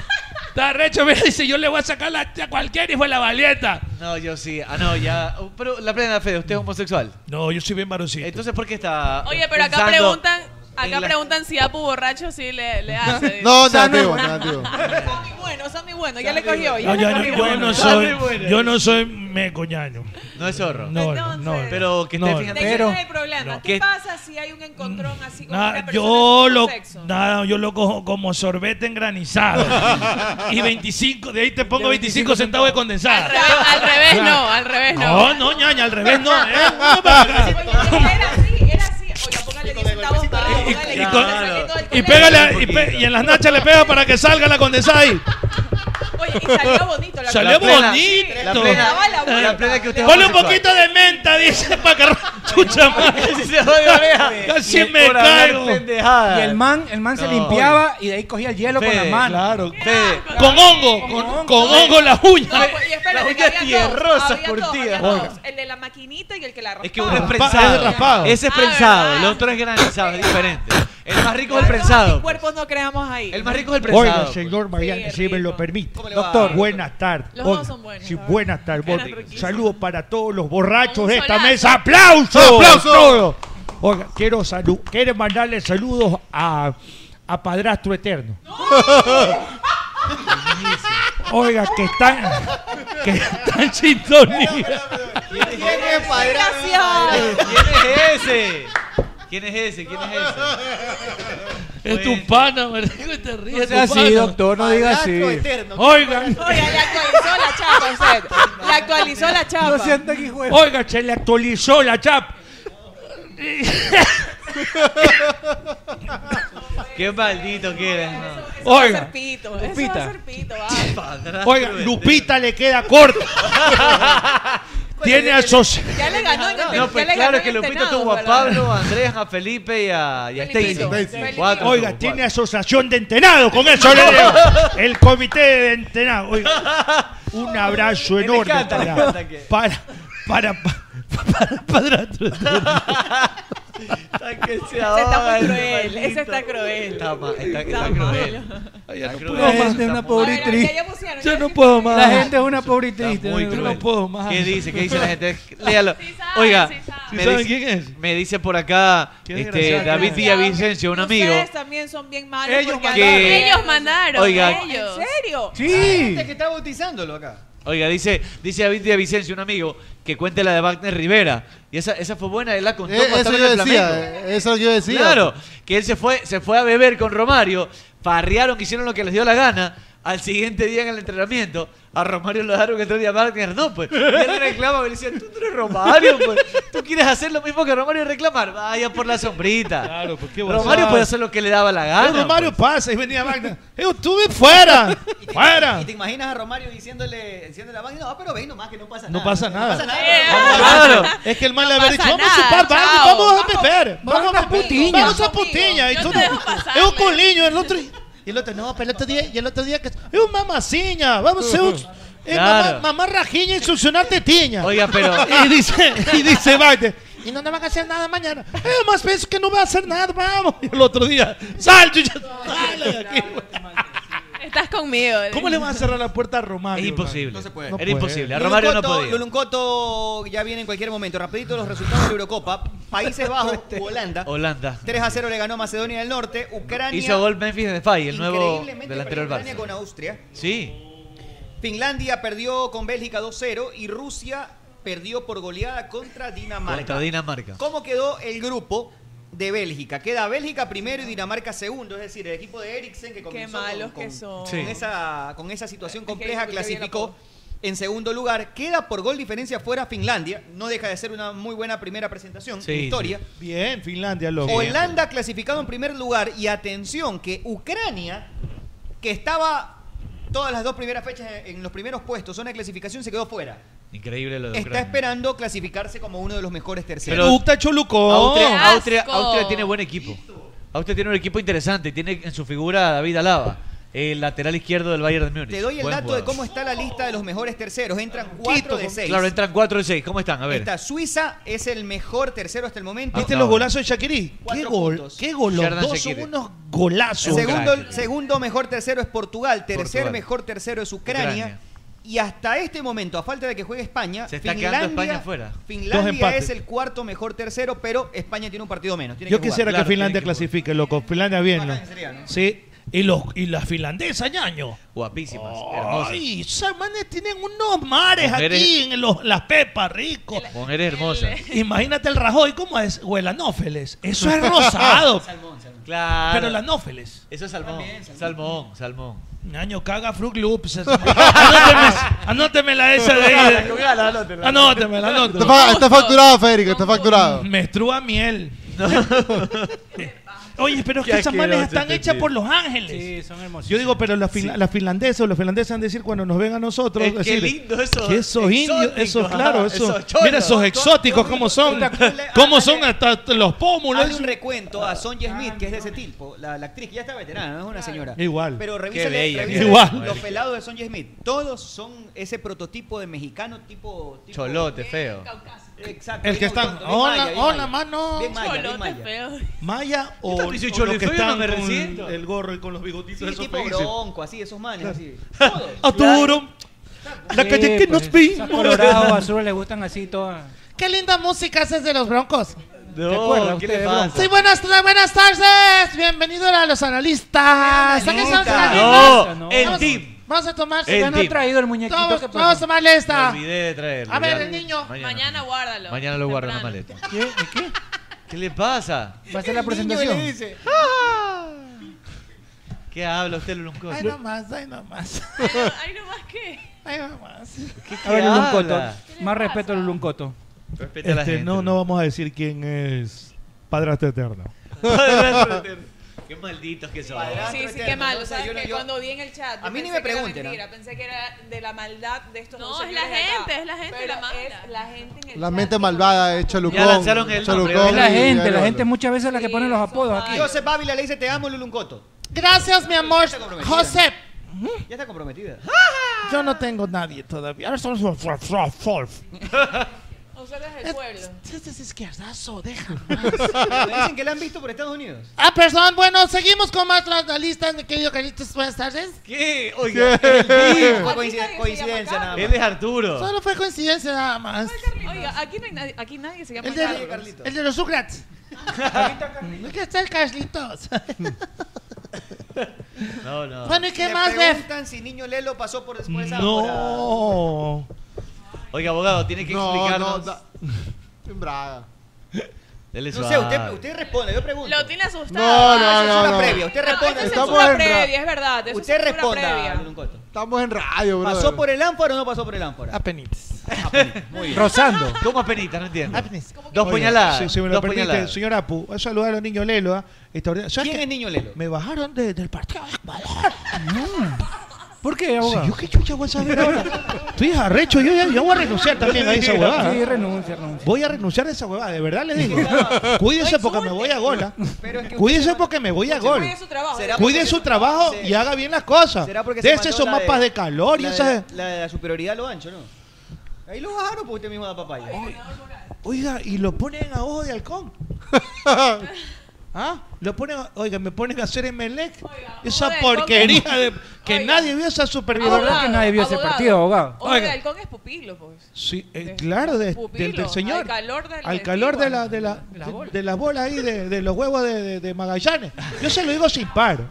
Speaker 5: Está recho, mira, dice, yo le voy a sacar la a cualquier hijo de la valieta.
Speaker 12: No, yo sí. Ah, no, ya. Pero la plena fe, ¿usted es homosexual?
Speaker 5: No, yo soy bien varoncito.
Speaker 12: Entonces, ¿por qué está
Speaker 4: Oye, pero acá
Speaker 12: pensando-
Speaker 4: preguntan, acá
Speaker 12: en la-
Speaker 4: preguntan si Apu borracho sí le, le hace.
Speaker 14: No,
Speaker 4: Sammy-
Speaker 14: negativo, negativo.
Speaker 4: Sammy bueno, Sammy bueno, ya le cogió.
Speaker 5: No,
Speaker 4: Ya
Speaker 5: yo,
Speaker 4: le cogió.
Speaker 5: no- yo no soy, yo no soy mecoñano.
Speaker 12: No es zorro.
Speaker 5: No, no, no.
Speaker 12: Pero que
Speaker 5: no,
Speaker 12: esté
Speaker 5: no.
Speaker 12: fijando-
Speaker 13: De hecho, ese es el problema.
Speaker 5: no.
Speaker 13: ¿Qué
Speaker 5: Que-
Speaker 13: pasa si hay un encontrón así con
Speaker 5: Nada,
Speaker 13: una persona
Speaker 5: yo
Speaker 13: del mismo
Speaker 5: lo,
Speaker 13: sexo?
Speaker 5: nada, yo lo cojo como sorbete engranizado. y 25, de ahí te pongo 25 centavos de condensada.
Speaker 4: Al revés no, al revés no.
Speaker 5: No, no, ñaña, al revés no. eh.
Speaker 13: Era así, era así. Oiga, póngale 10 centavos más, póngale
Speaker 5: Y,
Speaker 13: 10
Speaker 5: con-
Speaker 13: centavos más.
Speaker 5: y pégale, y, pe- y en las nachas le pega para que salga la condensada ahí.
Speaker 13: Oye, y salió bonito la
Speaker 5: Salió
Speaker 13: cosa.
Speaker 5: bonito.
Speaker 13: La plena- Daba la vuelta. la plena que usted es
Speaker 5: Ponle un
Speaker 13: homosexual.
Speaker 5: poquito de menta, dice, para que chucha madre.
Speaker 12: se jode la oreja.
Speaker 5: Casi
Speaker 12: Y
Speaker 5: me
Speaker 12: por hablar
Speaker 5: caigo.
Speaker 12: pendejadas.
Speaker 15: Y el man, el man se
Speaker 12: No.
Speaker 15: limpiaba y de ahí cogía el hielo con
Speaker 12: Fede,
Speaker 15: la mano.
Speaker 5: Claro. Con hongo, con, con hongo en las
Speaker 13: No,
Speaker 5: uñas.
Speaker 13: pues, y espérate,
Speaker 12: Las
Speaker 13: que
Speaker 12: uñas
Speaker 13: había dos,
Speaker 12: tierrosas
Speaker 13: había dos,
Speaker 12: curtidas.
Speaker 13: había dos.
Speaker 12: Oiga.
Speaker 13: El de la maquinita y el que la raspaba.
Speaker 12: Es que uno es
Speaker 5: Raspa-
Speaker 12: prensado.
Speaker 5: Ah. es raspado.
Speaker 12: Ese es
Speaker 13: Ah,
Speaker 12: prensado,
Speaker 13: ¿verdad?
Speaker 12: el otro es granizado, es diferente. El más rico es el
Speaker 13: Los
Speaker 12: prensado. pues?
Speaker 13: cuerpos no creamos ahí.
Speaker 12: El más rico es el
Speaker 1: Oiga,
Speaker 12: prensado.
Speaker 1: señor Mariano, si me lo permite.
Speaker 12: le va? Doctor.
Speaker 1: Buenas tardes.
Speaker 12: Los dos
Speaker 1: Oiga,
Speaker 12: son buenos.
Speaker 1: sí, buenas
Speaker 12: Eran
Speaker 1: tardes.
Speaker 12: riquísimos.
Speaker 1: Saludos para todos los borrachos
Speaker 12: Un
Speaker 1: de esta
Speaker 12: solazo.
Speaker 1: mesa. ¡Aplausos!
Speaker 12: ¡Aplausos!
Speaker 1: Todos. Oiga, quiero, salu- quiero mandarle saludos a, a Padrastro Eterno. Oiga, que están, que están en sintonía.
Speaker 11: ¿Quién es padrastro?
Speaker 12: ¿Quién es ese? ¿Quién es ese? ¿Quién es ese?
Speaker 5: Es tu pana, marico, y te ríes.
Speaker 15: sea
Speaker 5: tu
Speaker 15: así,
Speaker 5: pana.
Speaker 15: doctor, no diga así. Padrastro
Speaker 13: este
Speaker 15: eterno.
Speaker 5: Oigan.
Speaker 13: Oiga, le actualizó la chapa, usted. Le actualizó la chapa.
Speaker 15: No sienta que juega.
Speaker 1: Oiga, se le actualizó la chapa.
Speaker 12: Qué maldito que eres. no.
Speaker 1: Oiga.
Speaker 13: Eso va a ser pito, eso
Speaker 1: Lupita.
Speaker 13: va a ser pito, va.
Speaker 12: Padrastro
Speaker 1: Oiga,
Speaker 12: de-
Speaker 1: Lupita le queda corta. Tiene a Sosa.
Speaker 13: Pues Ya le ganó en el
Speaker 12: No, pues
Speaker 13: ya le ganó
Speaker 12: claro
Speaker 13: en
Speaker 12: que
Speaker 13: el
Speaker 12: Lupita
Speaker 13: tenado,
Speaker 12: tuvo a
Speaker 13: ¿verdad?
Speaker 12: Pablo, a Andrés, a Felipe y a, y a Stacy.
Speaker 13: Felipito,
Speaker 12: Cuatro
Speaker 13: Felipito.
Speaker 12: tuvo,
Speaker 1: Oiga,
Speaker 12: cuatro.
Speaker 1: tiene asociación de entenado con eso, le digo. El comité de entenado. Oiga, un abrazo
Speaker 12: Me
Speaker 1: enorme
Speaker 12: encanta, me
Speaker 1: para,
Speaker 12: encanta que-
Speaker 1: para, para, para, padrastro.
Speaker 12: Está que se
Speaker 13: Ese está
Speaker 12: ahoga
Speaker 13: muy
Speaker 12: el
Speaker 13: cruel,
Speaker 12: maldito.
Speaker 13: ese está cruel.
Speaker 12: Está, ma- está,
Speaker 13: Está
Speaker 12: está cruel. Está cruel.
Speaker 15: puedo más de una
Speaker 12: Está
Speaker 15: pobre
Speaker 12: muy-
Speaker 15: y triste. Yo no puedo más. La gente es una pobre y triste.
Speaker 12: Muy
Speaker 15: yo
Speaker 12: cruel.
Speaker 15: no puedo más.
Speaker 12: ¿Qué dice? ¿Qué dice la gente? Léalo. Oiga,
Speaker 5: ¿Sí saben
Speaker 12: dice-
Speaker 5: quién es?
Speaker 12: Me dice por acá
Speaker 5: Qué
Speaker 12: este,
Speaker 5: desgraciado.
Speaker 12: David Villavicencio, un amigo.
Speaker 13: Ustedes también son bien malos.
Speaker 12: Ellos
Speaker 13: porque
Speaker 12: mandaron.
Speaker 13: agarran-
Speaker 12: Que-
Speaker 4: Ellos mandaron,
Speaker 12: Oiga.
Speaker 4: ellos.
Speaker 13: ¿En serio?
Speaker 11: Hay gente que está bautizándolo acá.
Speaker 12: Oiga, dice, dice David Villavicencio, un amigo, que cuente la de Wagner Rivera. Y esa, esa fue buena, él la contó
Speaker 14: Eh,
Speaker 12: cuando
Speaker 14: eso
Speaker 12: estaba en
Speaker 14: yo
Speaker 12: el Flamengo.
Speaker 14: decía, eh, eso yo decía.
Speaker 12: Claro, que él se fue, se fue a beber con Romario, parrearon, hicieron lo que les dio la gana. al siguiente día en el entrenamiento, a Romario lo dejaron que entró día Wagner, no, pues. Y él reclama, me decía, tú no eres Romario, pues. Tú quieres hacer lo mismo que Romario y reclamar. Vaya por la sombrita. Claro, pues Romario
Speaker 5: pasás?
Speaker 12: puede hacer lo que le daba la gana.
Speaker 5: Pero Romario pasa y venía Wagner. ¡Yo estuve fuera! ¡Fuera!
Speaker 11: Y te imaginas a Romario diciéndole, diciéndole a Wagner, no, pero ve nomás que no pasa nada.
Speaker 5: No pasa nada.
Speaker 11: pasa nada.
Speaker 5: Claro. Es que el mal le había
Speaker 11: pasa
Speaker 5: dicho, vamos a
Speaker 11: nada,
Speaker 5: chupar, vamos,
Speaker 11: chao.
Speaker 5: vamos a beber. Vamos, a
Speaker 26: putiña.
Speaker 5: Vamos a putiña. Y
Speaker 26: Yo
Speaker 5: tú
Speaker 26: te
Speaker 5: no-
Speaker 26: dejo pasarme.
Speaker 5: es un coliño, el otro. Y el otro, no, pero el otro día, y el otro día que es un mamaciña. Vamos a ser un- eh,
Speaker 12: Claro.
Speaker 5: mamá, mamá rajiña y succionarte tiña.
Speaker 12: Oiga, pero-
Speaker 5: Y dice, y dice Wagner, Y no, no van a hacer nada mañana. Eh, más pienso que no va a hacer nada, vamos. Y el otro día, sal, chucha, sale de aquí.
Speaker 13: Estás conmigo.
Speaker 5: ¿Cómo le vas a cerrar la puerta a Romario?
Speaker 12: Es imposible. No se puede.
Speaker 5: No
Speaker 12: Era imposible. A
Speaker 5: Lo
Speaker 12: Romario no
Speaker 5: encuentro-
Speaker 12: podía.
Speaker 11: Luluncoto ya viene en cualquier momento. Rapidito los resultados de la Eurocopa. Países Bajos,
Speaker 5: Este.
Speaker 11: Holanda.
Speaker 12: Holanda.
Speaker 11: 3 a 0 le ganó a Macedonia del Norte. Ucrania.
Speaker 12: Hizo gol Memphis Depay, el nuevo
Speaker 11: increíblemente
Speaker 12: delantero del
Speaker 11: perdió Ucrania
Speaker 12: Barça.
Speaker 11: con Austria.
Speaker 12: Sí.
Speaker 11: Finlandia perdió con Bélgica 2-0 y Rusia perdió por goleada contra Dinamarca.
Speaker 12: Contra Dinamarca.
Speaker 11: ¿Cómo quedó el grupo de Bélgica? Queda Bélgica primero y Dinamarca segundo, es decir, el equipo de Eriksen que comenzó con-
Speaker 13: malos
Speaker 11: con,
Speaker 13: que son.
Speaker 11: con
Speaker 13: Sí.
Speaker 11: esa, con esa situación compleja
Speaker 13: que bien
Speaker 11: clasificó en segundo lugar. Queda por gol diferencia fuera Finlandia, no deja de ser una muy buena primera presentación, historia.
Speaker 5: Bien, Finlandia, loco.
Speaker 11: Holanda clasificado en primer lugar y atención que Ucrania, que estaba todas las dos primeras fechas en los primeros puestos, zona de clasificación, se quedó fuera.
Speaker 12: Increíble lo de
Speaker 11: Está
Speaker 12: Ucrania.
Speaker 11: esperando clasificarse como uno de los mejores terceros.
Speaker 12: Pero
Speaker 5: Choluco.
Speaker 12: Austria, Austria-
Speaker 11: Asco.
Speaker 12: Austria tiene buen equipo. Austria tiene un equipo interesante. Tiene en su figura a David Alaba, el lateral izquierdo del Bayern de Múnich.
Speaker 11: Te doy el
Speaker 12: Buen
Speaker 11: dato de
Speaker 12: jugador.
Speaker 11: cómo está la lista de los mejores terceros. Entran cuatro de seis.
Speaker 12: Claro, entran 4 de 6. ¿Cómo están? A ver.
Speaker 11: Está Suiza es el mejor tercero hasta el
Speaker 12: Ah,
Speaker 11: momento.
Speaker 5: ¿Viste los golazos de Shakiri? ¿Qué, gol, qué
Speaker 11: Sheridan
Speaker 5: golazos? Son
Speaker 11: Shaqiri.
Speaker 5: unos golazos.
Speaker 11: Segundo, segundo mejor tercero es Portugal. Tercer
Speaker 5: Portugal.
Speaker 11: mejor tercero es Ucrania.
Speaker 5: Ucrania.
Speaker 11: Y hasta este momento, a falta de que juegue España,
Speaker 12: Se está quedando España fuera. Dos
Speaker 11: Finlandia
Speaker 12: empates.
Speaker 11: es el cuarto mejor tercero, pero España tiene un partido menos. tiene
Speaker 5: Yo
Speaker 11: que jugar.
Speaker 5: quisiera que Finlandia clasifique, loco. Finlandia bien, ¿no?
Speaker 11: sería, ¿no?
Speaker 5: Sí. Y, los, y las finlandesas, ñaño.
Speaker 12: Guapísimas. hermosas.
Speaker 5: Ay, esas manes tienen unos mares
Speaker 12: Mujeres-
Speaker 5: aquí en los, las pepas, rico.
Speaker 12: Mujeres hermosas.
Speaker 5: Imagínate el Rajoy, ¿cómo es? O el anófeles. Eso es rosado.
Speaker 12: Claro.
Speaker 5: Pero las nófeles.
Speaker 12: Eso es salmón. salmón. Salmón,
Speaker 5: Ñaño, caga Fruit Loops. anóteme, anóteme la esa de ahí.
Speaker 12: Jugala, anótela.
Speaker 5: Anóteme,
Speaker 14: Está, fa- está facturado, Federico, está facturado.
Speaker 5: Menstrua miel. Oye, pero es
Speaker 4: Qué
Speaker 5: que esas manes
Speaker 4: asqueroso
Speaker 5: están
Speaker 4: este
Speaker 5: hechas
Speaker 4: tío.
Speaker 5: por los ángeles.
Speaker 15: Sí, son hermosos.
Speaker 5: Yo digo, pero las fin- las finlandesas o los finlandeses han de decir cuando nos ven a nosotros.
Speaker 4: Es que
Speaker 5: decir,
Speaker 4: lindo esos
Speaker 5: Que esos indios,
Speaker 4: exóticos,
Speaker 5: esos,
Speaker 4: ajá,
Speaker 5: claro, esos.
Speaker 4: esos cholos.
Speaker 5: mira esos exóticos, cómo son. Cómo son hasta los pómulos.
Speaker 11: Hazle un recuento a Sonia Smith, que es de ese tipo, la, la actriz que ya está veterana, no es una señora.
Speaker 5: Igual.
Speaker 11: Pero
Speaker 5: Qué
Speaker 11: revísale,
Speaker 5: bella,
Speaker 11: revísale
Speaker 5: qué bella.
Speaker 11: los pelados de Sonia Smith. Todos son ese prototipo de mexicano tipo. tipo-
Speaker 12: Cholote, feo.
Speaker 11: Exacto.
Speaker 5: El que están. Hola, hola, mano.
Speaker 11: Bien maya, bien maya.
Speaker 5: Maya
Speaker 11: Yo
Speaker 5: o,
Speaker 11: también soy
Speaker 5: o
Speaker 11: cholo
Speaker 5: los que
Speaker 11: y feo, no
Speaker 5: están
Speaker 11: me
Speaker 5: con
Speaker 11: resiento.
Speaker 5: el gorro y con los bigotitos
Speaker 11: Sí,
Speaker 5: esos
Speaker 11: tipo
Speaker 5: feísimos.
Speaker 11: bronco, así, esos manes, así.
Speaker 5: Arturo, la calle que
Speaker 15: pues,
Speaker 5: nos vimos.
Speaker 15: Colorado, azul, le gustan así todas.
Speaker 26: Qué linda música haces de los broncos.
Speaker 15: ¿Te acuerdas
Speaker 12: ¿qué
Speaker 15: usted
Speaker 12: le
Speaker 15: de
Speaker 12: pasa?
Speaker 15: Bronco?
Speaker 26: Sí, buenas, buenas tardes. Bienvenido a los analistas. Aquí estamos en la
Speaker 12: No,
Speaker 26: rifa.
Speaker 12: el
Speaker 26: Vamos-
Speaker 12: team.
Speaker 26: Vamos a tomar.
Speaker 12: El team.
Speaker 26: Vamos, vamos a tomar esta.
Speaker 12: Me olvidé de traerlo.
Speaker 26: A ver,
Speaker 12: Ya-
Speaker 26: el niño.
Speaker 12: Mañana,
Speaker 26: guárdalo.
Speaker 12: Mañana lo guardo en la maleta. ¿Qué? ¿Qué? ¿Qué le pasa?
Speaker 26: Va a ser la
Speaker 12: presentación.
Speaker 26: dice.
Speaker 12: ¿Qué habla usted, Lulunco?
Speaker 26: Ay, no más, ay, no más.
Speaker 13: Ay, no más que.
Speaker 26: Ay, no más.
Speaker 15: A ver, Luluncoto.
Speaker 12: habla?
Speaker 15: Más respeto a Luluncoto.
Speaker 12: Respeta a la
Speaker 5: Este,
Speaker 12: gente.
Speaker 5: no, no vamos a decir quién es Padrastro Eterno.
Speaker 12: Qué malditos que son.
Speaker 16: Sí, sí, qué
Speaker 13: eterno,
Speaker 16: malo.
Speaker 13: ¿no? O sea,
Speaker 16: Sabes
Speaker 13: yo no-
Speaker 16: que
Speaker 13: yo-
Speaker 16: cuando vi en el chat.
Speaker 13: A mí ni me
Speaker 16: pensé que era
Speaker 13: pregunten, ¿no?
Speaker 16: mentira, Pensé que era de la maldad de estos
Speaker 13: No,
Speaker 16: dos
Speaker 13: es la
Speaker 16: señores de acá.
Speaker 13: gente, es la gente
Speaker 16: Pero
Speaker 13: la manda.
Speaker 16: Es la gente en el
Speaker 14: La mente malvada de Cholucón. Cholucón
Speaker 15: Es la
Speaker 14: y-
Speaker 15: gente, la
Speaker 14: y-
Speaker 15: gente muchas veces es la que pone los apodos aquí.
Speaker 11: Joseph Bávila le dice: Te amo, Luluncoto.
Speaker 26: Gracias, mi amor.
Speaker 11: comprometida.
Speaker 26: José.
Speaker 11: Ya está comprometida.
Speaker 26: Yo no tengo nadie todavía. Ahora somos
Speaker 13: Nosotros el pueblo.
Speaker 26: Este es izquierdazo, déjame.
Speaker 11: Me dicen que la han visto por Estados Unidos.
Speaker 26: Ah, perdón, bueno, seguimos con más las listas, mi querido Carlitos. Buenas tardes.
Speaker 12: ¿Qué?
Speaker 11: Oiga,
Speaker 26: ¿Qué?
Speaker 11: el
Speaker 26: Aquí
Speaker 11: Fue coincide- coincidencia nada más.
Speaker 12: Él es Arturo.
Speaker 26: Solo fue coincidencia nada más.
Speaker 13: Oiga, aquí, no hay nadie, aquí nadie se llama
Speaker 26: El de,
Speaker 13: Carlos.
Speaker 26: el de los Socrates. ¿Qué está el Carlitos?
Speaker 12: No, no.
Speaker 26: Bueno, ¿y qué
Speaker 11: Me
Speaker 26: más, Bef?
Speaker 11: preguntan si Niño Lelo pasó por después de esa hora.
Speaker 5: No.
Speaker 12: Oiga, abogado, tiene que
Speaker 14: No, no,
Speaker 12: explicarnos.
Speaker 14: da- En Braga.
Speaker 12: Dele
Speaker 11: No sé,
Speaker 12: suave.
Speaker 11: usted, usted responde, yo pregunto.
Speaker 13: Lo tiene asustado.
Speaker 11: No,
Speaker 13: Ah,
Speaker 11: no, no,
Speaker 13: eso es una
Speaker 11: no.
Speaker 13: previa. Usted
Speaker 11: No,
Speaker 13: responde.
Speaker 11: eso es Estamos censura en ra- previa,
Speaker 13: es verdad.
Speaker 11: eso es Usted censura responda, previa.
Speaker 14: Estamos en radio, bro.
Speaker 11: ¿Pasó por el ánfora o no pasó por el ánfora?
Speaker 26: Apenitas.
Speaker 11: Muy bien.
Speaker 26: Rozando.
Speaker 12: ¿Cómo apenitas? No entiendo.
Speaker 5: Oiga, Si, si me lo permite, señor Apu, voy a saludar a los niños Lelo. ¿ah? Extraordinario. ¿Sabes
Speaker 11: ¿Quién
Speaker 5: qué?
Speaker 11: es niño Lelo?
Speaker 5: Me bajaron de- del partido de Ecuador. ¿Por qué,
Speaker 15: abogado?
Speaker 5: yo qué chucha voy a saber ahora. Estoy arrecho, yo, ya- yo voy a renunciar también a esa huevada.
Speaker 15: Sí, renuncia, renuncia.
Speaker 5: Voy a renunciar a esa huevada, de verdad les digo. Cuídense porque me voy a gola. Cuídense porque me voy a gol.
Speaker 11: ¿Será
Speaker 5: Cuiden
Speaker 11: porque-
Speaker 5: su trabajo
Speaker 11: se-
Speaker 5: y haga bien las cosas.
Speaker 11: ¿Será porque se
Speaker 5: Dese
Speaker 11: mandó
Speaker 5: esos
Speaker 11: la
Speaker 5: mapas de calor y
Speaker 11: la
Speaker 5: esas...
Speaker 11: de- La de la superioridad a lo ancho, ¿no? Ahí lo bajaron porque usted mismo da papaya.
Speaker 5: Oiga, y lo ponen a ojo de halcón. ¿Ah? Lo ponen, a- oiga, me ponen a hacer Emelec. Esa
Speaker 13: ojo de halcón.
Speaker 5: porquería de, que nadie vio esa superioridad.
Speaker 13: Oye, el
Speaker 5: Oiga,
Speaker 13: halcón es pupilo, pues.
Speaker 5: sí, eh, claro, de-
Speaker 13: Pupilo,
Speaker 5: del, del señor.
Speaker 13: al calor del-
Speaker 5: Al
Speaker 13: del
Speaker 5: calor de
Speaker 13: igual.
Speaker 5: la, de la,
Speaker 13: De la
Speaker 5: de-
Speaker 13: bola.
Speaker 5: de las bolas ahí, de, de los huevos de, de- de Magallanes. Yo se lo digo sin paro.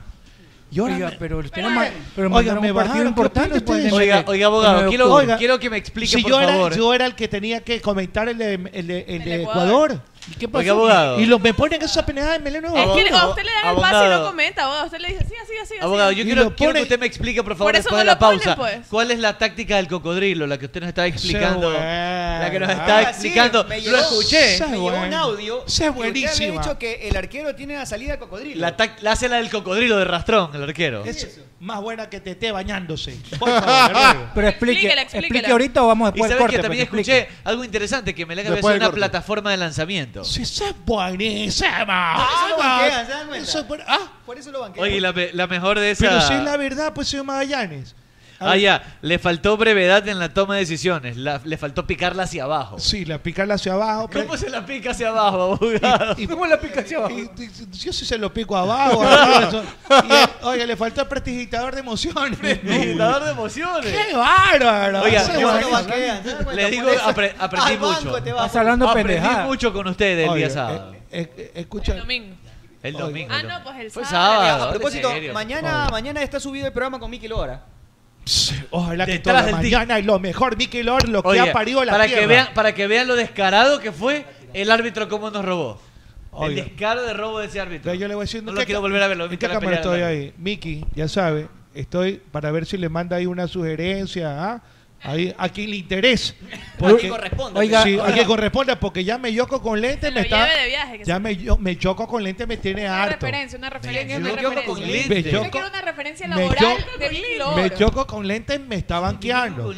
Speaker 5: Y ahora
Speaker 15: Oiga,
Speaker 5: me-
Speaker 15: pero ustedes ma- pero
Speaker 5: oiga,
Speaker 15: mandaron
Speaker 5: me
Speaker 15: un partido
Speaker 5: bajaron, ¿qué
Speaker 15: importante pues,
Speaker 5: opinan
Speaker 15: por el
Speaker 5: ustedes?
Speaker 15: Emelec. Oiga, oiga, abogado, Nueve de quiero- octubre.
Speaker 12: quiero que me explique,
Speaker 5: si
Speaker 12: por
Speaker 5: yo
Speaker 12: favor.
Speaker 5: Era, yo era el que tenía que comentar el de, el de- el de
Speaker 13: Ecuador.
Speaker 5: Ecuador. ¿Y qué
Speaker 12: pasó? Oiga, abogado.
Speaker 5: Y los me ponen esa penejada de Meleno.
Speaker 13: Es que a usted le dan el pase y
Speaker 12: abogado.
Speaker 13: no comenta, abogado. Usted le dice, sí, así, así. así.
Speaker 12: Abogado, yo
Speaker 5: Y
Speaker 12: quiero,
Speaker 5: lo
Speaker 12: quiero que
Speaker 5: pone-
Speaker 12: usted me explique, por favor,
Speaker 13: Por eso
Speaker 12: después
Speaker 13: no
Speaker 12: de la
Speaker 13: lo pone,
Speaker 12: pausa.
Speaker 13: pues.
Speaker 12: ¿Cuál es la táctica del cocodrilo? La que usted nos estaba explicando.
Speaker 5: buena.
Speaker 12: La que nos
Speaker 5: Ah,
Speaker 12: está
Speaker 5: sí,
Speaker 12: explicando.
Speaker 11: me
Speaker 12: Lo
Speaker 11: llegó-
Speaker 12: escuché.
Speaker 11: Me llegó un audio.
Speaker 5: Esa es
Speaker 11: que usted había
Speaker 5: buenísima.
Speaker 11: dicho que el arquero tiene la salida de cocodrilo.
Speaker 12: La, tac- la hace la del cocodrilo de rastrón, el arquero.
Speaker 5: Es más buena que te esté bañándose. Por favor, le ruego.
Speaker 15: Pero explique, explique ahorita o vamos después
Speaker 12: Y
Speaker 15: del
Speaker 12: sabes
Speaker 15: corte.
Speaker 12: que también
Speaker 15: pues,
Speaker 12: escuché
Speaker 15: explique.
Speaker 12: algo interesante, que me la había
Speaker 15: Después
Speaker 12: sido
Speaker 15: del
Speaker 12: una
Speaker 15: corte.
Speaker 12: plataforma de lanzamiento.
Speaker 5: Sí, esa es buenísima.
Speaker 11: Por eso lo banquean,
Speaker 5: Ah,
Speaker 11: ¿se dan cuenta?
Speaker 5: eso es buen- ah,
Speaker 11: Por eso lo banquean.
Speaker 12: Oye, la, pe- la mejor de esa...
Speaker 5: pero si es la verdad, pues señor Magallanes. A
Speaker 12: Ah,
Speaker 5: ver.
Speaker 12: ya. Le faltó brevedad en la toma de decisiones. La- le faltó picarla hacia abajo.
Speaker 5: Sí, la picarla hacia abajo. pero-
Speaker 12: ¿Cómo pues se la pica hacia abajo, abogado?
Speaker 5: ¿Cómo la pica hacia abajo? yo sí se lo pico abajo. arriba, eso. Y, eh, oiga, le faltó el prestigitador de emociones.
Speaker 12: Prestigitador de emociones.
Speaker 5: ¡Qué bárbaro!
Speaker 12: Oiga,
Speaker 5: Ese
Speaker 12: yo
Speaker 5: guay-
Speaker 12: creo Les digo, apre- aprendí mucho.
Speaker 5: Vas hablando
Speaker 12: aprendí
Speaker 5: pendejada.
Speaker 12: mucho con ustedes el
Speaker 5: Oiga,
Speaker 12: día sábado.
Speaker 5: eh, eh, escucha.
Speaker 13: Domingo.
Speaker 12: el domingo.
Speaker 13: Ah, no, pues el
Speaker 12: Fue
Speaker 13: sábado.
Speaker 12: sábado.
Speaker 11: A propósito,
Speaker 12: ¿En serio?
Speaker 11: mañana, mañana está subido el programa con Miki Lora.
Speaker 5: Ojalá que
Speaker 12: Detrás
Speaker 5: toda la
Speaker 12: del tic.
Speaker 5: mañana y lo mejor, Mickey Lord, lo que
Speaker 12: Oye,
Speaker 5: ha parido la
Speaker 12: para
Speaker 5: tierra.
Speaker 12: que vean Para que vean lo descarado que fue el árbitro cómo nos robó. El
Speaker 5: Oiga.
Speaker 12: descaro de robo de ese árbitro.
Speaker 5: Yo le voy a decir,
Speaker 12: no
Speaker 5: ¿en
Speaker 12: lo
Speaker 5: qué
Speaker 12: quiero
Speaker 5: ca-
Speaker 12: volver a verlo.
Speaker 5: ¿en
Speaker 12: me
Speaker 5: qué
Speaker 12: quiero
Speaker 5: cámara
Speaker 12: pelear.
Speaker 5: estoy ahí? Miki, ya sabe, estoy para ver si le manda ahí una sugerencia ¿ah? Ahí, a quien le interese. Porque,
Speaker 12: corresponda.
Speaker 5: Oiga,
Speaker 12: Sí,
Speaker 5: sí, a
Speaker 12: oiga.
Speaker 5: quien corresponda, porque ya me choco con lente, me
Speaker 13: lo
Speaker 5: está.
Speaker 13: lleve de viaje, que
Speaker 5: ya
Speaker 13: se-
Speaker 5: me, yo- me choco con lente, me tiene
Speaker 13: Una
Speaker 5: harto.
Speaker 13: referencia, una referencia.
Speaker 5: Me
Speaker 13: una
Speaker 5: choco
Speaker 13: referencia.
Speaker 5: con lente. Me choco-
Speaker 13: Yo quiero una referencia
Speaker 5: me
Speaker 13: laboral
Speaker 5: choco
Speaker 13: de Vicky Loro.
Speaker 5: Me choco con lente, me está banqueando.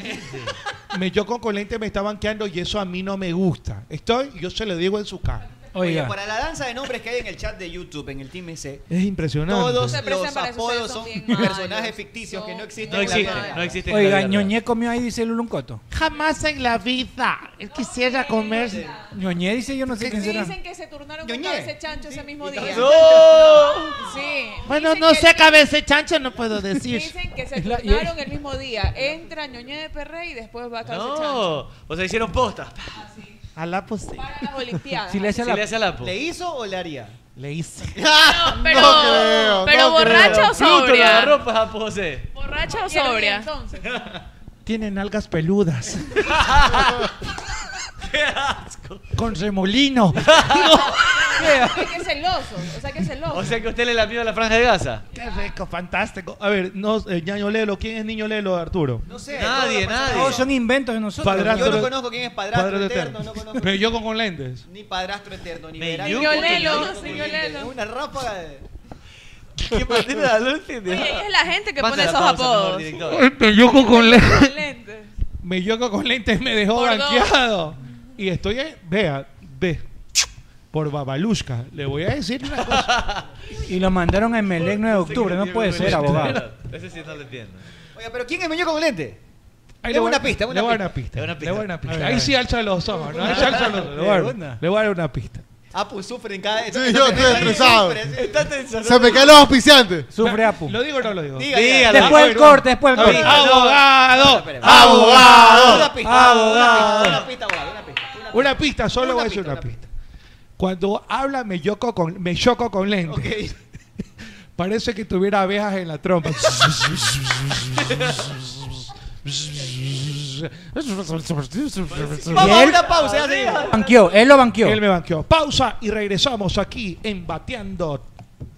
Speaker 5: Me choco con lente, me está banqueando y eso a mí no me gusta. Estoy, yo se lo digo en su cara.
Speaker 11: Oye, para la danza de nombres que hay en el chat de YouTube, en el Team SC,
Speaker 5: Es impresionante.
Speaker 11: todos
Speaker 5: Se
Speaker 11: los
Speaker 5: prestan para eso,
Speaker 11: apodos son personajes ficticios que no existen. en la vida real.
Speaker 15: Oiga, Ñoñé comió ahí, dice Lulun Coto.
Speaker 26: Jamás en la vida. Él quisiera comer.
Speaker 15: Ñoñé dice, yo no sé
Speaker 26: Sí,
Speaker 15: quién
Speaker 26: sí,
Speaker 15: será.
Speaker 26: dicen-
Speaker 13: Dicen que se turnaron con
Speaker 26: Ñoñé.
Speaker 13: cabeza chancho ese mismo día.
Speaker 26: ¡No!
Speaker 13: Sí.
Speaker 26: Bueno,
Speaker 13: Dicen
Speaker 26: no
Speaker 13: que-
Speaker 26: sé, cabeza chancho, no puedo decir.
Speaker 13: Dicen que se
Speaker 26: Es la- y-
Speaker 13: turnaron el mismo día. Entra Ñoñé de Perrey y después va a cabeza chancho.
Speaker 12: No, o sea, hicieron posta.
Speaker 26: A la pues sí.
Speaker 13: Para las Olimpiadas.
Speaker 12: Si le hace a la- Si le hace a la-
Speaker 11: ¿Le hizo o le haría?
Speaker 26: Le hice.
Speaker 13: No, pero,
Speaker 11: No creo,
Speaker 13: pero
Speaker 11: no
Speaker 13: borracha o
Speaker 12: Pluto la
Speaker 13: sobria.
Speaker 12: agarró para pues pose.
Speaker 13: Borracha o
Speaker 16: Quiero ir
Speaker 13: sobria.
Speaker 5: Tienen algas peludas.
Speaker 12: Qué asco.
Speaker 5: Con remolino.
Speaker 13: O sea, que es celoso. O sea, que es celoso.
Speaker 12: O sea que usted le lamió la franja de gasa.
Speaker 5: Qué rico, fantástico. A ver, no, eh, Ñaño Lelo, ¿quién es Niño Lelo, Arturo?
Speaker 11: No sé.
Speaker 12: Nadie, nadie.
Speaker 15: Todos son inventos de nosotros.
Speaker 5: Padrastro-
Speaker 11: Yo no conozco quién es padrastro, eterno, no conozco.
Speaker 5: Pero yo con, con lentes.
Speaker 11: Ni padrastro eterno, ni
Speaker 5: Me
Speaker 11: verano.
Speaker 5: yuco,
Speaker 11: ni
Speaker 13: Señor Lelo,
Speaker 11: verano,
Speaker 13: señor
Speaker 11: ni-
Speaker 13: Lelo.
Speaker 11: Una ráfaga de...
Speaker 12: ¿Qué manera de hablar
Speaker 13: Oye,
Speaker 12: tiene?
Speaker 13: y es la gente que
Speaker 12: Manda
Speaker 13: pone
Speaker 12: la
Speaker 13: esos
Speaker 12: pausa, mejor,
Speaker 13: apodos.
Speaker 12: director.
Speaker 5: me yoco Este, con lentes.
Speaker 13: Lente.
Speaker 5: Me yoco con lentes, me dejó
Speaker 13: Por dos.
Speaker 5: banqueado. Y estoy, eh, vea, ve. Por Babalushka, le voy a decir una cosa.
Speaker 15: Y lo mandaron a Emelec 9 de octubre, no puede ser, abogado.
Speaker 12: Ese sí no lo entiendo.
Speaker 11: Oiga, pero ¿quién es meño con lente?
Speaker 5: Ahí le
Speaker 11: Le voy
Speaker 5: voy
Speaker 11: una
Speaker 5: a-
Speaker 11: pista, una
Speaker 5: le voy a
Speaker 11: pista.
Speaker 5: dar una pista.
Speaker 11: Le
Speaker 5: Le
Speaker 11: voy a
Speaker 5: voy a dar una
Speaker 11: A
Speaker 5: pista.
Speaker 11: ver, a
Speaker 5: Ahí
Speaker 11: ver.
Speaker 5: sí alza los ojos, ¿no? Ahí sí alza los ojos. Le voy a dar- le voy a dar una pista.
Speaker 11: Apu Ah, pues sufre en cada...
Speaker 14: Sí, yo estoy estresado.
Speaker 11: Está tenso.
Speaker 14: Se me caen los auspiciantes.
Speaker 15: Sufre Apu.
Speaker 5: ¿Lo digo o no lo digo?
Speaker 11: Dígalo.
Speaker 15: Dígalo. Después del corte, después del corte.
Speaker 5: Abogado,
Speaker 11: Una
Speaker 5: abogado, abogado.
Speaker 11: pista, Una pista, abogado, una pista.
Speaker 5: Una pista, solo voy a decir una pista. Cuando habla me choco con, me choco con lentes. Parece que tuviera abejas en la trompa. Y él-
Speaker 16: pausa, ya se iba.
Speaker 15: Banqueó, él lo banqueó.
Speaker 5: Él me banqueó. Pausa y regresamos aquí en Bateando.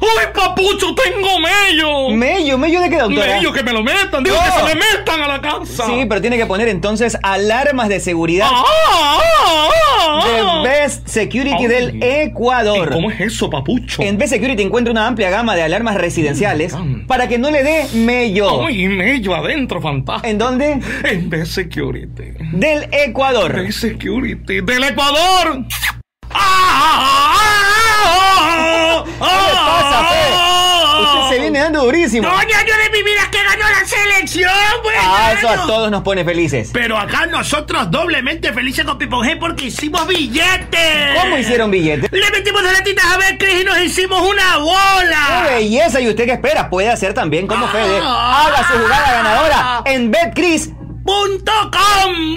Speaker 31: ¡Uy, papucho, tengo mello!
Speaker 11: ¿Mello? ¿Mello de qué, doctora?
Speaker 31: Mello, que me lo metan, digo que
Speaker 11: No.
Speaker 31: se me metan a la casa.
Speaker 11: Sí, pero tiene que poner entonces alarmas de seguridad.
Speaker 31: Ah, ah, ah, ah.
Speaker 11: The Best Security
Speaker 31: Ay.
Speaker 11: del Ecuador.
Speaker 31: ¿Cómo es eso, papucho?
Speaker 11: En Best Security encuentra una amplia gama de alarmas residenciales para que no le dé mello.
Speaker 31: Uy, mello adentro, fantástico.
Speaker 11: ¿En dónde?
Speaker 31: En Best Security.
Speaker 11: Del Ecuador.
Speaker 31: Best Security. ¡Del Ecuador!
Speaker 1: ¡Ah!
Speaker 4: ¿Qué pasa,
Speaker 11: Usted se viene dando durísimo.
Speaker 4: año de mi vida que ganó la selección, bueno.
Speaker 11: Ah, eso a todos nos pone felices.
Speaker 1: pues, Pero acá nosotros doblemente felices con Pipo G porque hicimos billetes.
Speaker 11: ¿Cómo hicieron billetes?
Speaker 1: Le metimos las latitas a ver, Cris, y nos hicimos una bola.
Speaker 11: ¡Qué belleza! ¿Y usted qué espera? Puede hacer también como
Speaker 31: Ah.
Speaker 11: Fede. Haga su jugada ganadora en BetCris.com.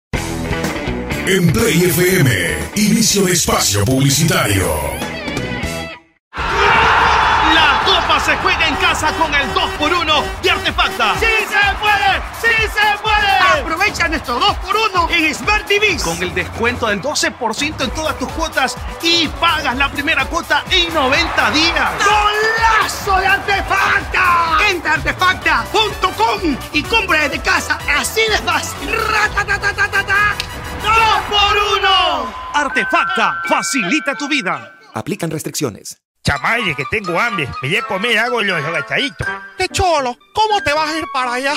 Speaker 23: En Play FM, inicio de espacio publicitario.
Speaker 17: La copa se juega en casa con el 2x1 de Artefacta. ¡Sí se puede! ¡Sí se puede! Aprovecha nuestro 2x1 en Smart TV. Con el descuento del 12% en todas tus cuotas y pagas la primera cuota en 90 días.
Speaker 4: ¡Golazo de Artefacta! Entra a artefacta.com y compra desde casa. Así de fácil. ¡Ratatatatata! ¡Dos por uno!
Speaker 1: Artefacta facilita tu vida.
Speaker 32: Aplican restricciones.
Speaker 1: Chamaye, que tengo hambre. Me voy a comer algo los agachaditos.
Speaker 22: Te cholo, ¿cómo te vas a ir para allá?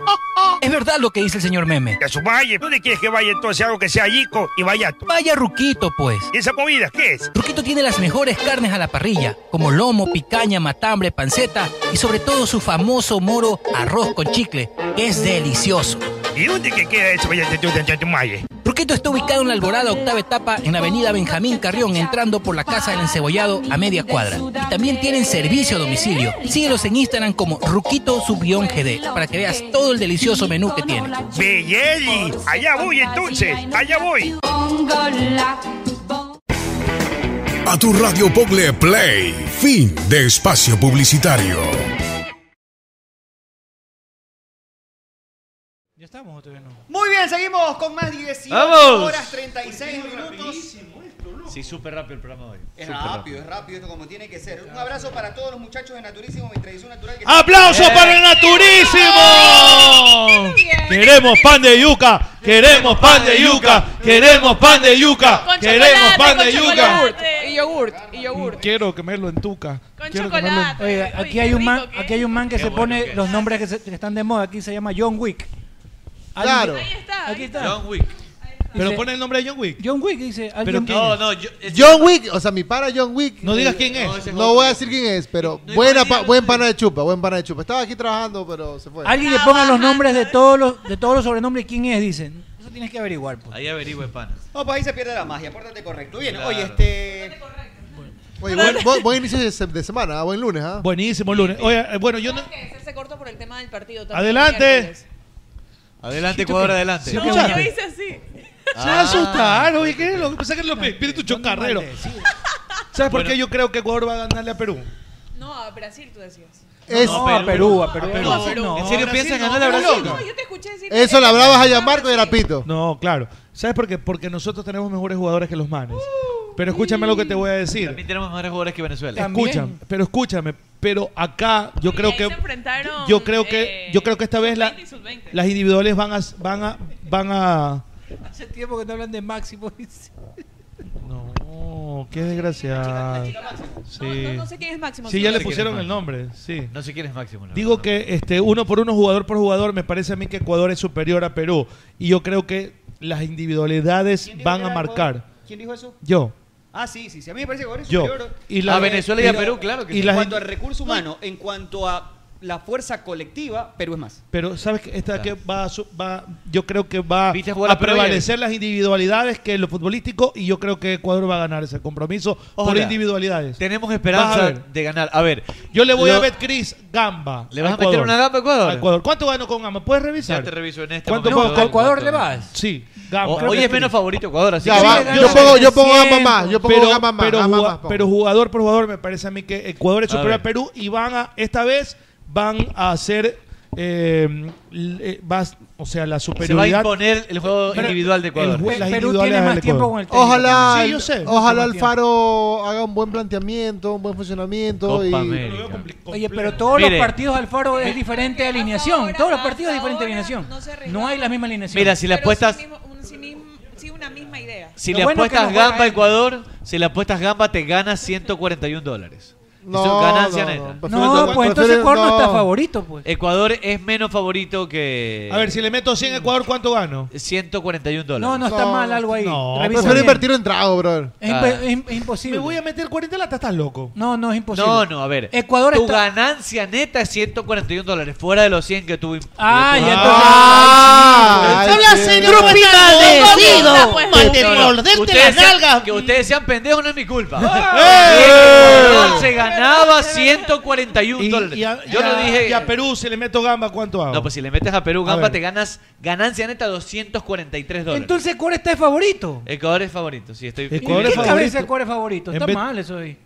Speaker 22: es verdad lo que dice el señor Meme.
Speaker 1: Que su valle. ¿Dónde quieres que vaya entonces algo que sea yico y vaya?
Speaker 22: Vaya Ruquito, pues.
Speaker 1: ¿Y esa comida qué es?
Speaker 22: Ruquito tiene las mejores carnes a la parrilla, como lomo, picaña, matambre, panceta y sobre todo su famoso moro arroz con chicle, que es delicioso.
Speaker 1: ¿Y dónde que queda eso? Vaya, tu- tu- tu- tu- tu malle?
Speaker 22: Ruquito está ubicado en la Alborada Octava Etapa en la avenida Benjamín Carrión, entrando por la Casa del Encebollado a media cuadra. Y también tienen servicio a domicilio. Síguelos en Instagram como Ruquito-GD para que veas todo el delicioso menú que tiene.
Speaker 1: Belleli, allá voy entonces, allá voy.
Speaker 23: A tu radio Pogle Play, fin de espacio publicitario.
Speaker 15: Ya estamos o todavía no.
Speaker 16: Muy bien, seguimos con más 18
Speaker 12: ¡Vamos!
Speaker 16: horas 36 minutos.
Speaker 12: Sí, súper rápido el programa hoy.
Speaker 16: Es
Speaker 12: Súper
Speaker 16: rápido, es rápido esto como tiene que ser. Un abrazo para todos los muchachos de Naturísimo, mi tradición natural. Que
Speaker 25: ¡Aplauso
Speaker 16: Eh.
Speaker 25: para el Naturísimo! Queremos pan de yuca, queremos pan de yuca, queremos pan de yuca, queremos pan de yuca.
Speaker 13: Y yogurt, y yogurt.
Speaker 5: Quiero comerlo en tuca. Quiero
Speaker 13: chocolate.
Speaker 5: comerlo en-
Speaker 15: Oye, Mm. aquí hay un man, aquí hay un man que se pone los nombres que, se- que están de moda. Aquí se llama John Wick. Alguien-
Speaker 5: Claro.
Speaker 15: Ahí está. Aquí está.
Speaker 12: John Wick.
Speaker 5: Pero pone el nombre de John Wick.
Speaker 15: John Wick dice.
Speaker 5: ¿Pero
Speaker 15: alguien-
Speaker 5: quién es?
Speaker 14: John Wick, o sea, mi pana John Wick. eh,
Speaker 5: No digas quién es.
Speaker 14: No, voy a decir quién es, pero buena pa- buen pana de chupa, buen pana de chupa. Estaba aquí pues. trabajando, pero se fue.
Speaker 15: Alguien que ponga los nombres de todos los de todos los sobrenombres quién es dicen. Eso tienes que averiguar. pues.
Speaker 12: Ahí averigüe, pana.
Speaker 16: No, pues ahí se pierde la magia, pórtate correcto. Bien,
Speaker 12: Claro.
Speaker 16: oye, este.
Speaker 14: Oye, buen, buen- buen inicio de, se- de semana, ah, buen lunes, ¿ah?
Speaker 5: Buenísimo lunes. Oye, eh, bueno, yo no...
Speaker 13: Se cortó por el tema del partido. también.
Speaker 5: Adelante.
Speaker 12: Adelante, Ecuador, adelante.
Speaker 13: No, yo hice así.
Speaker 5: Se asustaron, oye, ¿qué es lo que pasa? Que los espíritus chocarreros. ¿Sabes por qué yo creo que Ecuador va a ganarle a Perú?
Speaker 13: No, a Brasil tú decías.
Speaker 14: Es-
Speaker 12: No,
Speaker 14: a Perú, a Perú.
Speaker 12: No,
Speaker 14: No,
Speaker 12: ¿En serio
Speaker 14: Brasil
Speaker 12: piensan
Speaker 14: no,
Speaker 12: ganar a
Speaker 14: Brasil
Speaker 12: Brasil?
Speaker 14: no.
Speaker 12: yo te escuché decir
Speaker 14: Eso la hablabas a Marco y era Pito.
Speaker 5: No, claro. ¿Sabes por qué? Porque nosotros tenemos mejores jugadores que los manes. Pero escúchame lo que te voy a decir.
Speaker 12: También tenemos mejores jugadores que Venezuela.
Speaker 5: Escúchame, pero escúchame, pero acá yo creo que yo creo que yo creo que esta vez la- las individuales van a van a van a
Speaker 15: Hace tiempo que te hablan de pues, Máximo.
Speaker 5: Oh, qué desgraciado. Sí.
Speaker 16: No, no sé quién es Máximo.
Speaker 5: Sí, ya le
Speaker 12: quién es
Speaker 5: pusieron el
Speaker 12: Máximo.
Speaker 5: nombre, sí.
Speaker 12: No sé quién es Máximo. la
Speaker 5: Digo que este uno por uno, jugador por jugador, me parece a mí que Ecuador es superior a Perú y yo creo que las individualidades van a marcar.
Speaker 11: ¿Quién dijo eso?
Speaker 5: Yo.
Speaker 11: Ah, sí, sí, sí. A mí me parece que Ecuador es
Speaker 5: Yo.
Speaker 11: superior.
Speaker 5: Y la-
Speaker 11: a Venezuela y,
Speaker 5: y
Speaker 11: a
Speaker 5: la-
Speaker 11: Perú, claro que
Speaker 5: y
Speaker 11: sí. En
Speaker 5: las-
Speaker 11: cuanto al recurso humano, en cuanto a la fuerza colectiva, Perú es más.
Speaker 5: Pero sabes que esta que va, a su- va- yo creo que va
Speaker 11: jugar a
Speaker 5: a
Speaker 11: Perú
Speaker 5: prevalecer las individualidades que lo futbolístico y yo creo que Ecuador va a ganar ese compromiso por
Speaker 12: Ahora,
Speaker 5: individualidades.
Speaker 12: Tenemos
Speaker 5: Vas a
Speaker 12: esperanza
Speaker 5: ver.
Speaker 12: de ganar. A ver.
Speaker 5: Yo le voy
Speaker 12: lo-
Speaker 5: a ver Chris Gamba.
Speaker 12: ¿Le vas a meter una gamba a Ecuador?
Speaker 5: ¿Cuánto gano con Gamba? ¿Puedes revisar?
Speaker 12: Ya te reviso en este
Speaker 5: ¿Cuánto
Speaker 12: momento.
Speaker 5: pongo con-
Speaker 12: ¿A Ecuador le vas?
Speaker 5: Sí,
Speaker 12: O-
Speaker 5: Gamba. Creo
Speaker 12: hoy
Speaker 5: que
Speaker 12: es menos favorito Ecuador, así
Speaker 5: Ya
Speaker 12: que-
Speaker 5: va,
Speaker 12: Sí,
Speaker 5: yo
Speaker 12: le
Speaker 5: pongo,
Speaker 12: ganas
Speaker 5: yo pongo
Speaker 12: 100.
Speaker 5: gama más, yo pongo
Speaker 12: Pero-
Speaker 5: gama más,
Speaker 12: pero
Speaker 5: gama
Speaker 12: jugar-
Speaker 5: más, pongo. pero jugador por jugador me parece a mí que Ecuador es
Speaker 12: A
Speaker 5: superior a,
Speaker 12: ver.
Speaker 5: Perú y van a esta vez van a hacer eh, l- eh, vas- o sea, la
Speaker 12: Se va a
Speaker 5: superioridad
Speaker 12: imponer el juego
Speaker 5: Pero-
Speaker 12: individual de Ecuador. Oh,
Speaker 5: el jue- las individuales del Ecuador.
Speaker 14: Este Ojalá,
Speaker 5: Sí, yo sé.
Speaker 14: ojalá
Speaker 5: Mucho más
Speaker 14: Alfaro haga un buen planteamiento, un buen funcionamiento.
Speaker 12: Copa
Speaker 14: y...
Speaker 12: América.
Speaker 15: Oye, pero todos
Speaker 12: Mire.
Speaker 15: los partidos Alfaro es diferente de alineación. todos los partidos es diferente de alineación. No, hay la misma alineación.
Speaker 12: Mira, si le apuestas-
Speaker 16: Sí, una misma idea.
Speaker 12: Si
Speaker 15: Lo
Speaker 12: le
Speaker 15: bueno es que
Speaker 12: apuestas
Speaker 15: no juega
Speaker 12: gamba a
Speaker 15: él.
Speaker 12: Ecuador, si le apuestas gamba te ganas 141 dólares.
Speaker 15: No,
Speaker 12: Eso es ganancia
Speaker 15: no, no,
Speaker 12: neta.
Speaker 15: prefiero- No, pues prefiero- entonces Ecuador no no. está favorito, pues.
Speaker 12: Ecuador es menos favorito que.
Speaker 5: A ver, si le meto 100 a Ecuador, ¿cuánto gano?
Speaker 12: 141 dólares.
Speaker 15: No, no está mal algo ahí.
Speaker 5: No, pues
Speaker 15: Revisa
Speaker 5: prefiero
Speaker 15: bien.
Speaker 5: invertir
Speaker 14: en trago, brother.
Speaker 15: Es, imp-
Speaker 12: Ah.
Speaker 15: es im- es imposible.
Speaker 5: Me voy a meter 40 latas, estás loco.
Speaker 15: No, no, es imposible.
Speaker 12: No, no, a ver.
Speaker 15: Ecuador
Speaker 12: tu
Speaker 15: está-
Speaker 12: ganancia neta es 141 dólares, fuera de los 100 que tuve.
Speaker 15: Ah, ya
Speaker 12: está.
Speaker 15: entonces- Ah,
Speaker 26: ay, Habla sí. serio, pues, tan decido. Mate, morderte las nalgas.
Speaker 12: Que ustedes sean pendejos no es mi culpa.
Speaker 5: ¡Eh!
Speaker 12: Ecuador se ganaba 141 dólares.
Speaker 5: Y a,
Speaker 12: Yo
Speaker 5: y a-
Speaker 12: no dije.
Speaker 5: y a Perú si le meto gamba, ¿cuánto hago?
Speaker 12: No, pues si le metes a Perú
Speaker 5: A
Speaker 12: Gamba,
Speaker 5: ver.
Speaker 12: te ganas ganancia neta 243 dólares.
Speaker 15: Entonces Ecuador está de favorito.
Speaker 12: Ecuador es favorito, sí, estoy.
Speaker 5: Ecuador
Speaker 15: ¿En
Speaker 5: es
Speaker 15: qué
Speaker 5: favorito.
Speaker 15: cabeza Ecuador es favorito?
Speaker 5: En
Speaker 15: Está
Speaker 5: vez-
Speaker 15: mal eso ahí.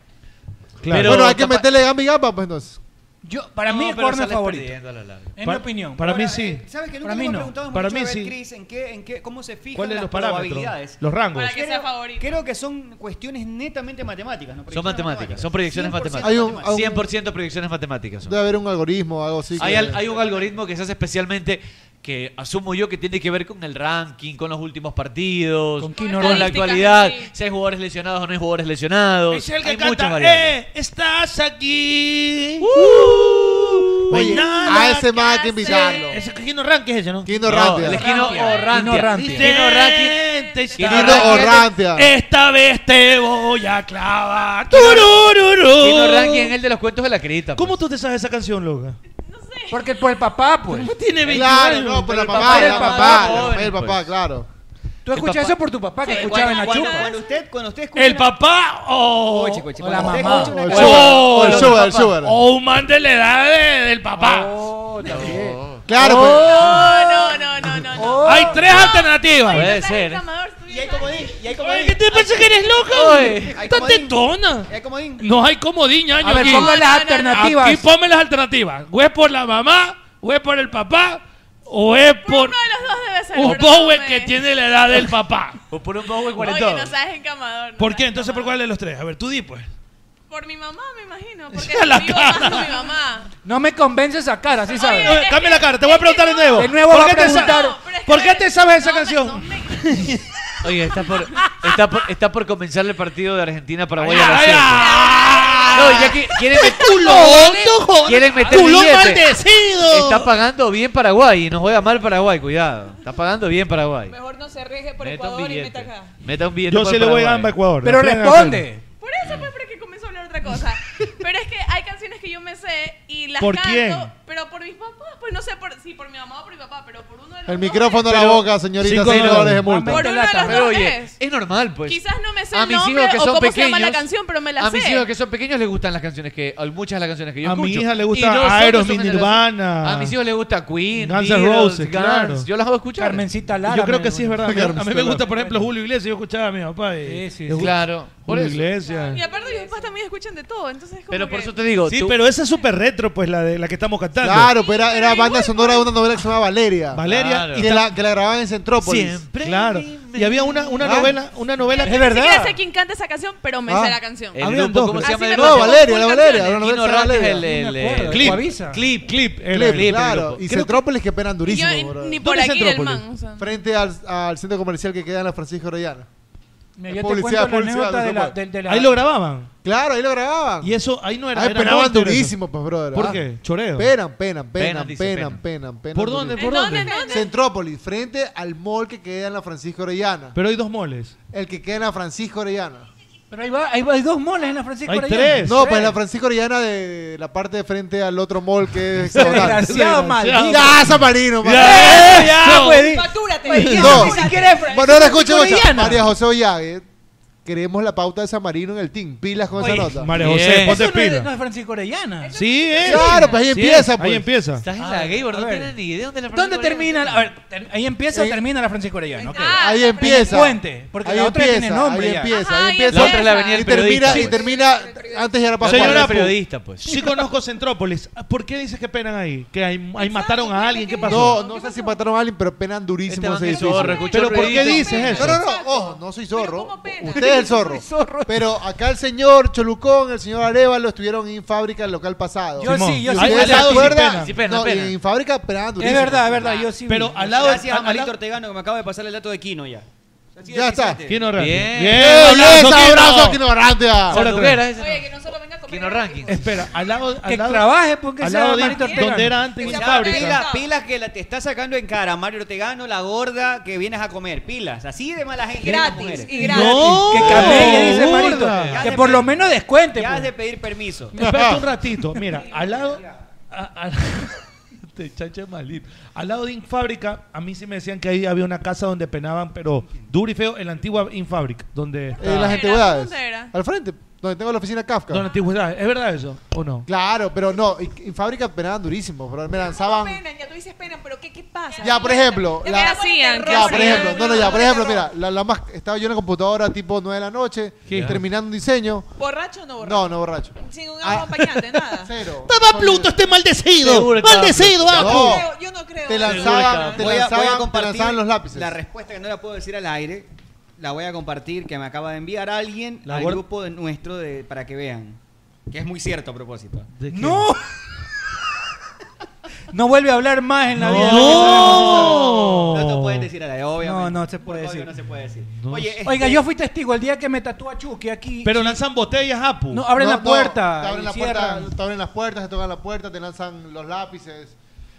Speaker 5: Claro.
Speaker 14: bueno, hay que meterle gamba y gamba, pues entonces.
Speaker 15: Yo, para
Speaker 12: No,
Speaker 15: mí
Speaker 12: pero
Speaker 15: Ecuador no es
Speaker 12: sales
Speaker 15: favorito.
Speaker 12: perdiendo a la larga.
Speaker 15: Es
Speaker 5: Pa-
Speaker 15: mi opinión.
Speaker 5: Para mí sí.
Speaker 11: eh,
Speaker 14: eh,
Speaker 11: ¿Sabes que nunca
Speaker 15: Para mí
Speaker 11: nos
Speaker 15: no.
Speaker 11: preguntamos
Speaker 5: Para
Speaker 11: mucho
Speaker 5: mí
Speaker 11: a ver,
Speaker 5: sí.
Speaker 11: Chris, en qué, en qué, cómo se fijan
Speaker 5: ¿Cuáles
Speaker 11: las
Speaker 5: los parámetros?
Speaker 11: probabilidades?
Speaker 5: Los rangos. Para
Speaker 26: que sea
Speaker 11: Creo-
Speaker 26: favorito.
Speaker 11: Creo que son cuestiones netamente matemáticas.
Speaker 12: Son
Speaker 11: ¿no? Proyecciones
Speaker 12: matemáticas, son proyecciones
Speaker 11: 100%
Speaker 12: matemáticas.
Speaker 14: Hay un- hay un-
Speaker 12: 100% proyecciones matemáticas. son.
Speaker 14: Debe haber un algoritmo o algo así.
Speaker 12: Hay,
Speaker 14: que-
Speaker 12: al- hay un algoritmo que se hace especialmente que asumo yo que tiene que ver con el ranking, con los últimos partidos, con, la
Speaker 4: Estadísticas,
Speaker 12: actualidad,
Speaker 4: sí.
Speaker 12: si hay jugadores lesionados o no hay jugadores lesionados.
Speaker 4: Es el que
Speaker 12: hay muchas
Speaker 4: canta,
Speaker 12: variables.
Speaker 4: eh, estás aquí. No hay
Speaker 14: Uh. Oye,
Speaker 4: nada
Speaker 14: a ese más hay que invitarlo.
Speaker 4: Ese es Quino Ranke es ese, ¿no?
Speaker 14: Quino Rantia.
Speaker 4: el
Speaker 14: Quino
Speaker 4: Rantia.
Speaker 14: Rantia.
Speaker 5: "Eh,
Speaker 4: Quino Rantia.
Speaker 14: Quino Rantia.
Speaker 4: Esta vez te voy a clavar.
Speaker 12: Quino Rankin es el de los cuentos de la crita.
Speaker 5: ¿Cómo tú te sabes esa canción, loca?
Speaker 15: Porque por el papá, pues.
Speaker 5: tiene
Speaker 14: 20
Speaker 15: Claro,
Speaker 14: años.
Speaker 15: no, por el
Speaker 14: Pero
Speaker 15: papá,
Speaker 14: el
Speaker 15: la
Speaker 14: papá,
Speaker 15: mamá,
Speaker 14: la
Speaker 15: joven,
Speaker 14: mamá y el
Speaker 15: pues.
Speaker 14: papá, claro.
Speaker 15: Tú escuchas eso por tu papá que
Speaker 11: Sí,
Speaker 15: escuchaba en
Speaker 11: cuando-
Speaker 15: la
Speaker 11: cuando-
Speaker 15: chupa.
Speaker 11: Cuando usted, cuando usted escucha
Speaker 4: El
Speaker 11: una-
Speaker 4: papá o,
Speaker 11: Oye, coche,
Speaker 4: o
Speaker 11: cuando usted escucha
Speaker 4: O
Speaker 11: una
Speaker 4: el
Speaker 11: canción-
Speaker 4: sugar,
Speaker 14: el sugar, el sugar.
Speaker 4: O un man de la edad de- del papá. Oh.
Speaker 14: Claro,
Speaker 4: no, no, no, no, Hay tres alternativas.
Speaker 12: Puede ser.
Speaker 11: Y hay comodín, y hay comodín.
Speaker 4: Oye, ¿qué te piensas que eres
Speaker 12: Oye.
Speaker 4: loca?
Speaker 11: Hay
Speaker 4: Estás
Speaker 11: comodín.
Speaker 4: tetona.
Speaker 11: Y hay comodín.
Speaker 4: No hay comodín, ñaño.
Speaker 15: A ver,
Speaker 4: aquí.
Speaker 15: ponga las alternativas.
Speaker 4: Aquí ponme las alternativas. ¿O es por la mamá? ¿O es por el papá? ¿O es por
Speaker 13: Los dos debe ser.
Speaker 4: un
Speaker 13: pero no
Speaker 4: bowe
Speaker 13: me-
Speaker 4: que tiene la edad del papá?
Speaker 12: O por un bowe
Speaker 13: Oye, no sabes encamador.
Speaker 4: ¿Por qué? Entonces, ¿por cuál de los tres? A ver, tú di, pues.
Speaker 13: Por mi mamá, me imagino. Porque
Speaker 4: A la
Speaker 13: vivo
Speaker 4: cara.
Speaker 13: más con mi mamá.
Speaker 15: No me convences a cara, así sabes.
Speaker 5: eh,
Speaker 4: No, Cambia la cara, te voy a preguntar de nuevo.
Speaker 15: De nuevo
Speaker 4: ¿Por
Speaker 15: va
Speaker 4: qué
Speaker 15: a
Speaker 4: te sa-
Speaker 15: preguntar.
Speaker 4: ¿Por qué te sabes esa canción?
Speaker 12: Oye, está por, está por, está por comenzar el partido de Argentina-Paraguay a
Speaker 4: Ay,
Speaker 12: las
Speaker 4: ay,
Speaker 12: siete. No, ya que quieren, met-
Speaker 4: Culo hondo, joder.
Speaker 12: quieren meter
Speaker 4: Culo
Speaker 12: billete.
Speaker 4: maldecido.
Speaker 12: Está pagando bien Paraguay y nos juega mal Paraguay, cuidado. Está pagando bien Paraguay.
Speaker 16: Mejor no se rige por
Speaker 12: Meta un
Speaker 16: Ecuador y
Speaker 12: billete.
Speaker 16: meta acá.
Speaker 12: Meta un billete
Speaker 5: Yo
Speaker 12: por
Speaker 5: sí le voy
Speaker 12: Paraguay.
Speaker 5: gamba a Ecuador.
Speaker 15: Pero
Speaker 5: La plena
Speaker 15: responde.
Speaker 13: Por eso fue porque comenzó a hablar otra cosa. Pero es que hay canciones que yo me sé y las
Speaker 5: ¿Por
Speaker 13: canto.
Speaker 5: quién?
Speaker 13: Pero por mis papás. Pues no sé por, si por mi mamá o por mi papá, pero por uno de los
Speaker 14: El
Speaker 13: dos
Speaker 14: micrófono
Speaker 13: es.
Speaker 14: a la boca, señorita,
Speaker 5: Cinco
Speaker 14: 5 dólares de
Speaker 5: dólares.
Speaker 14: multa.
Speaker 13: Por uno de los
Speaker 12: Pero
Speaker 13: dos
Speaker 12: oye,
Speaker 13: es.
Speaker 12: es normal, pues.
Speaker 13: Quizás no me sé
Speaker 12: A
Speaker 13: el
Speaker 12: mis hijos
Speaker 13: nombre
Speaker 12: que
Speaker 13: o
Speaker 12: son
Speaker 13: cómo se llama la
Speaker 12: pequeños,
Speaker 13: canción, pero me la
Speaker 12: A
Speaker 13: sé.
Speaker 12: mis hijos que son pequeños les gustan las canciones que, a muchas de las canciones que yo
Speaker 5: A mi
Speaker 12: escucho.
Speaker 5: hija le
Speaker 12: Y
Speaker 5: gusta
Speaker 12: son de su
Speaker 5: Aerosmith,
Speaker 12: generación.
Speaker 5: Nirvana.
Speaker 12: A mis hijos les gusta Queen,
Speaker 5: Guns N'
Speaker 12: Beatles,
Speaker 5: Roses,
Speaker 12: Guns.
Speaker 5: claro.
Speaker 12: Yo las hago escuchar.
Speaker 15: Carmencita Lara.
Speaker 5: Yo creo
Speaker 15: me- este
Speaker 5: que sí es verdad. A mí me
Speaker 15: Carmencita
Speaker 5: gusta,
Speaker 15: Lara.
Speaker 5: por ejemplo, Julio Iglesias. Yo escuchaba a mi papá.
Speaker 15: Sí,
Speaker 5: y-
Speaker 15: sí,
Speaker 5: le
Speaker 15: sí.
Speaker 5: gusta.
Speaker 12: Claro.
Speaker 5: Por una iglesia.
Speaker 13: Y aparte, mis papás también escuchan de todo, entonces es como que-
Speaker 5: Sí, pero esa es súper retro, pues, la de la que estamos cantando.
Speaker 14: Claro, pero era, era banda sonora de una novela que se llamaba Valeria.
Speaker 5: Valeria.
Speaker 14: Y que la, que la grababan en Centrópolis.
Speaker 5: Siempre Claro. Y había una, una
Speaker 14: Ah.
Speaker 5: novela, una novela
Speaker 13: Yo ni siquiera sé quién canta esa canción, pero me
Speaker 5: Ah.
Speaker 13: sé la canción.
Speaker 5: El Habían grupo, dos, ¿cómo se llama
Speaker 13: Así
Speaker 5: el
Speaker 13: me
Speaker 5: grupo?
Speaker 13: pasó
Speaker 5: No, Valeria,
Speaker 13: full
Speaker 5: la
Speaker 13: canciones.
Speaker 14: Valeria, la novela
Speaker 11: Kino
Speaker 14: de
Speaker 11: Rock es
Speaker 14: Valeria.
Speaker 11: el, el,
Speaker 14: Me acuerdo.
Speaker 11: el-
Speaker 14: Clip.
Speaker 11: Coavisa.
Speaker 5: Clip, clip,
Speaker 11: era
Speaker 14: Clip,
Speaker 11: el grupo.
Speaker 14: claro. Y
Speaker 11: Creo-
Speaker 14: Centrópolis que penan durísimo.
Speaker 13: Y yo,
Speaker 14: bro.
Speaker 13: ni
Speaker 14: ¿Dónde
Speaker 13: por
Speaker 14: es
Speaker 13: aquí del
Speaker 14: Centrópolis?
Speaker 13: man, o sea.
Speaker 14: Frente al, al centro comercial que queda en la Francisco Orellana.
Speaker 15: yo te cuento la anécdota de la- del- de la-
Speaker 5: Ahí lo grababan.
Speaker 14: Claro, ahí lo grababan.
Speaker 5: Y eso, ahí no era.
Speaker 14: Ahí
Speaker 5: era
Speaker 14: penaban
Speaker 5: antes de eso.
Speaker 14: Ah, durísimo, pues, brother.
Speaker 5: ¿Por
Speaker 14: ah.
Speaker 5: qué? Choreo.
Speaker 14: Penan, penan, penan,
Speaker 5: Penan, dice,
Speaker 14: penan,
Speaker 5: penan.
Speaker 14: penan, penan.
Speaker 5: ¿Por dónde,
Speaker 14: durísimo.
Speaker 5: por ¿En dónde, dónde?
Speaker 13: dónde?
Speaker 14: Centrópolis, frente al mall que queda en la Francisco Orellana.
Speaker 5: Pero hay dos moles.
Speaker 14: El que queda en la Francisco Orellana.
Speaker 15: Pero ahí va, ahí va, hay dos moles en la Francisco Orellana.
Speaker 14: No, pues en la Francisco Orellana de la parte de frente al otro mall que es hexagonal.
Speaker 15: Desgraciado, maldito.
Speaker 14: Ya, San Marino,
Speaker 15: Ya,
Speaker 14: maldito.
Speaker 15: ya, pues,
Speaker 4: Factúrate.
Speaker 15: pues, ya,
Speaker 14: No.
Speaker 15: ni siquiera es Francisco
Speaker 14: Bueno, ahora escucha, escucha.
Speaker 15: Orellana.
Speaker 14: María José Ollague. Queremos la pauta de San Marino en el team. Pilas con
Speaker 15: Oye,
Speaker 14: esa nota.
Speaker 5: María José, Bien. ponte
Speaker 15: Eso no es,
Speaker 5: pila.
Speaker 15: no es Francisco Orellana.
Speaker 5: Sí, es.
Speaker 14: Claro, pues ahí
Speaker 5: Sí
Speaker 14: empieza,
Speaker 5: Ah, es.
Speaker 14: pues.
Speaker 5: Ahí empieza.
Speaker 15: Estás
Speaker 12: en la Gaybor, no tienes ni idea dónde la
Speaker 15: ¿Dónde termina? la- A ver, ter- ahí empieza o termina la Francisco Orellana. ok.
Speaker 14: Ahí
Speaker 15: En
Speaker 14: empieza.
Speaker 15: el puente, porque
Speaker 14: ahí
Speaker 15: la otra
Speaker 14: empieza,
Speaker 15: tiene nombre
Speaker 14: Ahí
Speaker 15: ya.
Speaker 14: empieza,
Speaker 15: Ajá,
Speaker 14: ahí
Speaker 15: ahí
Speaker 14: empieza.
Speaker 15: empieza. La otra es la avenida del
Speaker 14: y termina,
Speaker 15: periodista,
Speaker 14: y
Speaker 15: pues.
Speaker 14: termina, antes ya era para
Speaker 5: Señora, Pu,
Speaker 12: periodista, pues.
Speaker 5: Sí conozco Centrópolis. ¿Por qué dices que penan ahí? Que ahí, ahí mataron a alguien. ¿Qué
Speaker 14: No,
Speaker 5: pasó?
Speaker 14: no sé si mataron a alguien, pero penan durísimo.
Speaker 5: Este man
Speaker 14: ese
Speaker 5: es
Speaker 14: edificio.
Speaker 5: zorro, escuchó Pero ¿por qué ruidito. dices eso?
Speaker 14: No, no, no, ojo, no soy zorro. Usted es el zorro. Pero acá el señor Cholucón, el señor Arevalo estuvieron en fábrica el local pasado.
Speaker 15: Yo sí, yo sí.
Speaker 14: ¿Ustedes
Speaker 15: Al
Speaker 14: se
Speaker 15: lado sí
Speaker 14: acuerdan?
Speaker 15: penan, sí penan,
Speaker 14: No,
Speaker 15: penan.
Speaker 14: y en fábrica penaban durísimo.
Speaker 15: verdad, es verdad, yo sí vi.
Speaker 5: Pero al lado
Speaker 11: Gracias a
Speaker 5: al- al
Speaker 11: Malito
Speaker 5: lado-
Speaker 11: Ortegano que me acaba de pasar el dato de Kino ya.
Speaker 14: Ya está.
Speaker 5: Kino Ranking.
Speaker 11: Bien.
Speaker 14: Bien,
Speaker 5: abrazo,
Speaker 14: ese
Speaker 5: Kino.
Speaker 14: abrazo, Kino Ranking.
Speaker 5: Ahora
Speaker 11: Sanduguera,
Speaker 5: atrás.
Speaker 13: Oye, que no solo venga a comer.
Speaker 12: Kino Ranking.
Speaker 5: Espera, al lado. Al
Speaker 11: Que
Speaker 5: lado,
Speaker 11: trabaje, porque
Speaker 5: al
Speaker 11: sea
Speaker 5: lado de
Speaker 11: Marito
Speaker 5: Inter- donde era antes
Speaker 11: Pilas,
Speaker 5: Infábrica.
Speaker 11: pilas, pilas que la te está sacando en cara Mario Ortegano, la gorda que vienes a comer. Pilas, así de mala gente.
Speaker 4: Gratis,
Speaker 11: estas mujeres.
Speaker 4: y gratis. No,
Speaker 15: Que camelle, dice
Speaker 5: gorda.
Speaker 15: Marito.
Speaker 5: Ya
Speaker 15: Que
Speaker 5: se
Speaker 15: por lo menos descuente.
Speaker 11: Ya
Speaker 15: pues.
Speaker 11: has de pedir permiso.
Speaker 5: Espérate un ratito. Mira, al lado. a- a- Este chacho es maldito. Al lado de Infábrica, a mí sí me decían que ahí había una casa donde penaban, pero duro y feo, en la antigua Infábrica. Donde
Speaker 14: En Eh, las
Speaker 5: estaba-
Speaker 14: antigüedades.
Speaker 13: ¿Dónde era?
Speaker 14: Al frente, donde tengo la oficina Kafka.
Speaker 5: Donde antigüedades. ¿Es verdad eso o no?
Speaker 14: Claro, pero no, y- en fábrica penaban durísimo, pero me lanzaban
Speaker 4: Penan, ya tú dices penan, pero ¿qué, qué pasa?
Speaker 14: Ya, por ejemplo,
Speaker 4: Ya
Speaker 14: la-
Speaker 4: me hacían?
Speaker 14: Ya, por ejemplo, no, no, ya, por ejemplo, mira, la, la más, estaba yo en la computadora tipo 9 de la noche,
Speaker 5: ¿Qué?
Speaker 14: terminando un diseño.
Speaker 4: ¿Borracho o no borracho?
Speaker 14: No, no Ah, borracho.
Speaker 4: Sin un acompañante, nada.
Speaker 14: Cero.
Speaker 33: ¡Papá Pluto, este maldecido!
Speaker 14: Seguro estaba
Speaker 33: ¡Maldecido,
Speaker 14: Pluto.
Speaker 33: Apu!
Speaker 14: No.
Speaker 4: Yo no creo.
Speaker 14: Te lanzaban, te
Speaker 11: Voy a- voy a
Speaker 14: lanzaban, te
Speaker 11: compartir
Speaker 14: lanzaban los lápices.
Speaker 11: La respuesta que no la puedo decir al aire, la voy a compartir, que me acaba de enviar alguien
Speaker 14: La
Speaker 11: al
Speaker 14: gor-
Speaker 11: grupo de- nuestro de, para que vean. Que es muy cierto a propósito.
Speaker 15: ¡No! No vuelve a hablar más en la vida.
Speaker 11: No. No te puedes decir al aire,
Speaker 15: No,
Speaker 11: obviamente.
Speaker 15: no se puede
Speaker 11: Obvio,
Speaker 15: decir.
Speaker 11: no se puede decir.
Speaker 15: Oye,
Speaker 11: Oye, este-
Speaker 15: Oiga, yo fui testigo el día que me tatúa Chucky aquí.
Speaker 5: Pero lanzan botellas, Apu.
Speaker 15: No, abren
Speaker 14: No,
Speaker 15: la
Speaker 14: no,
Speaker 15: puerta.
Speaker 14: te abren
Speaker 15: y
Speaker 14: la puerta,
Speaker 15: cierran.
Speaker 14: te abren las puertas, te tocan la puerta, te lanzan los lápices.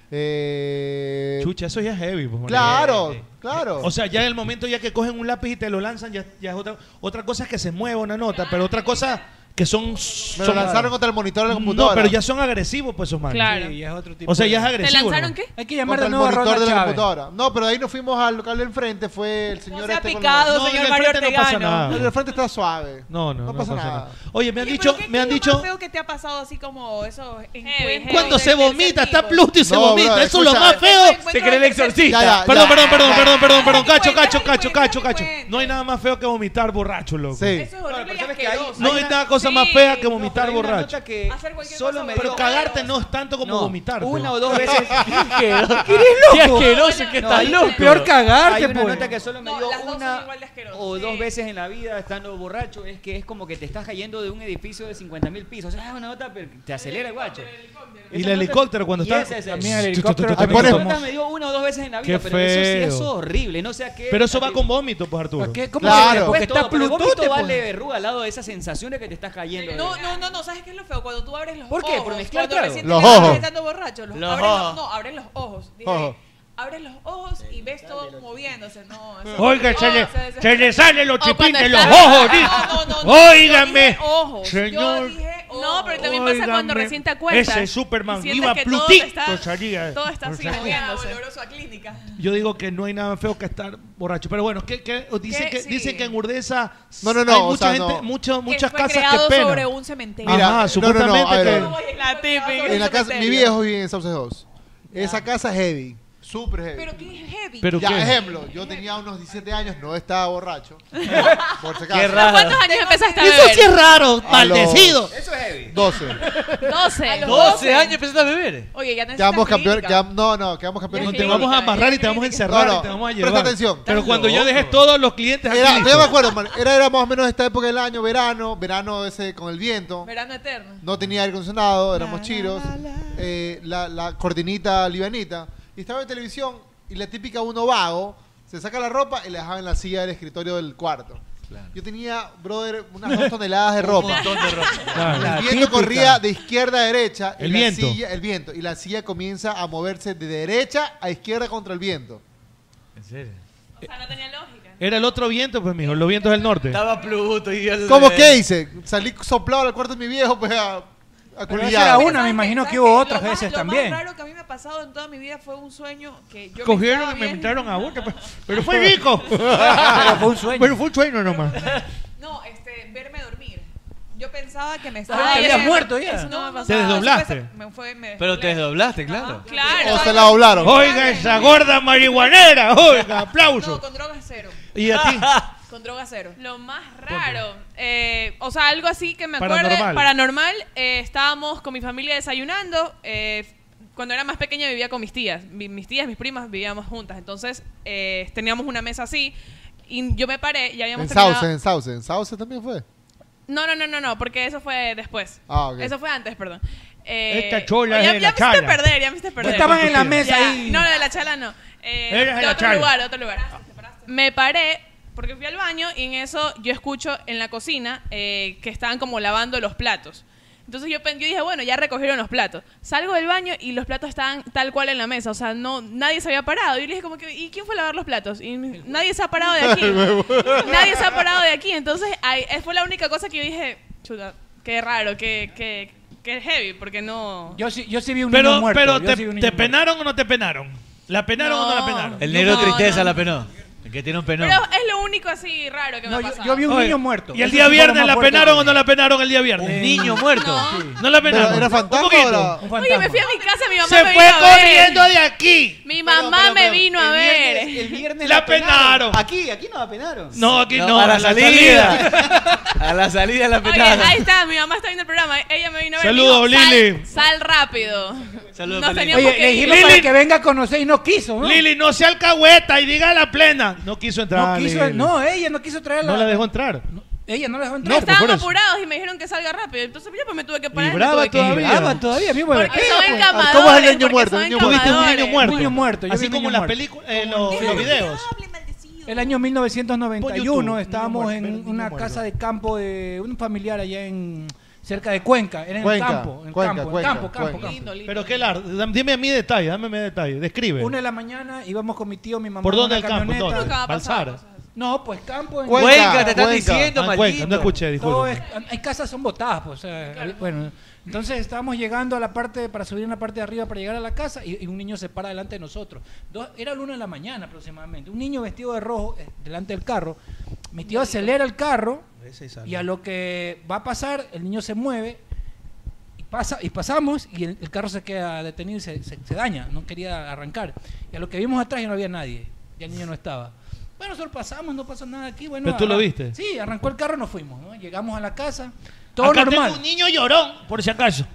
Speaker 14: Eh,
Speaker 5: Chucha, eso ya es heavy. pues,
Speaker 14: Claro,
Speaker 5: Mariela.
Speaker 14: claro.
Speaker 5: O sea, ya en el momento ya que cogen un lápiz y te lo lanzan, ya, ya es otra, otra cosa es que se mueva una nota, pero otra cosa que son...
Speaker 14: me lo
Speaker 5: son-
Speaker 14: lanzaron contra el monitor de la
Speaker 5: No,
Speaker 14: computadora.
Speaker 5: pero ya son agresivos, pues, esos manes.
Speaker 13: Claro.
Speaker 15: Sí, ya es otro tipo
Speaker 5: O sea, ya es
Speaker 15: de-
Speaker 5: agresivo. ¿no?
Speaker 13: qué?
Speaker 15: Hay que llamar
Speaker 14: Contra
Speaker 15: de nuevo a
Speaker 14: el monitor
Speaker 15: Ronda
Speaker 14: de la
Speaker 15: Chávez.
Speaker 14: computadora. No, pero ahí nos fuimos al local del frente, fue el señor
Speaker 4: sea
Speaker 14: este con
Speaker 4: picado,
Speaker 14: los-
Speaker 4: señor
Speaker 14: en el
Speaker 4: Mario
Speaker 14: frente no pasa
Speaker 4: Ortegano.
Speaker 14: nada. El del frente está suave.
Speaker 5: No, no,
Speaker 14: No
Speaker 5: no,
Speaker 14: pasa
Speaker 5: pasa
Speaker 14: nada.
Speaker 5: nada. Oye, me han
Speaker 4: Oye,
Speaker 5: dicho,
Speaker 4: pero ¿qué-
Speaker 5: me han
Speaker 4: ¿Qué es lo
Speaker 5: dicho,
Speaker 4: más feo que te ha pasado así como esos encuentros?
Speaker 5: cuando
Speaker 4: de
Speaker 5: se
Speaker 4: tercer
Speaker 5: vomita,
Speaker 4: tipo?
Speaker 5: está Pluto y se
Speaker 14: No, bro,
Speaker 5: vomita, eso es lo
Speaker 14: escucha.
Speaker 5: más feo.
Speaker 4: Se cree el exorcista.
Speaker 14: Ya, ya,
Speaker 5: perdón,
Speaker 14: ya.
Speaker 5: perdón, perdón,
Speaker 14: Ya.
Speaker 5: perdón, perdón, perdón, cacho, cacho, cacho, cacho, cacho. No hay nada más feo que vomitar borracho, loco.
Speaker 14: Sí.
Speaker 4: Eso es horrible y
Speaker 11: ¿sabes qué? Hay-
Speaker 4: asqueroso.
Speaker 5: No hay nada cosa más fea que vomitar
Speaker 11: Hay una
Speaker 5: borracho.
Speaker 11: nota que
Speaker 4: Hacer cualquier
Speaker 11: solo
Speaker 4: cosa
Speaker 11: me
Speaker 5: Pero
Speaker 11: dio-
Speaker 5: cagarte no es tanto como vomitar.
Speaker 11: Una o dos veces.
Speaker 15: ¿Qué eres
Speaker 12: Qué
Speaker 15: loco?
Speaker 12: asqueroso que estás
Speaker 11: hay-
Speaker 12: loco.
Speaker 15: Peor cagarte,
Speaker 11: Hay una
Speaker 15: pues.
Speaker 11: nota que solo me
Speaker 13: No,
Speaker 11: dio
Speaker 13: las dos
Speaker 11: una
Speaker 13: son igual de asquerosas.
Speaker 11: o
Speaker 13: Sí.
Speaker 11: dos veces en la vida estando borracho es que es como que te estás cayendo de un edificio de 50 mil pisos. O sea, es una nota pero te acelera,
Speaker 5: Y
Speaker 11: guacho. Esa
Speaker 5: el
Speaker 11: nota-
Speaker 5: helicóptero cuando
Speaker 11: Y
Speaker 5: está-
Speaker 11: ese es
Speaker 5: también
Speaker 11: el-
Speaker 5: el helicóptero
Speaker 11: Esa
Speaker 5: también
Speaker 11: nota
Speaker 5: famoso.
Speaker 11: me dio una o dos veces en la vida,
Speaker 5: Qué
Speaker 11: pero eso sí es
Speaker 5: feo.
Speaker 11: horrible. No sé a qué.
Speaker 5: Pero eso va con vómitos, pues, Arturo.
Speaker 15: ¿Qué? ¿Cómo
Speaker 14: Claro.
Speaker 15: se- Porque
Speaker 11: está
Speaker 15: está Pluto. te
Speaker 11: vale
Speaker 5: pues.
Speaker 15: pones.
Speaker 11: verruga al lado de esa sensación de que te estás cayendo.
Speaker 13: No, no, no, no, ¿sabes qué es lo feo? Cuando tú abres los
Speaker 11: ¿Por
Speaker 13: ojos.
Speaker 11: qué? Por mezclar
Speaker 13: cuando
Speaker 11: trago.
Speaker 13: recién
Speaker 11: Los
Speaker 13: te levantas
Speaker 11: ojos.
Speaker 13: estando borracho. Los,
Speaker 11: Los
Speaker 13: abres los-
Speaker 11: ojos.
Speaker 13: no, abres los ojos. Dije,
Speaker 5: Ojo.
Speaker 13: abres los ojos y ves todo moviéndose. No, eso-
Speaker 5: Oiga, se
Speaker 13: Oh,
Speaker 5: le,
Speaker 13: se- se-
Speaker 5: se le salen los
Speaker 13: O cuando
Speaker 5: chipín de los
Speaker 13: estás-
Speaker 5: ojos. dice.
Speaker 13: No, no, no, no, yo
Speaker 5: Óigame.
Speaker 13: dije ojos. Yo
Speaker 5: Señor.
Speaker 13: dije ojos. No, pero también pasa
Speaker 5: óigame,
Speaker 13: cuando recién te acuerdas.
Speaker 5: Ese Superman
Speaker 13: Sientes
Speaker 5: iba
Speaker 13: que todo
Speaker 5: Plutito.
Speaker 13: está-
Speaker 5: salía,
Speaker 13: Todo está así
Speaker 5: salía.
Speaker 13: moviéndose. a clínica.
Speaker 5: Yo digo que no hay nada feo que estar borracho. Pero bueno, ¿qué, qué? O dicen,
Speaker 13: ¿Qué?
Speaker 5: que,
Speaker 13: Sí.
Speaker 5: dicen que en Urdesa
Speaker 14: No, no, no,
Speaker 5: hay
Speaker 14: o
Speaker 5: mucha
Speaker 14: sea,
Speaker 5: gente,
Speaker 14: no.
Speaker 5: mucho-
Speaker 13: Que
Speaker 5: muchas
Speaker 13: fue
Speaker 5: casas
Speaker 13: creado
Speaker 5: que
Speaker 13: sobre
Speaker 5: penan.
Speaker 13: un cementerio.
Speaker 5: Ajá,
Speaker 14: Mira, no, no, no,
Speaker 5: supuestamente
Speaker 14: a ver,
Speaker 5: que-
Speaker 14: a ver.
Speaker 13: La típica.
Speaker 14: En la casa, mi viejo vive en Sauce 2. Esa casa es heavy. Súper heavy.
Speaker 16: Pero qué heavy.
Speaker 14: Pero ya,
Speaker 16: qué?
Speaker 14: ejemplo, yo tenía unos 17 años, no estaba borracho. por si acaso.
Speaker 26: Qué raro. ¿Cuántos años empezaste a
Speaker 14: Eso
Speaker 26: beber?
Speaker 14: sí es raro,
Speaker 26: A los-
Speaker 14: maldecido.
Speaker 26: Eso es heavy.
Speaker 14: 12.
Speaker 26: 12.
Speaker 12: A los 12 años empezaste a beber.
Speaker 16: Oye, ya
Speaker 14: Quedamos campeones. quedam- no, no, quedamos campeones.
Speaker 5: te vamos a amarrar y te vamos a encerrar
Speaker 14: No, no,
Speaker 5: y te vamos a
Speaker 14: presta
Speaker 5: llevar.
Speaker 14: atención.
Speaker 5: Pero
Speaker 14: Estás
Speaker 5: cuando ya
Speaker 14: loco.
Speaker 5: dejes todos los clientes aquí.
Speaker 14: Era, yo me
Speaker 5: listo.
Speaker 14: acuerdo, man, era, era más o menos esta época del año, verano, verano ese con el viento.
Speaker 13: Verano eterno.
Speaker 14: No tenía aire acondicionado, éramos chiros. eh, la, la cortinita libanita. Y estaba en televisión y la típica uno vago se saca la ropa y la dejaba en la silla del escritorio del cuarto. Yo tenía, brother, unas dos toneladas de
Speaker 5: Un
Speaker 14: ropa.
Speaker 5: montón de ropa. Claro. La
Speaker 14: El viento
Speaker 5: típica.
Speaker 14: corría de izquierda a derecha. y
Speaker 5: El
Speaker 14: la
Speaker 5: viento.
Speaker 14: silla- el viento. Y la silla comienza a moverse de derecha a izquierda contra el viento.
Speaker 5: ¿En serio?
Speaker 13: tenía lógico.
Speaker 5: Era el otro viento, pues, mijo, los vientos del norte.
Speaker 12: Estaba Pluto y Dios.
Speaker 14: ¿Cómo qué hice? Salí soplado al cuarto de mi viejo, pues a, a
Speaker 15: Pero
Speaker 14: culiar.
Speaker 15: esa era una, me imagino que hubo otras veces
Speaker 16: Lo más
Speaker 15: también.
Speaker 16: raro que a mí me ha pasado en toda mi vida fue un sueño que yo
Speaker 5: Cogieron
Speaker 16: me
Speaker 5: y me
Speaker 16: invitaron
Speaker 5: invitaron a boca. pero- Pero fue rico.
Speaker 15: Pero fue un sueño.
Speaker 5: Pero fue un sueño nomás.
Speaker 16: No, este, verme dormir. Yo pensaba que me
Speaker 15: Ah,
Speaker 16: estaba.
Speaker 15: te habías muerto ya.
Speaker 16: Eso no me pasaba.
Speaker 5: Te desdoblaste.
Speaker 16: Eso me- me fue- me
Speaker 12: Pero te desdoblaste, claro.
Speaker 16: Claro.
Speaker 14: doblaron.
Speaker 5: Oiga, esa gorda marihuanera. Oiga, aplauso.
Speaker 16: No, con drogas cero.
Speaker 5: ¿Y a ti?
Speaker 16: Con drogas cero.
Speaker 13: Lo más raro, eh, o sea, algo así que me acuerdo,
Speaker 5: Paranormal.
Speaker 13: paranormal, eh, estábamos con mi familia desayunando, eh, cuando era más pequeña vivía con mis tías, Mi- mis tías, mis primas vivíamos juntas, entonces eh, teníamos una mesa así y yo me paré y
Speaker 14: En
Speaker 13: habíamos terminado-
Speaker 14: Sauce, en Sauce. En Sauce también fue.
Speaker 13: No, no, no, no, no, porque eso fue después.
Speaker 14: Ah, ok.
Speaker 13: Eso fue antes, perdón. Eh,
Speaker 5: Esta chola
Speaker 13: ya,
Speaker 5: es de
Speaker 13: ya
Speaker 5: la
Speaker 13: me hiciste
Speaker 5: chala.
Speaker 13: perder, ya me hiciste perder.
Speaker 5: Estaban en la mesa
Speaker 13: Ya,
Speaker 5: ahí.
Speaker 13: No, no, de la chala no. Eh,
Speaker 5: Eres de
Speaker 13: de
Speaker 5: la
Speaker 13: otro
Speaker 5: chala.
Speaker 13: lugar, de otro lugar. Me paré porque fui al baño y en eso yo escucho en la cocina eh, que estaban como lavando los platos. Entonces yo, pen- yo dije, bueno, ya recogieron los platos. Salgo del baño y los platos estaban tal cual en la mesa. O sea, no, nadie se había parado. Y yo le dije como que, ¿y quién fue a lavar los platos? Y me- nadie se ha parado de aquí. nadie se ha parado de aquí. Entonces ahí- eh, fue la única cosa que yo dije, chuta, qué raro, qué, qué, qué heavy, porque no...
Speaker 15: Yo sí, yo sí vi un
Speaker 5: Pero,
Speaker 15: niño muerto.
Speaker 5: pero
Speaker 15: yo
Speaker 5: ¿te,
Speaker 15: sí vi un
Speaker 5: te
Speaker 15: niño muerto.
Speaker 5: penaron o no te penaron? ¿La penaron o no la
Speaker 13: No.
Speaker 5: penaron?
Speaker 12: El negro
Speaker 13: No,
Speaker 12: tristeza
Speaker 13: no.
Speaker 12: la penó. El que tiene un penón.
Speaker 13: Pero es lo único así raro que me ha pasado.
Speaker 5: Oye,
Speaker 15: muerto.
Speaker 5: ¿Y el
Speaker 15: Eso
Speaker 5: día
Speaker 15: sí fue lo
Speaker 5: viernes
Speaker 15: más
Speaker 5: la
Speaker 15: fuerte
Speaker 5: penaron
Speaker 15: que
Speaker 5: o no la penaron el día viernes? Un
Speaker 12: niño muerto.
Speaker 5: No la penaron.
Speaker 14: Pero, ¿era fantasma
Speaker 5: Un poquito.
Speaker 14: o era- Un
Speaker 13: Oye, me fui a mi casa, mi mamá
Speaker 5: Se
Speaker 13: me
Speaker 5: fue
Speaker 13: vino a ver.
Speaker 5: corriendo de aquí.
Speaker 13: Mi mamá me vino a ver.
Speaker 11: El viernes
Speaker 5: La penaron.
Speaker 11: Aquí, aquí no la penaron.
Speaker 5: No, aquí no,
Speaker 12: a la,
Speaker 5: a la
Speaker 12: salida. a la salida la
Speaker 13: Oye,
Speaker 12: penaron.
Speaker 13: ahí está, mi mamá está viendo el programa. Ella me vino a ver.
Speaker 12: Saludos,
Speaker 13: me dijo, sal-
Speaker 12: Lili.
Speaker 13: Sal, rápido.
Speaker 12: Saludos,
Speaker 13: Nos
Speaker 12: Lili.
Speaker 13: teníamos
Speaker 15: Oye,
Speaker 13: que
Speaker 15: le
Speaker 13: ir.
Speaker 15: dijimos para que venga a conocer y no quiso, ¿no?
Speaker 5: Lili, no sea alcahueta y diga la plena. No quiso entrar.
Speaker 15: No, quiso,
Speaker 5: Lili.
Speaker 15: no, ella no quiso traerla.
Speaker 5: No la dejó entrar. No,
Speaker 15: Ella no la dejó entrar.
Speaker 5: pues, por
Speaker 13: Estaban
Speaker 5: eso.
Speaker 13: apurados y me dijeron que salga rápido. Entonces yo pues me tuve que parar. me
Speaker 5: brava
Speaker 13: tuve que ir.
Speaker 5: todavía.
Speaker 15: Brava todavía, mismo.
Speaker 13: Porque
Speaker 15: ¿Qué?
Speaker 13: son
Speaker 15: Pues,
Speaker 13: encamadores.
Speaker 5: ¿Cómo es el
Speaker 13: niño muerto?
Speaker 5: niño
Speaker 15: muerto?
Speaker 5: niño muerto.
Speaker 15: Niño muerto, yo
Speaker 5: Así
Speaker 15: vi
Speaker 5: como
Speaker 15: niño
Speaker 5: las
Speaker 15: muerto.
Speaker 5: películas, eh, los,
Speaker 15: Sí.
Speaker 5: los videos.
Speaker 15: El año
Speaker 5: Pon
Speaker 15: 1991
Speaker 5: YouTube,
Speaker 15: estábamos
Speaker 5: niño
Speaker 15: en
Speaker 5: muerto,
Speaker 15: una
Speaker 5: niño
Speaker 15: casa de campo de un familiar allá en cerca de Cuenca, era en
Speaker 5: Cuenca,
Speaker 15: el campo, en el
Speaker 5: Cuenca,
Speaker 15: campo, en
Speaker 5: Cuenca,
Speaker 15: campo, campo,
Speaker 5: Cuenca.
Speaker 15: campo.
Speaker 5: Pero qué largo. Dime a mí detalle, dame mi detalle. Describe.
Speaker 15: Una de la mañana íbamos con mi tío, mi mamá.
Speaker 5: ¿Por
Speaker 15: en
Speaker 5: dónde
Speaker 15: una
Speaker 5: el campo?
Speaker 15: camioneta.
Speaker 5: ¿Dónde? Balsar.
Speaker 15: No, pues campo en
Speaker 5: Cuenca, Cuenca, te están Cuenca. diciendo, Ah, Cuenca, maldito. no escuché, disculpa.
Speaker 15: Todo es- hay casas son botadas, pues. o sea, Bueno, entonces estábamos llegando a la parte, para subir en la parte de arriba, para llegar a la casa, y, y un niño se para delante de nosotros. Dos- era la una de la mañana aproximadamente. Un niño vestido de rojo eh, delante del carro. Mi tío acelera el carro, y a lo que va a pasar, el niño se mueve y pasa y pasamos y el, el carro se queda detenido y se, se- se daña, no quería arrancar. Y a lo que vimos atrás ya no había nadie, ya el niño no estaba. Bueno, nosotros pasamos, no pasó nada aquí. Bueno,
Speaker 5: ¿Pero tú lo
Speaker 15: arran-
Speaker 5: viste?
Speaker 15: Sí, arrancó el carro, nos fuimos, ¿no? Llegamos a la casa, todo
Speaker 5: Acá
Speaker 15: normal.
Speaker 5: tengo un niño llorón, por si acaso.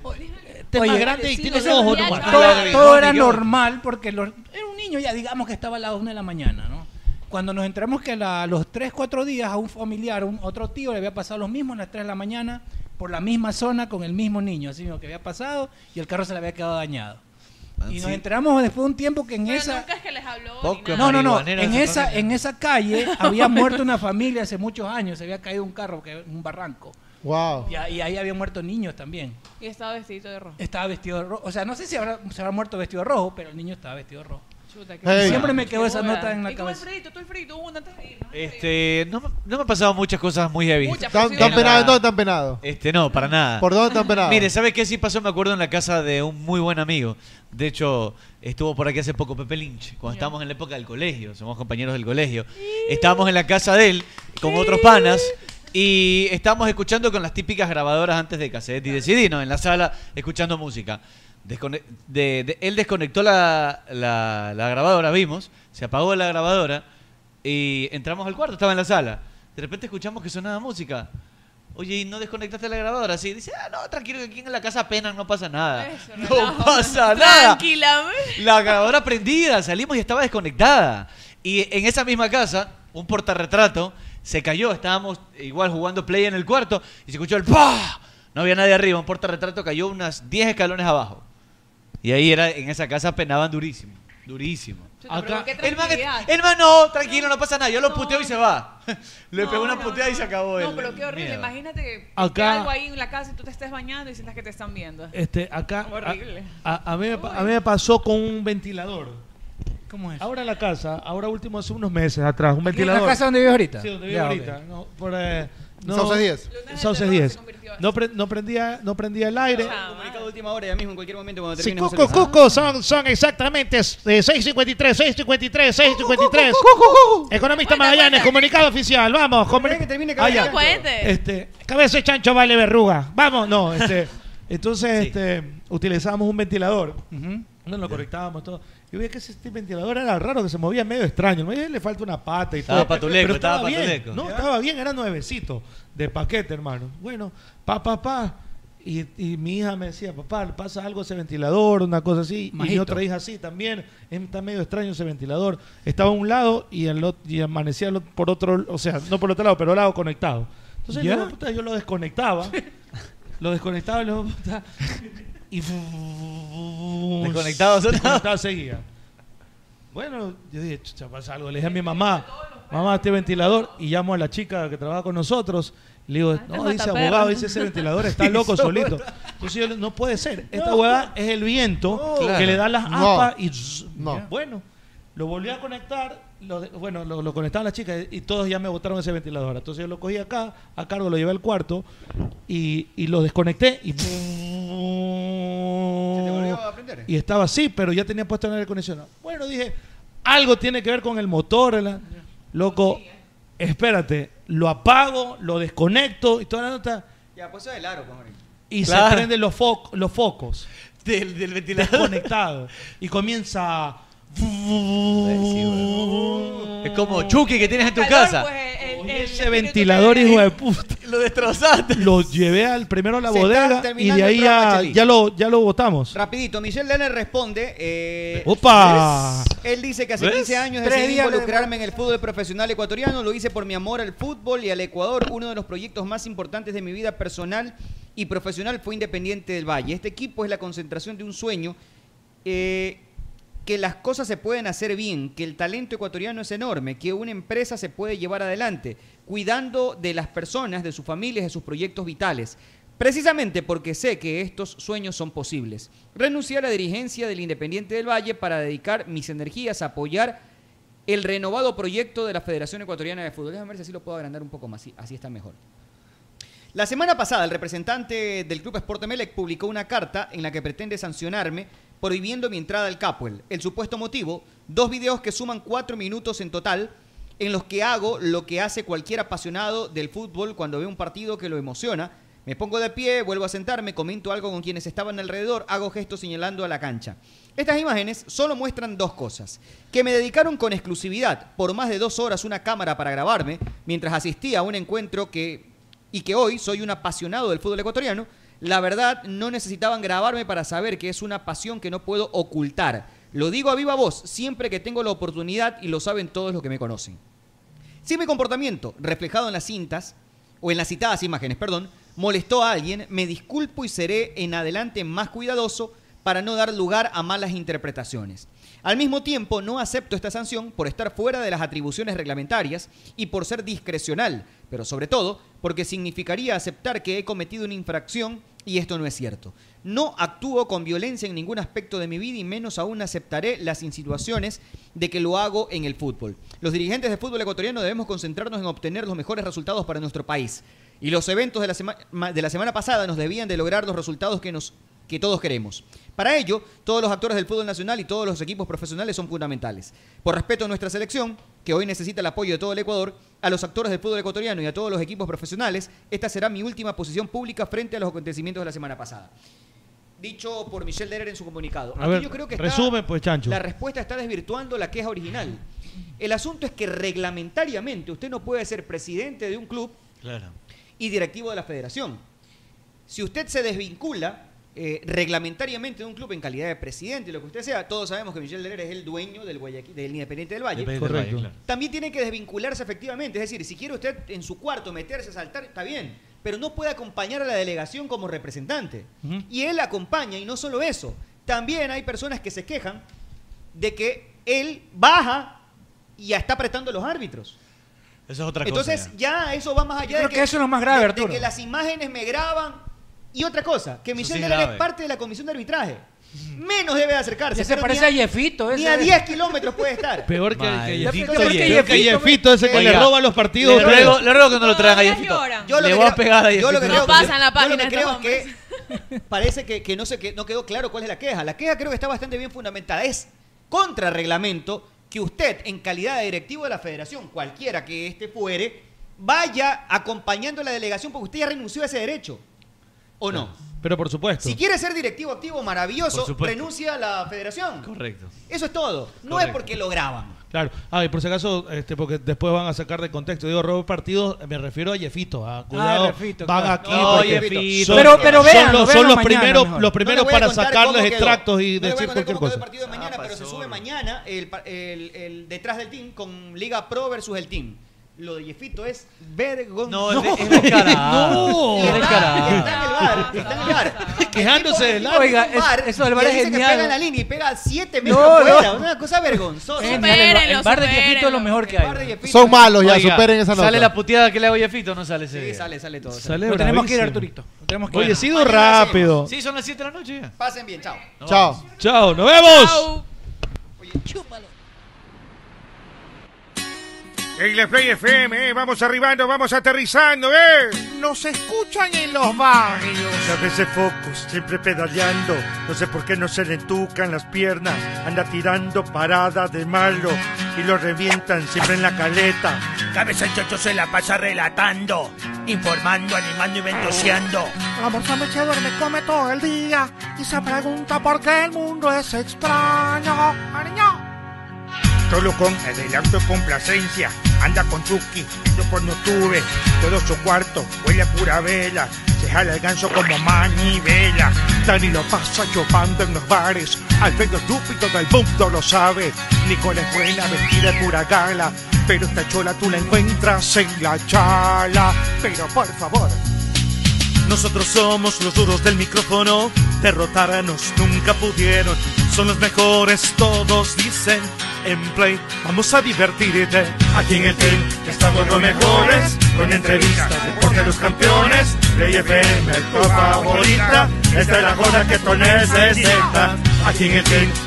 Speaker 5: Este es
Speaker 15: Oye,
Speaker 5: más grande y tiene
Speaker 15: todo-
Speaker 5: ojos.
Speaker 15: todo-
Speaker 5: nomás.
Speaker 15: Todo, todo era normal porque los- era un niño, ya digamos que estaba a las 1 de la mañana, ¿no? Cuando nos enteramos que a los 3, 4 días a un familiar, un otro tío, le había pasado lo mismo a las 3 de la mañana por la misma zona con el mismo niño, así mismo que había pasado y el carro se le había quedado dañado.
Speaker 5: Ah,
Speaker 15: Y nos
Speaker 12: sí.
Speaker 15: enteramos después de un tiempo que en esa...
Speaker 13: Nunca es que les habló.
Speaker 12: Poco
Speaker 15: No, no, no.
Speaker 12: marihuanero
Speaker 15: En
Speaker 12: se
Speaker 15: esa,
Speaker 12: pone.
Speaker 15: en esa calle había muerto una familia hace muchos años. Se había caído un carro, que un barranco.
Speaker 14: Wow.
Speaker 15: Y, ahí- y ahí habían muerto niños también.
Speaker 13: Y estaba vestido de rojo.
Speaker 15: Estaba vestido de rojo. O sea, no sé si habrá, se habrá muerto vestido de rojo, pero el niño estaba vestido de rojo.
Speaker 13: Chuta,
Speaker 15: Y Siempre me quedó
Speaker 13: qué
Speaker 15: esa
Speaker 13: boda.
Speaker 15: nota en la
Speaker 13: ¿Y tú,
Speaker 15: cabeza.
Speaker 13: Alfredito? ¿Tú, Alfredito? Hubo una antes de ir, ¿no?
Speaker 12: Este, no, me- no me han pasado muchas cosas muy heavy.
Speaker 13: Muchas,
Speaker 14: ¿Tan, tan penado? ¿Dónde tan penado?
Speaker 12: Este, no, para nada.
Speaker 14: ¿Por dónde tan penado?
Speaker 12: Mire, ¿sabe qué sí pasó? Me acuerdo en la casa de un muy buen amigo. De hecho, estuvo por aquí hace poco Pepe Lynch, cuando estábamos en la época del colegio, somos compañeros del colegio. Estábamos en la casa de él con otros panas y estábamos escuchando con las típicas grabadoras antes de cassette y de CD, ¿no? En la sala, escuchando música. Descone- de- de- él desconectó la, la- la grabadora, vimos, se apagó la grabadora y entramos al cuarto, estaba en la sala. De repente escuchamos que sonaba música. Oye, ¿y no desconectaste la grabadora? Sí, dice, ah, no, tranquilo, que aquí en la casa apenas no pasa nada. no pasa nada.
Speaker 34: Tranquilamente.
Speaker 12: La grabadora prendida, salimos y estaba desconectada. Y en esa misma casa, un portarretrato se cayó. Estábamos igual jugando play en el cuarto y se escuchó el ¡pah! No había nadie arriba. Un portarretrato cayó unas 10 escalones abajo. Y ahí era, en esa casa penaban durísimo. Durísimo. Acá, el man, el man, no, tranquilo, no pasa nada. Yo lo puteo y se va. Le pegó una puteada y se acabó
Speaker 13: No,
Speaker 12: el-
Speaker 13: pero qué horrible.
Speaker 12: miedo.
Speaker 13: Imagínate que
Speaker 5: Acá-
Speaker 13: esté algo ahí en la casa y tú te estés bañando y sientas que te están viendo.
Speaker 5: Este, acá. a-
Speaker 13: Horrible.
Speaker 5: A, a mí, me pa- a mí me pasó con un ventilador. ¿Cómo es? Ahora en la casa, ahora último hace unos meses atrás, un ventilador.
Speaker 1: casa donde vives ahorita?
Speaker 5: Sí, donde vivo
Speaker 1: Ya,
Speaker 5: ahorita.
Speaker 1: ok.
Speaker 5: No, por, eh, no,
Speaker 35: Sauces 10.
Speaker 5: Sauces 10. No, pre- no, prendía, no prendía el aire.
Speaker 11: Comunicado de última hora, ya mismo, en cualquier momento, cuando
Speaker 5: Sí,
Speaker 11: termine. José
Speaker 5: cuco,
Speaker 11: Luis.
Speaker 5: cuco, son, son exactamente eh, 653, 653, 653. Economista Magallanes, comunicado oficial, vamos. comuni- Ah, ya.
Speaker 34: No cuente.
Speaker 5: Este, cabeza de chancho vale verruga. Vamos, no, este. Entonces, este, utilizábamos un ventilador. No lo conectábamos todo. Y veía que ese este ventilador era raro, que se movía medio extraño. Me veía, le falta una pata y
Speaker 12: Estaba
Speaker 5: todo.
Speaker 12: patuleco,
Speaker 5: Pero
Speaker 12: estaba
Speaker 5: bien.
Speaker 12: patuleco.
Speaker 5: No, estaba bien, era nuevecito de paquete, hermano. Bueno, pa, pa, pa. Y, y mi hija me decía, papá, le pasa algo a ese ventilador, una cosa así. Y mi
Speaker 1: Majito.
Speaker 5: otra hija así también. Es- Está medio extraño ese ventilador. Estaba a un lado y, al ot- y amanecía al ot- por otro, o sea, no por otro lado, pero al lado conectado. Entonces
Speaker 1: ¿Ya?
Speaker 5: yo, puta, yo lo desconectaba. lo desconectaba y lo puta, y
Speaker 12: Desconectado, sonaba.
Speaker 5: desconectado seguía. Bueno, yo dije, chucha, pasa algo. Le dije a mi mamá, mamá, este ventilador. Y llamo a la chica que trabaja con nosotros. Le digo, no,
Speaker 4: Ah, mata
Speaker 5: dice
Speaker 4: perro.
Speaker 5: abogado, dice ese ventilador está
Speaker 4: Sí,
Speaker 5: loco
Speaker 4: solo.
Speaker 5: solito. Entonces yo le- no puede ser. Esta hueá es el viento
Speaker 4: No.
Speaker 5: que le da las
Speaker 4: No.
Speaker 5: aspas y zzz,
Speaker 4: No.
Speaker 5: ya. bueno. Lo volví a conectar, lo de- bueno, lo, lo conectaban las chicas y todos ya me botaron ese ventilador. Entonces yo lo cogí acá, a cargo, lo llevé al cuarto y, y lo desconecté y
Speaker 4: ¿eh?
Speaker 5: y estaba así, pero ya tenía puesto en aire acondicionado. Bueno, dije, algo tiene que ver con el motor, ¿verdad? Loco,
Speaker 4: ¿eh?
Speaker 5: espérate, lo apago, lo desconecto y toda la nota
Speaker 11: Ya, pues eso es el aro, pues, marico.
Speaker 5: y
Speaker 11: Claro.
Speaker 5: se prenden los, fo- los focos
Speaker 12: del, ventilador
Speaker 5: conectado y comienza
Speaker 12: Es como Chucky que tienes en tu
Speaker 5: Calor,
Speaker 12: casa.
Speaker 13: pues.
Speaker 5: ese ventilador hijo de puta
Speaker 12: lo destrozaste
Speaker 5: lo llevé al primero a la
Speaker 11: Se está
Speaker 5: bodega y
Speaker 11: terminando
Speaker 5: de ahí
Speaker 11: el programa,
Speaker 5: ya,
Speaker 11: Chely.
Speaker 5: ya lo ya lo botamos
Speaker 11: Rapidito, Michelle Lerner responde. eh,
Speaker 5: opa
Speaker 11: Él dice que hace
Speaker 5: ¿Ves?
Speaker 11: 15 años
Speaker 5: Tres
Speaker 11: decidí
Speaker 5: días le
Speaker 11: involucrarme en el fútbol profesional ecuatoriano. Lo hice por mi amor al fútbol y al Ecuador. Uno de los proyectos más importantes de mi vida personal y profesional fue Independiente del Valle. Este equipo es la concentración de un sueño. eh, que las cosas se pueden hacer bien, que el talento ecuatoriano es enorme, que una empresa se puede llevar adelante, cuidando de las personas, de sus familias, de sus proyectos vitales. Precisamente porque sé que estos sueños son posibles. Renuncié a la dirigencia del Independiente del Valle para dedicar mis energías a apoyar el renovado proyecto de la Federación Ecuatoriana de Fútbol. Déjame ver si así lo puedo agrandar un poco más, así- así está mejor. La semana pasada, el representante del Club Sport Emelec publicó una carta en la que pretende sancionarme prohibiendo mi entrada al Capuel. El supuesto motivo, dos videos que suman cuatro minutos en total, en los que hago lo que hace cualquier apasionado del fútbol cuando ve un partido que lo emociona. Me pongo de pie, vuelvo a sentarme, comento algo con quienes estaban alrededor, hago gestos señalando a la cancha. Estas imágenes solo muestran dos cosas. Que me dedicaron con exclusividad por más de dos horas una cámara para grabarme mientras asistía a un encuentro que y que hoy soy un apasionado del fútbol ecuatoriano, la verdad no necesitaban grabarme para saber que es una pasión que no puedo ocultar. Lo digo a viva voz siempre que tengo la oportunidad y lo saben todos los que me conocen. Si mi comportamiento, reflejado en las cintas, o en las citadas imágenes, perdón, molestó a alguien, me disculpo y seré en adelante más cuidadoso para no dar lugar a malas interpretaciones. Al mismo tiempo, no acepto esta sanción por estar fuera de las atribuciones reglamentarias y por ser discrecional, pero sobre todo porque significaría aceptar que he cometido una infracción y esto no es cierto. No actúo con violencia en ningún aspecto de mi vida y menos aún aceptaré las insinuaciones de que lo hago en el fútbol. Los dirigentes de fútbol ecuatoriano debemos concentrarnos en obtener los mejores resultados para nuestro país. Y los eventos de la, sema- ma- de la semana pasada nos debían de lograr los resultados que, nos, que todos queremos. Para ello, todos los actores del fútbol nacional y todos los equipos profesionales son fundamentales. Por respeto a nuestra selección, que hoy necesita el apoyo de todo el Ecuador, a los actores del fútbol ecuatoriano y a todos los equipos profesionales, esta será mi última posición pública frente a los acontecimientos de la semana pasada. dicho por Michelle Derer en su comunicado.
Speaker 5: A
Speaker 11: Aquí
Speaker 5: ver,
Speaker 11: yo creo que está-
Speaker 5: resumen, pues, Chancho.
Speaker 11: La respuesta está desvirtuando la queja original. El asunto es que reglamentariamente usted no puede ser presidente de un club
Speaker 12: Claro.
Speaker 11: y directivo de la federación. Si usted se desvincula eh, reglamentariamente de un club en calidad de presidente, lo que usted sea, todos sabemos que Michel Deler es el dueño del, Guayaquil, del Independiente del Valle.
Speaker 12: Independiente del Valle, Correcto. claro.
Speaker 11: También tiene que desvincularse efectivamente. Es decir, si quiere usted en su cuarto meterse, saltar, está bien, pero no puede acompañar a la delegación como representante. Y él acompaña, y no solo eso, también hay personas que se quejan de que él baja y ya está apretando a los árbitros.
Speaker 12: Eso es otra cosa.
Speaker 11: Entonces ya eso va más allá
Speaker 15: creo
Speaker 11: de
Speaker 15: que eso es lo más grave,
Speaker 11: de- de
Speaker 15: Arturo.
Speaker 11: que las imágenes me graban y otra cosa, que Michelle
Speaker 15: sí es
Speaker 11: Deler es
Speaker 15: grave.
Speaker 11: parte de la comisión de arbitraje. Menos debe de acercarse.
Speaker 15: Ya se
Speaker 11: pero
Speaker 15: parece
Speaker 11: ni
Speaker 15: a Jeffito,
Speaker 11: Ni
Speaker 15: ese.
Speaker 11: a 10 kilómetros puede estar.
Speaker 5: Peor que,
Speaker 12: Mal.
Speaker 5: que Jeffito.
Speaker 11: Peor que
Speaker 5: Peor que
Speaker 11: Jeffito,
Speaker 5: Jeffito, ese que le
Speaker 12: Oiga,
Speaker 5: roba los partidos.
Speaker 12: Le
Speaker 5: pero-
Speaker 12: ruego, le ruego que no lo traigan a Jeffito.
Speaker 11: Yo
Speaker 12: Le
Speaker 11: lo que
Speaker 12: voy a
Speaker 11: creo-
Speaker 12: pegar a
Speaker 11: yo lo que
Speaker 12: Jeffito.
Speaker 11: creo-
Speaker 13: pasan la
Speaker 11: yo lo que
Speaker 13: página
Speaker 11: creo
Speaker 13: estos
Speaker 11: es que parece que, que no, se, que no quedó claro cuál es la queja. La queja creo que está bastante bien fundamentada. Es contra reglamento que usted, en calidad de directivo de la federación, cualquiera que este fuere, vaya acompañando a la delegación porque usted ya renunció a ese derecho. ¿O no?
Speaker 5: Pero por supuesto.
Speaker 11: Si quiere ser directivo activo,
Speaker 5: Por
Speaker 11: maravilloso,
Speaker 5: supuesto.
Speaker 11: renuncia a la federación.
Speaker 5: Correcto.
Speaker 11: Eso es todo. No es
Speaker 5: Correcto.
Speaker 11: porque lo graban.
Speaker 5: Claro. Ah, y por si acaso, este, porque después van a sacar de contexto. Digo, robo partidos, me refiero a Jeffito.
Speaker 11: Ah,
Speaker 5: A, cuidado,
Speaker 15: Jeffito,
Speaker 5: van
Speaker 15: Ah, claro.
Speaker 5: aquí.
Speaker 15: No,
Speaker 5: porque
Speaker 15: Jeffito.
Speaker 5: Son,
Speaker 15: Pero- pero
Speaker 5: son
Speaker 15: véanlo,
Speaker 5: los, son
Speaker 15: véanlo
Speaker 5: los
Speaker 15: mañana
Speaker 5: primeros,
Speaker 15: mejor.
Speaker 5: los
Speaker 11: No
Speaker 5: primeros
Speaker 11: le voy a
Speaker 5: para
Speaker 11: contar
Speaker 5: sacar los
Speaker 11: cómo quedó.
Speaker 5: extractos y
Speaker 11: No le voy a
Speaker 5: decir
Speaker 11: contar
Speaker 5: cualquier
Speaker 11: cómo quedó
Speaker 5: cosa.
Speaker 11: el partido de mañana, pero se sube mañana el, pa- el- el detrás del team con Liga Pro versus el team. Lo de Jeffito es vergonzoso.
Speaker 12: No, es de- es descarado.
Speaker 11: No.
Speaker 12: Es descarado.
Speaker 11: Está en el bar, está en el bar.
Speaker 5: Quejándose del
Speaker 11: árbitro.
Speaker 15: Oiga, es- eso del bar es
Speaker 11: Que
Speaker 15: genial.
Speaker 11: pega en la línea y pega 7 metros
Speaker 15: No,
Speaker 11: fuera.
Speaker 15: no.
Speaker 11: Una cosa vergonzosa.
Speaker 15: Es genial, el bar- el bar de Jeffito es lo mejor que hay.
Speaker 14: Son malos ya, superen esa nota.
Speaker 12: ¿Sale la puteada que le hago a Jeffito o no sale ese? Sí,
Speaker 11: sale, sale todo.
Speaker 5: Sale
Speaker 15: Lo tenemos
Speaker 5: bravísimo.
Speaker 15: que ir, Arturito. Lo tenemos que
Speaker 5: Oye,
Speaker 15: ir.
Speaker 5: sí, sido rápido.
Speaker 12: Sí, son las 7 de la noche. ya.
Speaker 11: Pasen bien, chao.
Speaker 12: Nos
Speaker 5: Chao. Chao, nos vemos.
Speaker 1: Eagle Play FM, eh, vamos arribando, vamos aterrizando, eh. Nos escuchan en los barrios.
Speaker 6: A veces focos, siempre pedaleando. No sé por qué no se le entucan las piernas. Anda tirando parada de malo y lo revientan siempre en la caleta.
Speaker 1: Cabeza el chocho se la pasa relatando, informando, animando y ventoseando.
Speaker 2: El amor se me duerme, come todo el día y se pregunta por qué el mundo es extraño. Ariño.
Speaker 1: Solo con adelanto y complacencia, anda con Chucky, yo cuando tuve todo su cuarto, huele a pura vela, se jala el ganso como manivela.
Speaker 6: Dani lo pasa chupando en los bares. Al medio estúpido del mundo lo sabe. Nicole es buena, vestida de pura gala. Pero esta chola tú la encuentras en la chala. Pero por favor. Nosotros somos los duros del micrófono. Derrotarnos nunca pudieron. Son los mejores, todos dicen. En play, vamos a divertirte. Aquí en el team estamos los mejores. Con entrevistas, deporte de los campeones. Play FM, tu favorita. Esta es la joda que tú necesitas. Aquí en el team.